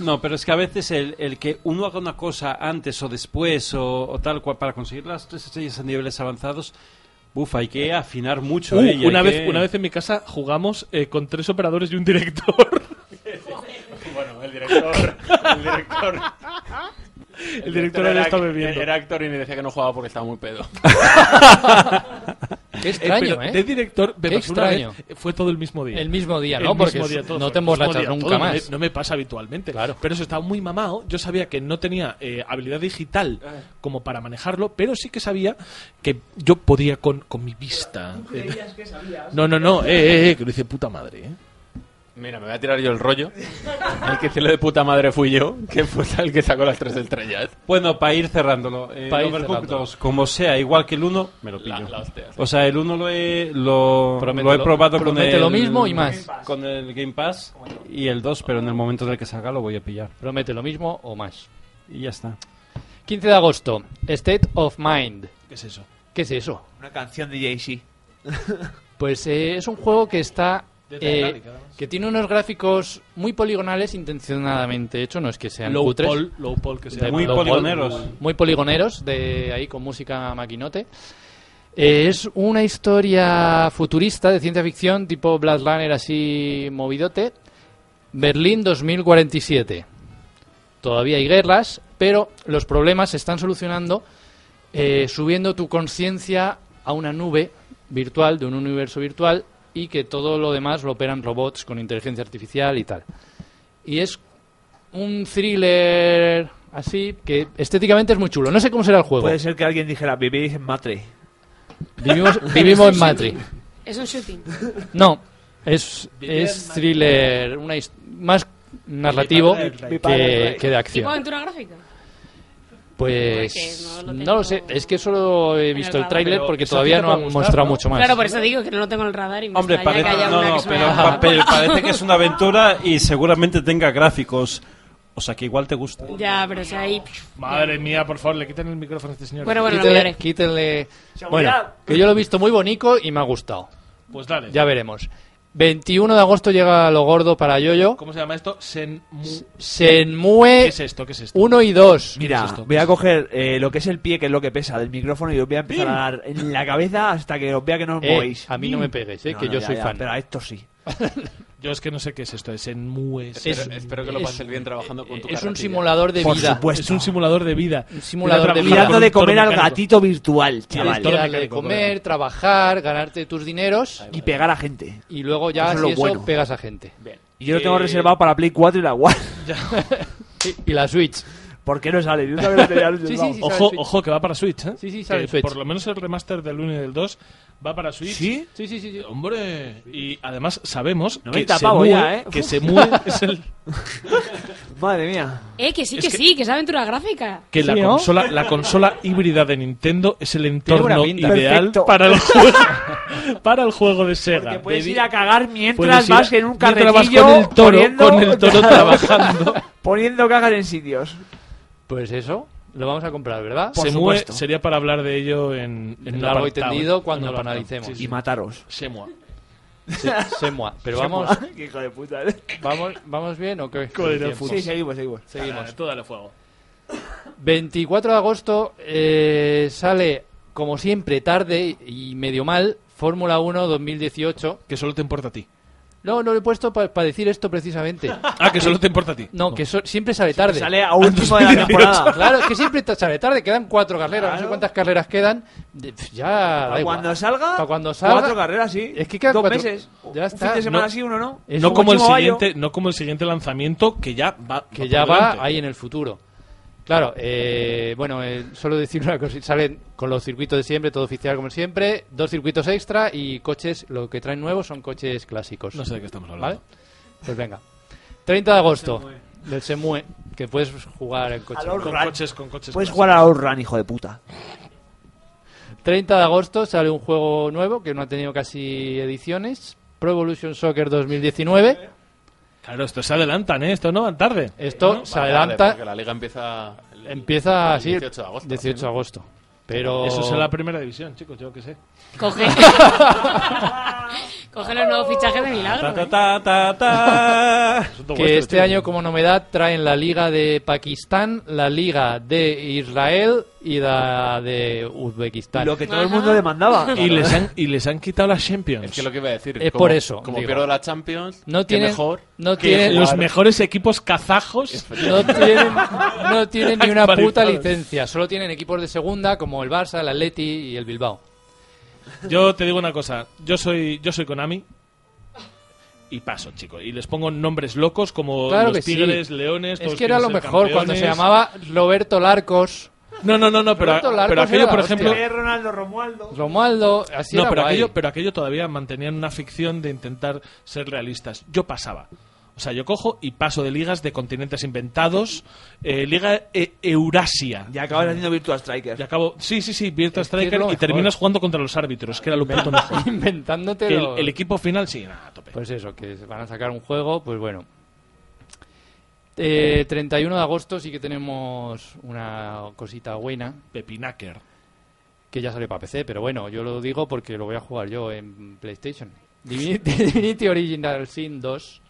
J: no, pero es que a veces el, el que uno haga una cosa antes o después o, o tal cual para conseguir las tres estrellas en niveles avanzados, buf, hay que afinar mucho.
A: Uh,
J: eh, y hay
A: una vez,
J: que-
A: una vez en mi casa jugamos eh, con tres operadores y un director.
E: Bueno, el director. El director.
A: El director ahora está bebiendo.
E: Era actor y me decía que no jugaba porque estaba muy pedo.
D: Qué extraño,
A: pero
D: ¿eh?
A: De director, me
D: Qué
A: pasó una
D: extraño.
A: vez, eh, fue todo el mismo día.
D: El mismo día, ¿no?
A: El
D: Porque
A: mismo día,
D: no
A: todo
D: te
A: fue el mismo
D: emborrachas
A: día,
D: nunca
A: todo. No
D: más.
A: me- No, me pasa habitualmente. Pero eso estaba muy mamado. Yo sabía que no tenía eh, habilidad digital como para manejarlo, pero sí que sabía que yo podía con, con mi vista. Eh,
F: creías que sabías.
A: No, no, no, eh, eh, eh, que lo hice puta madre, eh.
E: Mira, me voy a tirar yo el rollo. El que cielo de puta madre fui yo, que fue el que sacó las tres estrellas.
J: Bueno, para ir cerrándolo, eh,
E: Pa' ir
J: Overcooked
E: cerrándolo.
J: 2, como sea, igual que el 1, me lo pillo.
E: La- la hostia.
J: o sea, el 1 lo he, lo,
E: Promete
J: lo he
E: lo-
J: probado con
E: promete
J: el,
E: lo mismo y más.
J: Con el Game Pass y el 2, pero en el momento en el que salga lo voy a pillar.
D: Promete lo mismo o más.
J: Y ya está.
D: 15 de agosto, State of Mind.
A: ¿Qué es eso?
D: ¿Qué es eso?
L: Una canción de Jay-Z.
D: Pues eh, es un juego que está...
L: De
D: eh,
L: Metallica, además.
D: que tiene unos gráficos muy poligonales intencionadamente hecho, no es que sean
A: Low
D: cutres.
A: poll, low poll que se
D: De
A: llama.
J: Muy
D: low poll,
J: poligoneros.
D: Muy poligoneros, de ahí con música maquinote. Eh, es una historia futurista de ciencia ficción tipo Blade Runner así movidote Berlín 2047. Todavía hay guerras, pero los problemas se están solucionando eh, subiendo tu conciencia a una nube virtual, de un universo virtual, y que todo lo demás lo operan robots con inteligencia artificial y tal. Y es un thriller así que estéticamente es muy chulo. No sé cómo será el juego.
B: Pues,
L: Puede ser que alguien dijera, vivís en Matre.
D: Vivimos, vivimos en Matrix.
I: Es un shooting.
D: No, es, es thriller una his- más narrativo que, que de
I: ¿Tipo
D: acción.
I: aventura gráfica?
D: Pues no lo sé, es que solo he visto el
I: radar.
D: tráiler
I: Pero
D: porque
I: eso a
D: todavía
I: ti te
D: no
I: va a
D: han
I: gustar,
D: mostrado
I: ¿no?
D: mucho más.
I: Claro, por eso digo que no lo tengo en el radar y me
J: Hombre,
I: extraña
J: parece,
I: que haya
J: no,
I: una
J: no,
I: que se me
J: pero
I: haya
J: pa- pero
I: escapado.
J: parece que es una aventura y seguramente tenga gráficos. O sea, que igual te gusta.
I: Ya, pero o sea, ahí...
A: Madre mía, por favor, le quitan el micrófono a este señor.
I: Bueno, bueno, lo
D: quítenle,
I: miraré.
D: quítenle-
A: Seguridad.
D: Bueno, que yo lo he visto muy bonito y me ha gustado.
A: Pues dale.
D: Ya veremos. 21 de agosto llega lo gordo para Yoyo.
A: ¿Cómo se llama esto? Senmu-
D: Senmue
A: ¿Qué es esto? ¿Qué es esto?
D: 1 y 2.
L: Mira, voy a coger eh, lo que es el pie, que es lo que pesa, del micrófono y os voy a empezar a dar en la cabeza hasta que os vea que no os
D: Eh,
L: movéis.
D: a mí no me pegues, eh, que yo
L: ya,
D: soy
L: ya,
D: fan.
L: Pero a esto sí.
A: Yo es que no sé qué es esto, es en mues.
E: Espero- espero que lo pases bien trabajando con tu
D: es un
E: carretilla.
D: simulador de
A: Por
D: vida.
A: supuesto. Es un simulador de vida. Un
D: simulador de vida.
L: Mirando de comer al
D: mecánico.
L: gatito virtual,
D: Tienes
L: chaval.
D: que darle de comer, trabajar, ganarte tus dineros
L: Y pegar a gente.
D: y luego ya
L: Eso es
D: si
L: lo
D: eso
L: bueno.
D: pegas a gente.
L: Y yo lo tengo
D: Eh,
L: reservado para Play 4 y la One.
D: Sí, y la Switch.
L: ¿Por qué no sale? Yo también lo tenía reservado.
A: ojo, ojo, que va para Switch, ¿eh?
D: Sí, sí, sale
A: Que
D: en Switch.
A: Por lo menos el remaster del 1 y del 2 va para Switch.
L: ¿Sí?
D: Sí, sí, sí. sí.
A: Hombre, y además sabemos que
L: 90
A: se,
L: pavos
A: mueve,
L: ya, ¿eh?
A: que se mueve es el,
L: Madre mía.
I: Eh, que sí,
A: Es
I: que,
A: que-
I: sí, que es aventura gráfica.
A: que la
L: ¿Sí, no?
A: consola la consola híbrida de Nintendo es el
L: buena
A: entorno
L: pinta.
A: ideal
L: Perfecto.
A: para el juego para el juego de Sega.
L: Que puedes
A: Debi-
L: ir a cagar mientras
A: puedes ir
L: vas
A: a-
L: en un
A: mientras vas
L: carretillo
A: con el toro,
L: poniendo-
A: con el toro trabajando.
L: poniendo cagas en sitios.
D: Pues eso, lo vamos a comprar, ¿verdad?
L: Por
A: se mueve
L: supuesto.
A: sería para hablar de ello en, en un
D: largo
A: apartado,
D: y
A: ¿eh?
D: tendido
A: en
D: cuando
A: un
D: lo
A: apartado.
D: analicemos.
A: Sí, sí.
L: Y mataros.
A: Se mueve.
D: Se- Semua. Pero vamos,
L: Qué hijo de puta. ¿eh?
D: vamos, vamos bien o qué?
A: Joder,
D: Tiempo.
A: fútbol.
L: Sí, seguimos, seguimos.
D: Seguimos.
A: Todo dale fuego.
D: 24 de agosto eh, sale, como siempre, tarde y medio mal, Fórmula 1 2018.
A: Que solo te importa a ti.
D: No, no lo he puesto para decir esto precisamente.
A: Ah, que solo te importa a ti.
D: No, que so- siempre sale tarde.
L: Sale a último de la temporada.
D: Claro, es que siempre ta- sale tarde. Quedan cuatro carreras. No sé cuántas carreras quedan. De- pf, Ya, da
L: Para
D: igual.
L: cuando salga,
D: Para cuando salga.
L: cuatro carreras, sí.
D: Es que quedan
L: Dos
D: cuatro-
L: meses.
D: Ya
L: un
D: está,
L: fin de semana
D: no-
L: sí, uno no.
D: Es
A: no
D: un
A: como el
D: chihuahua.
A: siguiente, no como el siguiente lanzamiento que ya va
D: que
A: por
D: ya
A: delante.
D: va ahí en el futuro. Claro, eh, bueno, eh, solo decir una cosa, salen con los circuitos de siempre, todo oficial como siempre, dos circuitos extra y coches, lo que traen nuevos son coches clásicos.
A: No sé de qué estamos hablando.
D: ¿Vale? Pues venga. 30 de agosto, del Semue, que puedes jugar en coche.
L: Al
A: Con
L: Outrun.
A: coches, con coches.
L: Puedes
A: clásicos.
L: jugar a Outrun, hijo de puta.
D: 30 de agosto sale un juego nuevo que no ha tenido casi ediciones, Pro Evolution Soccer
E: Eh,
D: 2019.
A: Claro, esto se adelantan, ¿eh? Esto no van tarde.
D: Esto
E: Va
D: se
E: tarde,
D: adelanta,
E: porque la liga empieza. el-
D: empieza
E: el
D: así
E: 18 de agosto.
D: 18 de
E: ¿no?
D: agosto. Pero
A: Eso es en la primera división, chicos, yo qué sé.
I: Coge... Coge los nuevos fichajes de milagro. ¿eh?
J: Ta, ta, ta.
D: que este año como novedad traen la liga de Pakistán, la liga de Israel y la de Uzbekistán.
L: Lo que todo el mundo demandaba.
A: Y les han, y les han quitado las Champions.
E: Es que lo que iba a decir.
D: Es
E: como-
D: por eso,
E: Como
D: digo.
E: pierdo la Champions,
D: no
E: qué
D: tienen,
E: mejor.
D: no
A: Que
D: tienen,
A: los mejores equipos kazajos.
D: no tienen, no tienen ni una puta
A: Actualizados.
D: licencia, solo tienen equipos de segunda como el Barça, el Atleti y el Bilbao.
A: Yo te digo una cosa, yo soy, yo soy Konami. Y paso, chicos. Y les pongo nombres locos como
D: Claro que
A: los
D: sí.
A: tigres, leones.
D: Es
A: todos
D: que era lo
A: quieren ser
D: mejor cuando se
A: campeones.
D: llamaba Roberto Larcos,
A: No, no, no, no pero,
D: Roberto Larcos
A: pero aquello,
D: era
A: por
D: la
A: ejemplo.
D: hostia.
L: Ronaldo Romualdo.
D: Romualdo, así
A: No,
D: era
A: pero
D: guay.
A: aquello, pero aquello todavía mantenían una ficción de intentar ser realistas. Yo pasaba. O sea, yo cojo y paso de ligas de continentes inventados, eh, Liga eh, Eurasia.
L: Y acabas haciendo Virtua Striker.
A: Y acabo, sí, sí, sí, Virtua
D: Es que es lo
A: Striker y
D: mejor.
A: terminas jugando contra los árbitros, que era lo puto mejor.
D: Inventándote
A: Que el,
D: los-
A: el equipo final, sí, nada, a tope.
D: Pues eso, que se van a sacar un juego, pues bueno. Eh, 31 de agosto sí que tenemos una cosita buena,
A: Pepinaker.
D: que ya sale para PC, pero bueno, yo lo digo porque lo voy a jugar yo en PlayStation. Divinity, Divinity Original Sin 2,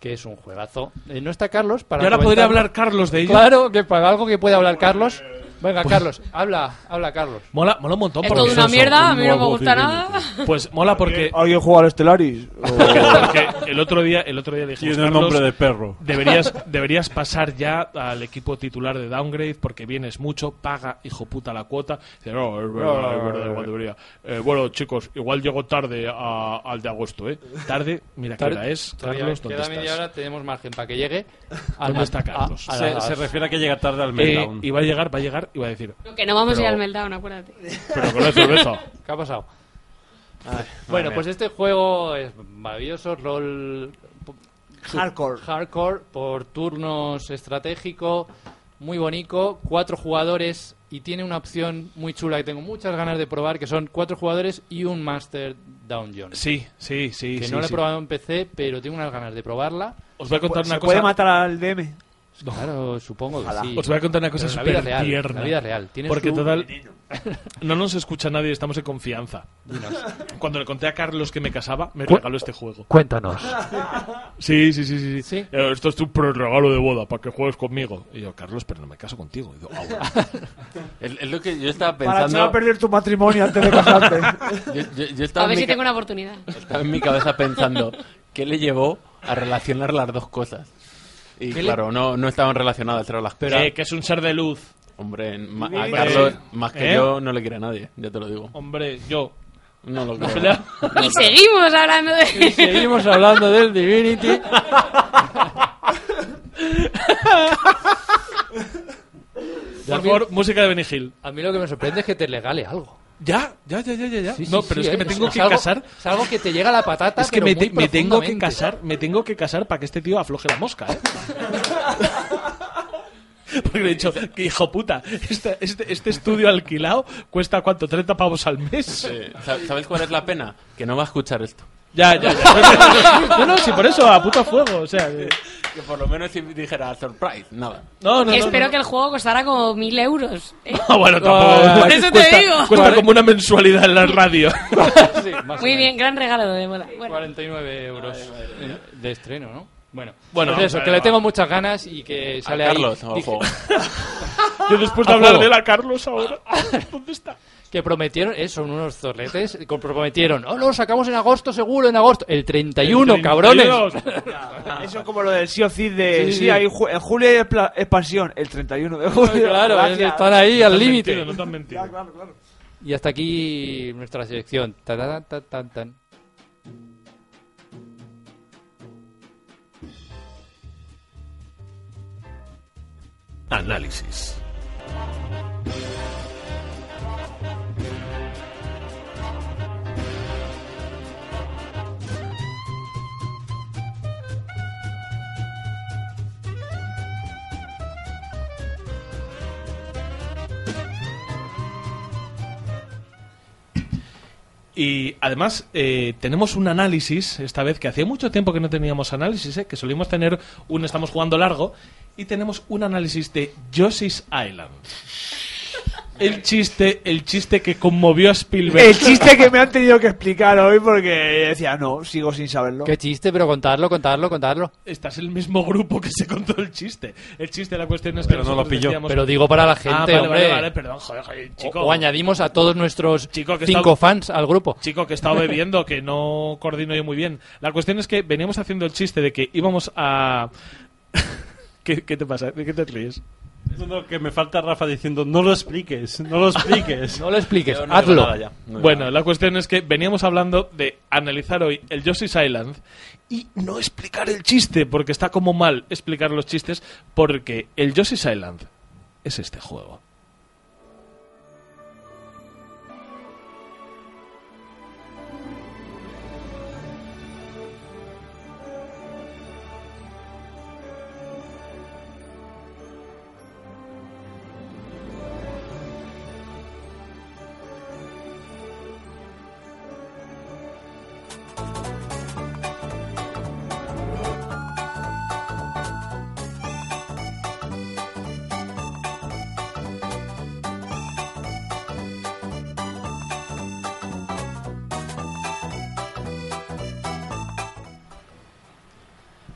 D: que es un juegazo. Eh, no está Carlos para...
A: Y ahora podría
D: comentarlo.
A: hablar Carlos de ello.
D: Claro, que para algo que pueda hablar Carlos. Venga,
A: Pues-
D: Carlos, habla, habla, Carlos.
A: Mola, mola un montón.
D: Es
A: porque-
D: todo una mierda, a mí no me gusta nada.
A: Pues mola porque...
L: ¿Alguien juega al Stellaris?
A: Porque el otro día, el otro día le dijimos,
J: Tiene
A: "Carlos,
J: nombre de perro".
A: Deberías, deberías pasar ya al equipo titular de Downgrade porque vienes mucho, paga, hijo puta, la cuota. Dice, no, es verdad, es
D: Ah.
A: verdad, igual debería. Eh, bueno, chicos, igual llego tarde a- al de agosto, ¿eh? Tarde, mira qué hora es,
D: Todavía
A: Carlos, ¿dónde
D: queda media
A: estás?
D: hora, Ah, tenemos margen para que llegue. al-
A: ¿Dónde está Carlos?
D: a- a
J: Se-
D: las-
J: se refiere a que llega tarde
D: ah,
J: al
A: Eh,
J: meltdown.
A: y va a llegar, va a llegar y va a decir...
I: Lo que no vamos
A: "Pero-
I: a ir al meltdown, acuérdate.
A: Pero con la cerveza.
D: ¿Qué ha pasado? bueno,
A: mía.
D: pues este juego es maravilloso, rol po- su-
G: Hardcore.
D: hardcore por turnos estratégico, muy bonito, cuatro jugadores y tiene una opción muy chula que tengo muchas ganas de probar que son cuatro jugadores y un master dungeon.
A: Sí, sí, sí.
D: Que
A: sí,
D: no la he
A: sí.
D: probado en PC, pero tengo unas ganas de probarla.
A: Os voy a contar
D: ¿Se
A: una
D: puede
A: cosa-
L: Pues, matar al DM?
D: Claro, supongo que
A: Ojalá.
D: sí.
A: Os voy a contar una cosa
D: Pero en la vida
A: súper
D: real, en
A: tierna.
D: La vida real. Tiene
A: porque
D: su
A: total,
D: veneno.
A: no nos escucha nadie, estamos en confianza.
D: Dinos.
A: Cuando le conté a Carlos que me casaba, me
D: Cu-
A: regaló este juego.
D: cuéntanos.
A: Sí, sí, sí, sí. sí. Eh, Esto es tu pro- regalo de boda, para que juegues conmigo. Y yo, Carlos, pero no me caso contigo. Y yo, ah, bueno.
E: Es, es lo que yo estaba
L: Para echar a
E: pensando.
L: perder tu matrimonio antes de casarte.
E: Yo, yo- yo
I: A
E: estaba en
I: ver
E: mi
I: si
E: ca-
I: tengo una oportunidad.
E: Estaba en mi cabeza pensando, ¿qué le llevó a relacionar las dos cosas? Y
A: ¿Qué le-
E: claro, no, no estaban relacionadas entre las cosas.
A: Eh, que es un ser de luz.
E: Hombre, ma- a
A: Hombre.
E: Carlos, más que
A: ¿Eh?
E: yo, no le quiere a nadie, ya te lo digo.
A: Hombre, yo.
E: No lo
A: No,
E: creo.
A: ¿verdad?
E: No
I: Y
E: lo creo.
I: seguimos hablando de...
E: Y seguimos hablando del Divinity.
A: Por favor, música de Benny Hill.
D: A mí lo que me sorprende es que te regale algo.
A: Ya, ya, ya, ya, ya. ya.
D: Sí, sí,
A: no,
D: sí,
A: pero es
D: ¿eh?
A: que me
D: Es-
A: tengo
D: es
A: que
D: algo-
A: casar.
D: es algo que te llega a la patata,
A: Es que
D: pero
A: me,
D: muy
A: te- me tengo que
D: profundamente.
A: casar, me tengo que casar para que este tío afloje la mosca, ¿eh? Porque le he dicho, que hijo puta, este, este, este estudio alquilado cuesta cuánto, 30 pavos al mes.
E: Eh, ¿sab- ¿Sabéis cuál es la pena? Que no va a escuchar esto.
A: Ya, ya, ya. No, no, si por eso, a puto fuego, o sea. que-
E: Que por lo menos si dijera surprise, nada.
A: No, no, no,
I: Espero
A: no.
I: que el juego costara como mil euros. ¿eh?
A: Ah, bueno, tampoco.
I: Por eso te
A: cuesta,
I: digo.
A: Cuesta como una mensualidad en la radio.
I: Muy bien, gran regalo de boda. Bueno.
D: 49 euros eh, de estreno, ¿no? Bueno,
A: Bueno,
D: pues eso,
A: vale,
D: que le
A: va.
D: tengo muchas ganas y
A: Eh,
D: que sale ahí-
E: Carlos, no al
D: dije-
E: juego.
A: Yo después de
D: Al
A: hablar
D: juego.
A: de la Carlos ahora. ¿Dónde está?
D: Que prometieron, eso, unos zorretes, que prometieron, oh, lo sacamos en agosto, seguro, en agosto. El 31,
A: El 32.
D: cabrones.
L: Eso es como lo del Sea of Thieves de...
D: Sí,
L: Sí,
D: sí.
L: hay ju- en julio hay expla- expansión, el 31 de julio.
D: Claro, es-
L: Gracias.
D: están ahí al
A: No te han
D: límite.
A: mentido, No te han mentido.
D: Y hasta aquí nuestra selección. Ta, ta, ta, ta, ta, tan.
O: Análisis.
A: Y además eh, tenemos un análisis esta vez que hacía mucho tiempo que no teníamos análisis, ¿eh? que solíamos tener un estamos jugando largo y tenemos un análisis de Yoshi's Island. El chiste, el chiste que conmovió a Spielberg.
L: El chiste que me han tenido que explicar hoy porque decía, no, sigo sin saberlo.
D: Qué chiste, pero contarlo, contarlo, contarlo.
A: Estás en el mismo grupo que se contó el chiste. El chiste de la cuestión es que
D: Pero no lo
A: nosotros
D: pilló.
A: decíamos-
D: Pero digo para la gente,
A: Ah, vale,
D: hombre.
A: Vale, vale, perdón, joder, joder, chico.
D: O, o añadimos a todos nuestros
A: Chico, que
D: cinco
A: está-
D: fans al grupo.
A: Chico, que he estado bebiendo, que no coordino yo muy bien. La cuestión es que veníamos haciendo el chiste de que íbamos a... ¿Qué, qué te pasa? ¿De qué te ríes?
K: No, no, que me falta Rafa diciendo, no lo expliques, no lo expliques.
D: no lo expliques,
K: Yo no digo
D: hazlo.
K: nada ya.
E: No,
A: Bueno, la cuestión es que veníamos hablando de analizar hoy el Yoshi's Island y no explicar el chiste, porque está como mal explicar los chistes, porque el Yoshi's Island es este juego.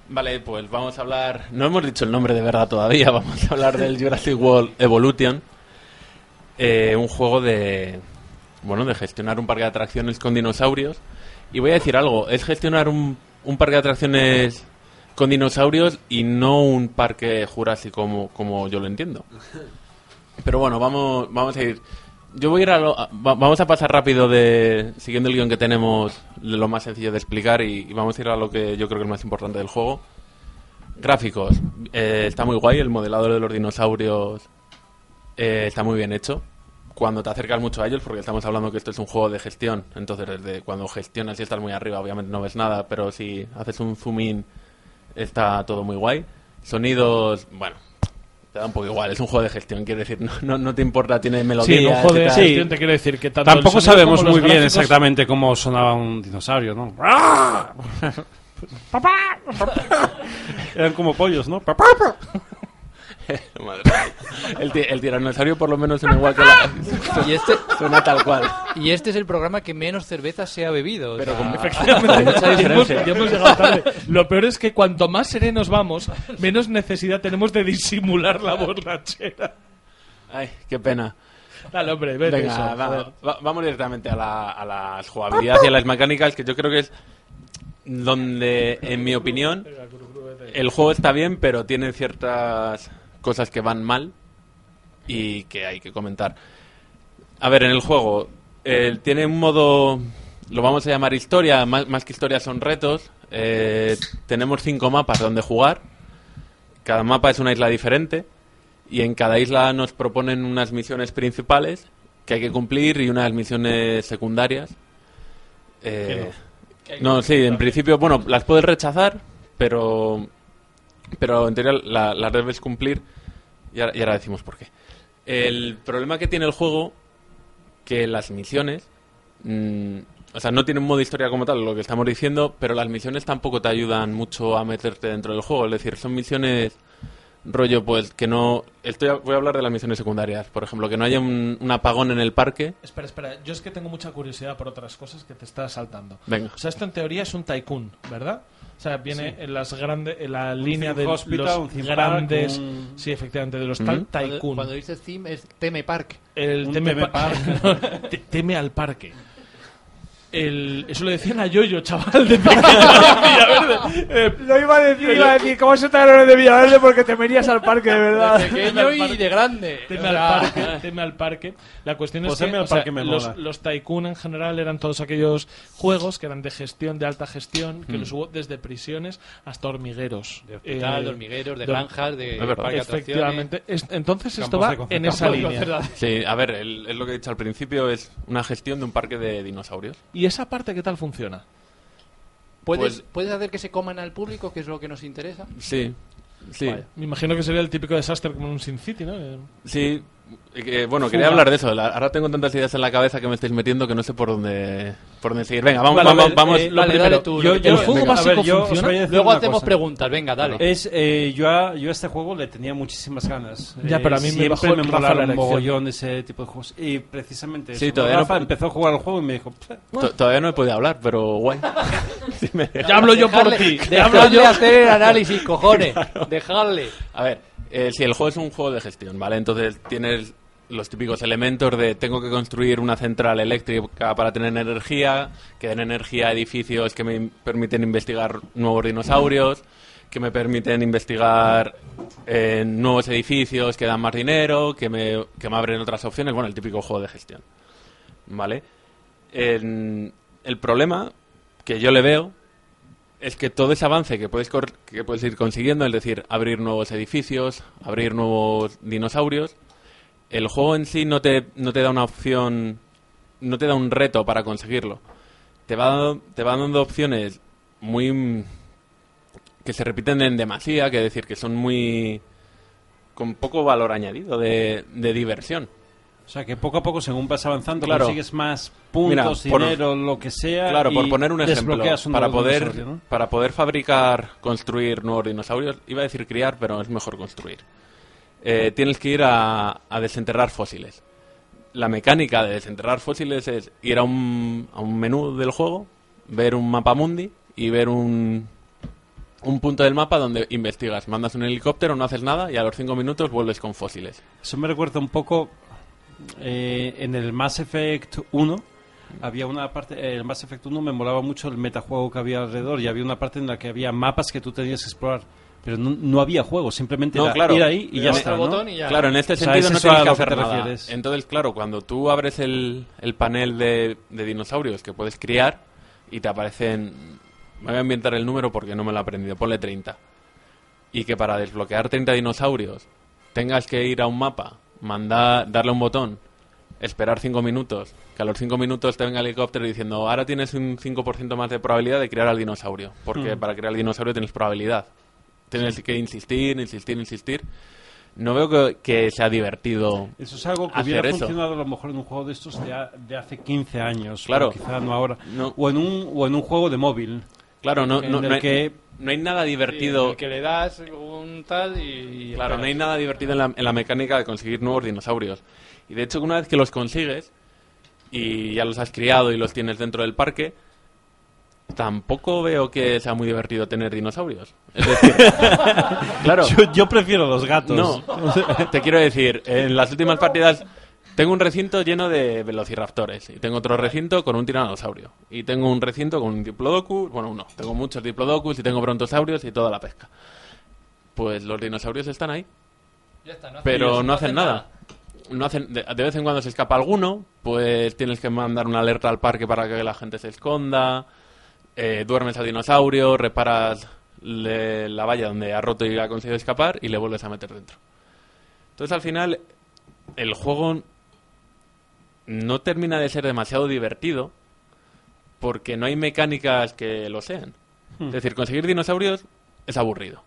E: Vale, pues vamos a hablar. No hemos dicho el nombre de verdad todavía. Vamos a hablar del Jurassic World Evolution. eh, un juego de bueno de gestionar un parque de atracciones con dinosaurios. Y voy a decir algo, es gestionar un, un parque de atracciones con dinosaurios y no un parque jurásico como, como yo lo entiendo. Pero bueno, vamos, vamos a ir. Yo voy a ir a lo- a- va- vamos a pasar rápido de siguiendo el guión que tenemos, de lo más sencillo de explicar y, y vamos a ir a lo que yo creo que es más importante del juego. Gráficos. Eh, está muy guay, el modelado de los dinosaurios eh, está muy bien hecho. Cuando te acercas mucho a ellos, porque estamos hablando que esto es un juego de gestión, entonces desde cuando gestionas y estás muy arriba, obviamente no ves nada, pero si haces un zoom in, está todo muy guay. Sonidos, bueno, te da un poco igual, es un juego de gestión, quiero decir, no, no, no te importa, tiene melodía.
A: Sí, un juego de
E: etcétera.
A: gestión te quiero decir que tanto el
J: Tampoco
A: sonido
J: sabemos
A: como los
J: muy bien
A: gráficos-
J: exactamente cómo sonaba un dinosaurio, ¿no?
K: ¡Papá! Eran como pollos, ¿no? ¡Papá!
E: Madre mía. el, ti- el tiranosaurio por lo menos suena igual que la...
D: Y este-
E: Suena tal cual.
D: Y este es el programa que menos cerveza se ha bebido. o
E: Pero
D: sea,
E: con-
D: con
A: Efectivamente,
D: Ah. mucha
A: ya hemos,
D: diferencia.
A: ya hemos llegado tarde. Lo peor es que cuanto más serenos vamos, menos necesidad tenemos de disimular la borrachera.
E: Ay, qué pena.
A: Dale, hombre, vete
E: Venga,
A: eso,
E: va-
A: joder.
E: va- vamos directamente a, la- a las jugabilidades y a las mecánicas, que yo creo que es donde, en mi opinión, el juego está bien, pero tiene ciertas cosas que van mal y que hay que comentar. A ver, en el juego eh, tiene un modo, lo vamos a llamar historia, más, más que historia son retos. Eh, tenemos cinco mapas donde jugar. Cada mapa es una isla diferente y en cada isla nos proponen unas misiones principales que hay que cumplir y unas misiones secundarias. Eh,
A: Que no.
E: no, sí, en principio, bueno, las puedes rechazar, pero pero en teoría la- las debes cumplir y ahora, y ahora decimos por qué. El problema que tiene el juego que las misiones, mm, o sea, no tiene un modo historia como tal, lo que estamos diciendo, pero las misiones tampoco te ayudan mucho a meterte dentro del juego. Es decir, son misiones rollo, pues que no. Estoy a- voy a hablar de las misiones secundarias, por ejemplo, que no haya un, un apagón en el parque.
A: Espera, espera, yo es que tengo mucha curiosidad por otras cosas que te estás saltando.
E: Venga.
A: O sea, esto en teoría es un tycoon, ¿verdad? O sea, viene
K: Sí.
A: en las grandes, en la
K: Un
A: línea
K: theme
A: de
K: hospital, un
A: los
K: theme
A: grandes,
K: park, un-
A: sí, efectivamente, de los
E: Ujú.
A: tal
D: Cuando-
A: tycoon.
D: Cuando dices theme es Teme Park.
A: El
D: Un
A: teme,
D: teme
A: pa-
D: park.
A: Te- teme al parque. El- eso le decían a Yoyo, chaval, de pequeño. de Villaverde. Eh,
L: Lo iba a decir,
A: Pero-
L: iba a decir, ¿cómo se te hablaron de Villaverde? Porque te venías al parque, de verdad.
D: De pequeño y de grande.
A: Teme
D: O
A: al
D: sea,
A: parque, teme al parque. La cuestión
K: Pues
A: es que
K: teme al
A: o sea,
K: parque me mola.
A: los, los Tycoon en general eran todos aquellos juegos que eran de gestión, de alta gestión, que
E: Mm.
A: los hubo desde prisiones hasta hormigueros.
D: De hospital, de hormigueros, de
A: dor-
D: granjas, de
E: Es verdad. parque de
D: atracciones.
A: Efectivamente. Es- entonces esto
K: Campos
A: va
K: de concentración.
A: en esa
K: Campos de
A: línea.
E: Sí, a ver, el- es lo que he dicho al principio, es una gestión de un parque de dinosaurios.
A: ¿Y esa parte qué tal funciona?
D: ¿Puedes,
E: Pues-
D: ¿Puedes hacer que se coman al público, que es lo que nos interesa?
E: Sí, sí.
A: Vaya. Me imagino que sería el típico desastre como en un Sin City, ¿no? Eh,
E: Sí, eh, que, bueno,
A: Fuga.
E: quería hablar de eso. La- ahora tengo tantas ideas en la cabeza que me estáis metiendo que no sé por dónde, por dónde seguir. Venga, vamos,
K: Vale, a
E: vamos,
K: ver,
E: vamos.
K: eh,
E: lo
K: vale,
E: primero.
K: dale tú, lo Yo- que yo- quieras.
A: ¿El juego
K: venga, a
A: básico
K: ver, yo os
A: funciona?
K: voy a decir
D: Luego
K: una
D: hacemos
K: cosa.
D: preguntas, venga, dale.
K: Es, eh, yo, a, yo a este juego le tenía muchísimas ganas.
A: Ya,
K: Eh,
A: pero a mí me
K: siempre
A: bajó el
K: me
A: Rafa la
K: molaron
A: erección.
K: mogollón ese tipo de juegos. Y precisamente
E: Sí,
K: eso,
E: todavía
K: Rafa
E: no-
K: empezó a jugar el juego y me dijo... "Pff,
E: To- Todavía no he podido hablar, pero guay. Sí, me-
A: Eh, Ya hablo yo por ti.
D: Dejadle-
A: Ya hablo
D: dejadle
A: yo.
D: hacer el análisis, cojones. Dejadle.
E: A ver, eh, si el juego es un juego de gestión, ¿vale? Entonces tienes los típicos elementos de tengo que construir una central eléctrica para tener energía, que den energía a edificios que me in- permiten investigar nuevos dinosaurios, que me permiten investigar eh, nuevos edificios que dan más dinero, que me, que me abren otras opciones. Bueno, el típico juego de gestión, ¿vale? En- el problema que yo le veo es que todo ese avance que puedes, cor- que puedes ir consiguiendo, es decir, abrir nuevos edificios, abrir nuevos dinosaurios, el juego en sí no te, no te da una opción, no te da un reto para conseguirlo. Te va, dando- te va dando opciones muy... mm, que se repiten en demasía, que decir, que son muy... con poco valor añadido de, de diversión.
K: O sea, que poco a poco, según vas avanzando,
E: Claro.
K: consigues más puntos,
E: Mira, por-
K: dinero, lo que sea.
E: Claro, por
K: y
E: poner un ejemplo,
K: desbloqueas un
E: para
K: nuevo
E: poder,
K: dinosaurio, ¿no?
E: para poder fabricar, construir nuevos dinosaurios, iba a decir criar, pero es mejor construir. Eh, tienes que ir a, a desenterrar fósiles. La mecánica de desenterrar fósiles es ir a un, a un menú del juego, ver un mapa mundi y ver un, un punto del mapa donde investigas. Mandas un helicóptero, no haces nada y a los cinco minutos vuelves con fósiles.
K: Eso me recuerda un poco.
J: eh, en el Mass Effect 1 había una parte, eh, el Mass Effect 1 me molaba mucho el metajuego que había alrededor y había una parte en la que había mapas que tú tenías que explorar. Pero no, no había juego, simplemente
E: No,
J: era
E: claro.
J: ir ahí y
E: Pero
J: ya
E: en-
J: está. ¿no?
E: Claro, en este
J: O sea,
E: sentido
J: es
E: no
J: eso
E: tienes
J: a
E: que
J: lo
E: hacer
J: te
E: nada.
J: refieres.
E: Entonces, claro, cuando tú abres el, el panel de, de dinosaurios que puedes criar y te aparecen... Me voy a inventar el número porque no me lo he aprendido. Ponle 30. Y que para desbloquear 30 dinosaurios tengas que ir a un mapa, mandar, darle a un botón, esperar 5 minutos, que a los 5 minutos te venga el helicóptero diciendo ahora tienes un 5% más de probabilidad de crear al dinosaurio. Porque
J: Hmm.
A: Mm.
E: para crear al dinosaurio tienes probabilidad. Tienes que insistir, insistir, insistir. No veo que, que sea divertido
J: Eso es algo que
E: hacer
J: hubiera
E: eso.
J: funcionado a lo mejor en un juego de estos de, a- de hace 15 años.
E: Claro.
J: o Quizá no ahora. O, en un, o en un juego de móvil.
E: Claro, no,
J: en
E: no,
J: el
E: no hay,
J: que
E: no hay nada divertido.
D: Sí, el que le das un tal y... y
E: Claro,
D: esperas.
E: no hay nada divertido en la, en la mecánica de conseguir nuevos dinosaurios. Y de hecho, una vez que los consigues y ya los has criado y los tienes dentro del parque, tampoco veo que sea muy divertido tener dinosaurios. Es decir, claro.
J: Yo, yo prefiero los gatos.
E: No, te quiero decir, en las últimas partidas tengo un recinto lleno de velociraptores y tengo otro recinto con un tiranosaurio y tengo un recinto con un diplodocus, bueno, uno, tengo muchos diplodocus y tengo brontosaurios y toda la pesca. Pues los dinosaurios están ahí,
D: Ya está, no hacen-
E: pero
D: ellos
E: no hacen nada. No hacen, de, de vez en cuando se escapa alguno, pues tienes que mandar una alerta al parque para que la gente se esconda, eh, duermes al dinosaurio, reparas le- la valla donde ha roto y ha conseguido escapar y le vuelves a meter dentro. Entonces al final el juego no termina de ser demasiado divertido porque no hay mecánicas que lo sean.
J: Hmm.
E: Es decir, conseguir dinosaurios es aburrido.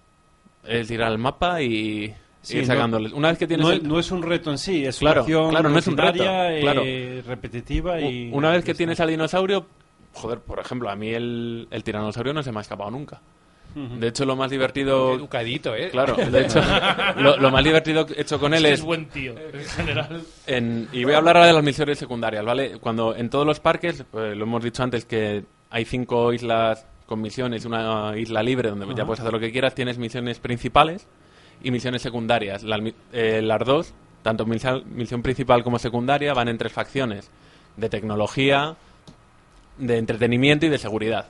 E: Es ir al mapa y
J: Sí,
E: ir
J: no-
E: sacándoles. Una vez que tienes
J: no,
E: el-
J: no es un reto en sí, es
E: Claro,
J: una acción
E: claro, no es un reto,
J: rutinaria, eh,
E: claro.
J: repetitiva y...
E: Una vez que tienes al dinosaurio, joder, por ejemplo, a mí el, el tiranosaurio no se me ha escapado nunca.
J: Ujú.
E: De hecho, lo más divertido.
D: Educadito, ¿eh?
E: Claro, de hecho, lo, lo más divertido que he hecho con
A: Es
E: él
A: que
E: es.
A: es buen tío, en general.
E: En- y voy a hablar ahora de las misiones secundarias, ¿vale? Cuando en todos los parques, eh, lo hemos dicho antes, que hay cinco islas con misiones, una isla libre donde ya
A: Ajá.
E: puedes hacer lo que quieras, tienes misiones principales y misiones secundarias. Las, mi- eh, las dos, tanto misa- misión principal como secundaria, van en tres facciones, de tecnología, de entretenimiento y de seguridad.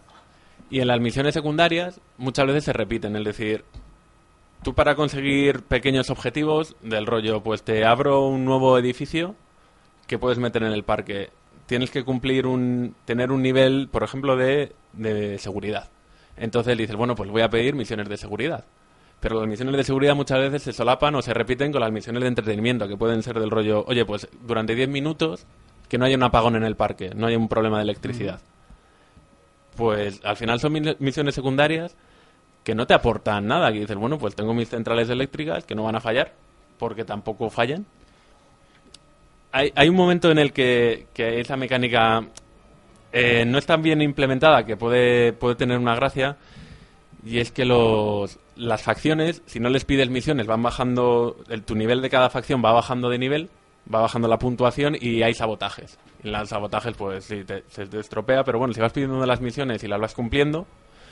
E: Y en las misiones secundarias muchas veces se repiten, es decir, tú para conseguir pequeños objetivos del rollo, pues te abro un nuevo edificio que puedes meter en el parque. Tienes que cumplir un, tener un nivel, por ejemplo, de, de seguridad. Entonces dices, bueno, pues voy a pedir misiones de seguridad. Pero las misiones de seguridad muchas veces se solapan o se repiten con las misiones de entretenimiento, que pueden ser del rollo, oye, pues durante 10 minutos que no haya un apagón en el parque, no haya un problema de electricidad. Pues al final son mi- misiones secundarias que no te aportan nada. Que dices, bueno, pues tengo mis centrales eléctricas que no van a fallar, porque tampoco fallan. Hay, hay un momento en el que, que esa mecánica eh, no es tan bien implementada, que puede, puede tener una gracia, y es que los, las facciones, si no les pides misiones, van bajando, el, tu nivel de cada facción va bajando de nivel, va bajando la puntuación y hay sabotajes. Y los sabotajes, pues sí, te- se te estropea, pero bueno, si vas pidiendo las misiones y las vas cumpliendo,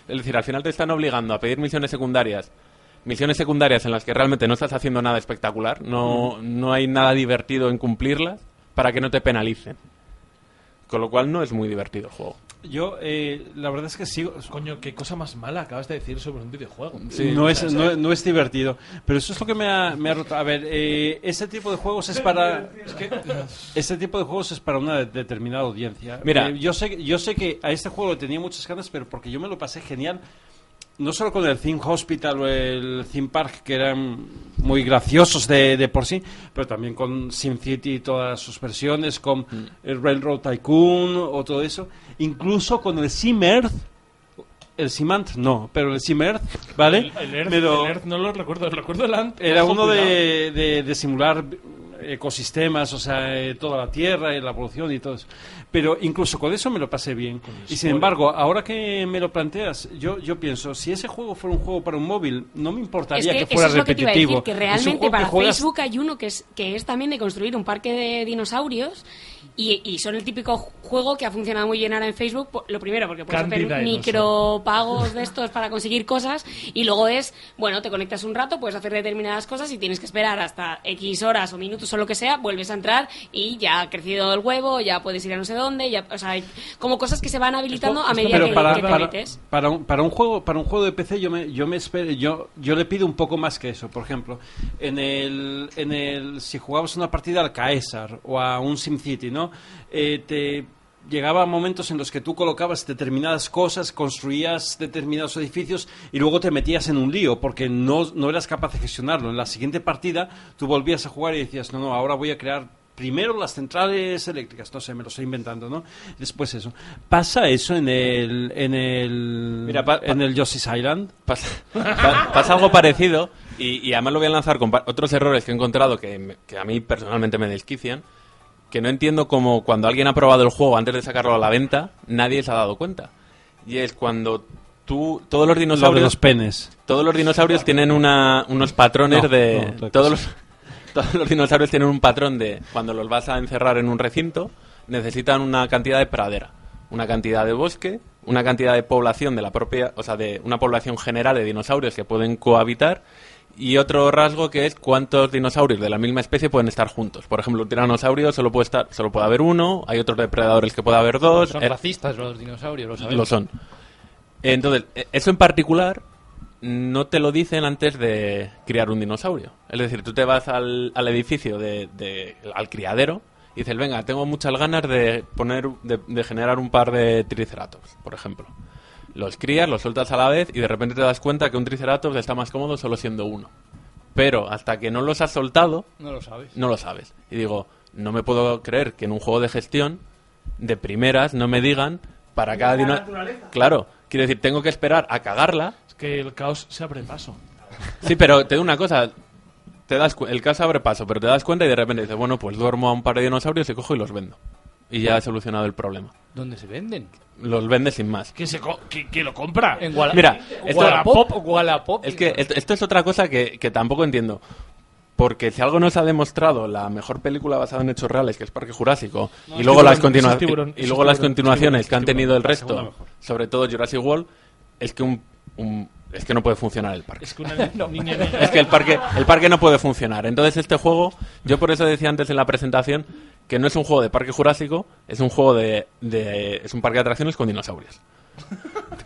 E: es decir, al final te están obligando a pedir misiones secundarias. Misiones secundarias en las que realmente no estás haciendo nada espectacular, no, no hay nada divertido en cumplirlas para que no te penalicen. Con lo cual no es muy divertido el juego.
J: Yo, eh, la verdad es que sigo...
A: Coño, qué cosa más mala acabas de decir sobre un videojuego.
J: no,
A: O
J: es,
A: sea,
J: no, no es divertido. Pero eso es lo que me ha, me ha roto. A ver, eh, este tipo de juegos es para. es que, este tipo de juegos es para una de- determinada audiencia.
E: Mira.
J: Eh, yo, sé, yo sé que a este juego le tenía muchas ganas, pero porque yo me lo pasé genial. No solo con el Theme Hospital o el Theme Park, que eran muy graciosos de, de por sí, pero también con SimCity y todas sus versiones, con el Railroad Tycoon o todo eso. Incluso con el Sim Earth, el Simant no, pero el Sim Earth, ¿vale?
A: El, el Earth,
J: Pero
A: el Earth no lo recuerdo, recuerdo el ant-
J: era
A: ojo,
J: uno
A: cuidado.
J: de, de- de simular ecosistemas, o sea, eh, toda la tierra, eh, la evolución y todo eso. Pero incluso con eso me lo pasé bien. Y sin
A: spoiler.
J: embargo, ahora que me lo planteas, yo, yo pienso, si ese juego fuera un juego para un móvil, no me importaría
I: es que,
J: que, fuera
I: eso es lo que te iba a
J: repetitivo.
I: decir, que
J: Es un
I: realmente
J: juego que
I: para
J: juegas-
I: Facebook hay uno que es, que es también de construir un parque de dinosaurios y, y son el típico juego que ha funcionado muy bien ahora en Facebook. po- Lo primero, porque puedes
C: Candy
I: hacer
C: Dinosaur.
I: micropagos de estos para conseguir cosas y luego es, bueno, te conectas un rato, puedes hacer determinadas cosas y tienes que esperar hasta X horas o minutos o lo que sea, vuelves a entrar y ya ha crecido el huevo, ya puedes ir a no sé dónde, ya, o sea, como cosas que se van habilitando a medida
J: pero
I: que,
J: para,
I: que te
J: para-
I: metes.
J: para un, para un juego para un juego de PC yo me yo me espero, yo yo le pido un poco más que eso por ejemplo en el en el si jugabas una partida al Caesar o a un SimCity no Eh, te llegaba a momentos en los que tú colocabas determinadas cosas construías determinados edificios y luego te metías en un lío porque no no eras capaz de gestionarlo en la siguiente partida tú volvías a jugar y decías no no ahora voy a crear Primero las centrales eléctricas, no sé, me lo estoy inventando, ¿no? Después eso. ¿Pasa eso en el en el
E: Mira, pa- pa-
J: en el Yoshi's Island?
E: Pa- pasa algo parecido y, y además lo voy a lanzar con pa- otros errores que he encontrado que, me- que a mí personalmente me desquician, que no entiendo como cuando alguien ha probado el juego antes de sacarlo a la venta, nadie se ha dado cuenta. Y es cuando tú, todos los dinosaurios...
J: Lo de los penes.
E: Todos los dinosaurios tienen una- unos patrones
J: No, no,
E: de...
J: otra cosa.
E: todos, los, todos los dinosaurios tienen un patrón de cuando los vas a encerrar en un recinto, necesitan una cantidad de pradera, una cantidad de bosque, una cantidad de población de la propia, o sea, de una población general de dinosaurios que pueden cohabitar y otro rasgo que es cuántos dinosaurios de la misma especie pueden estar juntos. Por ejemplo, un tiranosaurio solo puede estar solo puede haber uno, hay otros depredadores que puede haber dos.
D: Son
E: eh,
D: racistas los dinosaurios, lo sabemos.
E: lo son. Entonces, e- eso en particular no te lo dicen antes de criar un dinosaurio. Es decir, tú te vas al, al edificio, de, de- al criadero, y dices, venga, tengo muchas ganas de, poner, de, de generar un par de triceratops, por ejemplo. Los crías, los sueltas a la vez y de repente te das cuenta que un triceratops está más cómodo solo siendo uno. Pero hasta que no los has soltado,
D: No lo sabes.
E: no lo sabes. Y digo, no me puedo creer que en un juego de gestión, de primeras, no me digan para cada
A: La
E: dino-
A: naturaleza.
E: Claro, quiero decir, tengo que esperar a cagarla.
A: Es que el caos se abre paso.
E: Sí, pero te digo una cosa. Te das cu- el caso abre paso, pero te das cuenta y de repente dices, bueno, pues duermo a un par de dinosaurios y cojo y los vendo. Y ya he solucionado el problema.
D: ¿Dónde se venden?
E: Los vendes sin más.
A: ¿Quién, se co- quién- quién lo compra?
D: En Walla-
E: Mira, esto-
D: Wallapop, Wallapop.
E: Es que esto, esto es otra cosa que, que tampoco entiendo. Porque si algo nos ha demostrado la mejor película basada en hechos reales, que es Parque Jurásico,
A: No,
E: y
A: es
E: luego,
A: tiburón,
E: las,
A: eso
E: continua
A: es tiburón,
E: y,
A: eso es
E: luego las
A: tiburón,
E: continuaciones
A: es tiburón,
E: que han
A: es tiburón.
E: tenido el
A: La segunda
E: resto,
A: mejor.
E: sobre todo Jurassic World, es que un, un- es que no puede funcionar el parque.
A: Es que una niña-
E: Es que el parque, el parque no puede funcionar. Entonces este juego, yo por eso decía antes en la presentación que no es un juego de parque jurásico, es un juego de, de- es un parque de atracciones con dinosaurios.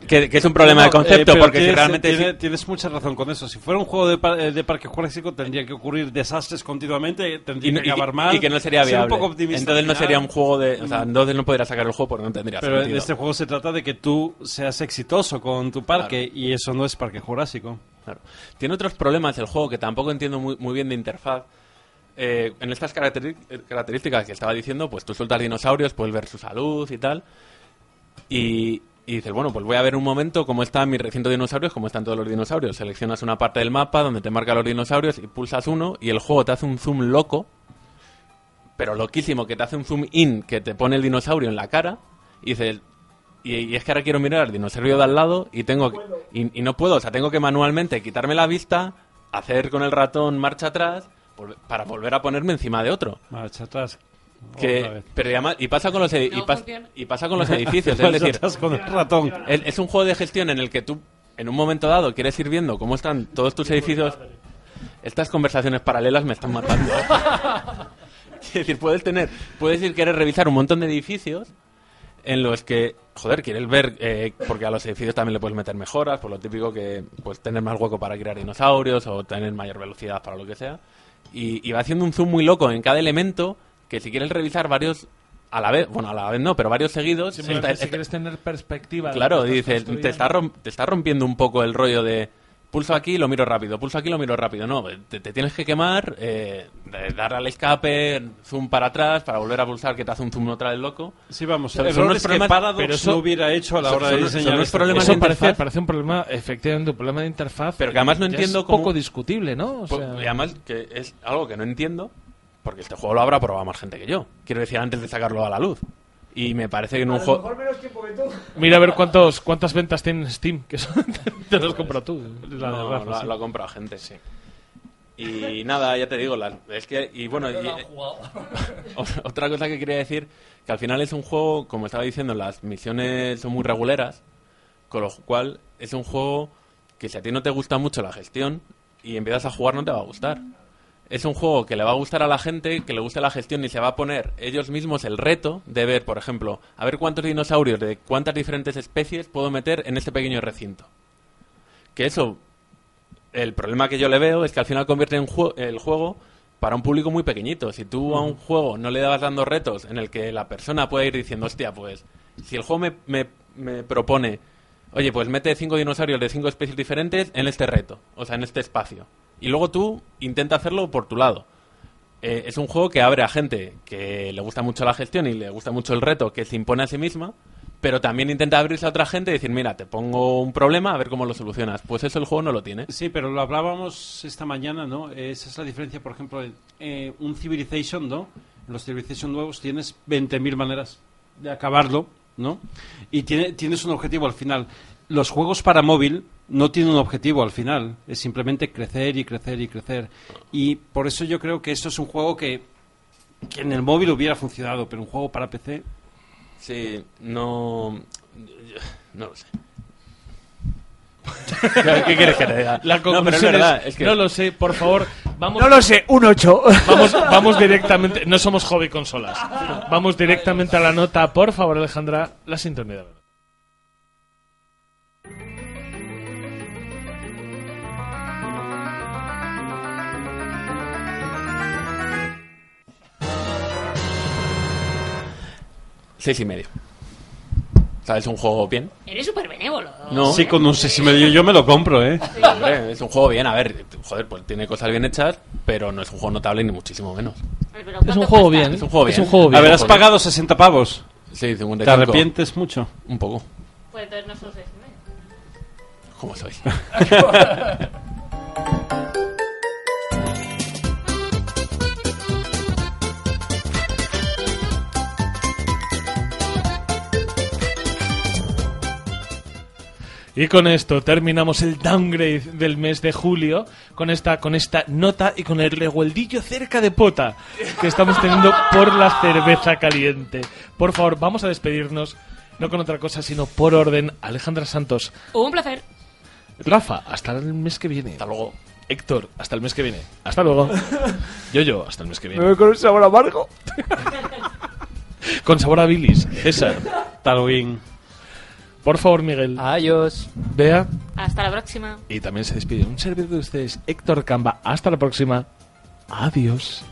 E: Que, que es un problema de
J: No, eh,
E: concepto,
J: pero
E: porque si
J: tienes,
E: realmente
J: tiene- tienes, mucha razón con eso. Si fuera un juego de, par- eh, de parque jurásico tendría que ocurrir desastres continuamente, tendría
E: y,
J: que
E: y-
J: acabar mal.
E: y que no sería
J: Ser un
E: viable.
J: poco optimista
E: entonces
J: al
E: no
J: final.
E: sería un juego de, o sea,
J: Mm.
E: entonces no podría sacar el juego porque no tendría
J: Pero en
E: sentido.
J: este juego se trata de que tú seas exitoso con tu parque y eso no es parque jurásico.
E: Claro. Tiene otros problemas el juego que tampoco entiendo muy, muy bien de interfaz. Eh, en estas caracteri- eh, características que estaba diciendo, pues tú sueltas dinosaurios, puedes ver su salud y tal. Y, y dices, bueno, pues voy a ver un momento cómo está mi recinto de dinosaurios, cómo están todos los dinosaurios. Seleccionas una parte del mapa donde te marca los dinosaurios y pulsas uno y el juego te hace un zoom loco, pero loquísimo, que te hace un zoom in, que te pone el dinosaurio en la cara y dices, y, y es que ahora quiero mirar al dinosaurio de al lado y tengo que- y, y no puedo, o sea, tengo que manualmente quitarme la vista, hacer con el ratón marcha atrás vol- para volver a ponerme encima de otro.
J: Marcha atrás. Otra
E: Que,
J: vez.
E: pero y además- y pasa con los edi- y,
J: No
E: pas-
J: funciona.
E: y pasa con los edificios, es
J: Marcha
E: decir,
J: atrás con el ratón.
E: es, es un juego de gestión en el que tú en un momento dado quieres ir viendo cómo están todos tus edificios. Estas conversaciones paralelas me están matando. es decir, puedes tener, puedes ir querer revisar un montón de edificios en los que, joder, quieres ver, eh, porque a los edificios también le puedes meter mejoras, por lo típico que, pues, tener más hueco para criar dinosaurios o tener mayor velocidad para lo que sea. Y, y va haciendo un zoom muy loco en cada elemento que si quieres revisar varios a la vez, bueno, a la vez no, pero varios seguidos,
A: Simplemente
E: está-
A: si quieres tener perspectiva. de
E: Claro,
A: lo que
E: dice,
A: estás
E: te está,
A: construyendo.
E: rom- te está rompiendo un poco el rollo de pulso aquí y lo miro rápido, pulso aquí y lo miro rápido. No, te, te tienes que quemar, eh, de- darle al escape, zoom para atrás, para volver a pulsar que te hace un zoom otra vez loco.
J: Sí, vamos, errores que Paradox no hubiera hecho a la hora de diseñar
E: los
J: este
E: problemas
A: Eso
E: de
A: parece,
E: interfaz,
A: parece un problema, efectivamente, un problema de interfaz.
E: pero que además no
A: Ya
E: entiendo
A: es
E: cómo- Pues,
A: poco discutible, ¿no? O
E: Po-
A: sea-
E: y además que es algo que no entiendo, porque este juego lo habrá probado más gente que yo. Quiero decir, antes de sacarlo a la luz. Y me parece que en un juego...
F: menos tiempo que tú.
A: Mira a ver cuántos, cuántas ventas tiene en Steam, que son, te las compras tú. La de
E: No,
A: Rafa,
E: lo, ha-
A: sí.
E: lo ha comprado gente, sí. Y nada, ya te digo, la- es que, y bueno, y- eh, otra cosa que quería decir, que al final es un juego, como estaba diciendo, las misiones son muy reguleras, con lo cual es un juego que si a ti no te gusta mucho la gestión y empiezas a jugar no te va a gustar. es un juego que le va a gustar a la gente, que le gusta la gestión y se va a poner ellos mismos el reto de ver, por ejemplo, a ver cuántos dinosaurios de cuántas diferentes especies puedo meter en este pequeño recinto. Que eso, el problema que yo le veo es que al final convierte en jue- el juego para un público muy pequeñito. Si tú a un juego no le dabas dando retos en el que la persona pueda ir diciendo, hostia, pues si el juego me, me- me propone, oye, pues mete cinco dinosaurios de cinco especies diferentes en este reto, o sea, en este espacio. Y luego tú intenta hacerlo por tu lado. Eh, es un juego que abre a gente que le gusta mucho la gestión y le gusta mucho el reto, que se impone a sí misma, pero también intenta abrirse a otra gente y decir, mira, te pongo un problema, a ver cómo lo solucionas. Pues eso el juego no lo tiene.
J: Sí, pero lo hablábamos esta mañana, ¿no? Esa es la diferencia, por ejemplo, en, eh, un Civilization, ¿no? En los Civilization nuevos tienes 20.000 maneras de acabarlo, ¿no? Y tiene- tienes un objetivo al final. Los juegos para móvil no tienen un objetivo al final, es simplemente crecer y crecer y crecer. Y por eso yo creo que esto es un juego que, que en el móvil hubiera funcionado, pero un juego para PC...
E: Sí, no... No lo sé.
A: ¿Qué quieres que te diga? La
E: No, pero es
A: conclusión es,
E: verdad, es que-
A: no lo sé, por favor, vamos...
L: No lo sé, un 8.
A: Vamos, vamos directamente, no somos hobby consolas. Vamos directamente a la nota, por favor, Alejandra, la sintonía.
E: Seis y medio. O sea, es un juego bien.
I: Eres súper benévolo.
E: No.
J: Sí, con un 6 y medio yo me lo compro, ¿eh?
E: Hombre, es un juego bien, a ver, joder, pues tiene cosas bien hechas, pero no es un juego notable ni muchísimo menos.
J: Es un
I: Pues
J: juego bien.
E: Es un juego bien.
J: A ver, has pagado 60 pavos.
E: Sí, 55.
J: ¿Te arrepientes mucho?
E: Un poco.
C: Pues entonces no son seis y medio.
E: ¿Cómo soy?
A: Y con esto terminamos el downgrade del mes de julio con esta, con esta nota y con el regueldillo cerca de pota que estamos teniendo por la cerveza caliente. Por favor, vamos a despedirnos, no con otra cosa, sino por orden. Alejandra Santos,
I: Un placer.
A: Rafa, hasta el mes que viene. Hasta luego. Héctor, hasta el mes que viene. Hasta luego. Yo, yo, hasta el mes que
L: Me
A: viene.
L: voy con un sabor amargo.
A: Con sabor a bilis. César.
J: Halloween.
A: Por favor, Miguel.
D: Ah,
C: Adiós.
A: Vea.
C: Hasta la próxima.
A: Y también se despide un servidor de ustedes, Héctor Camba. Hasta la próxima. Adiós.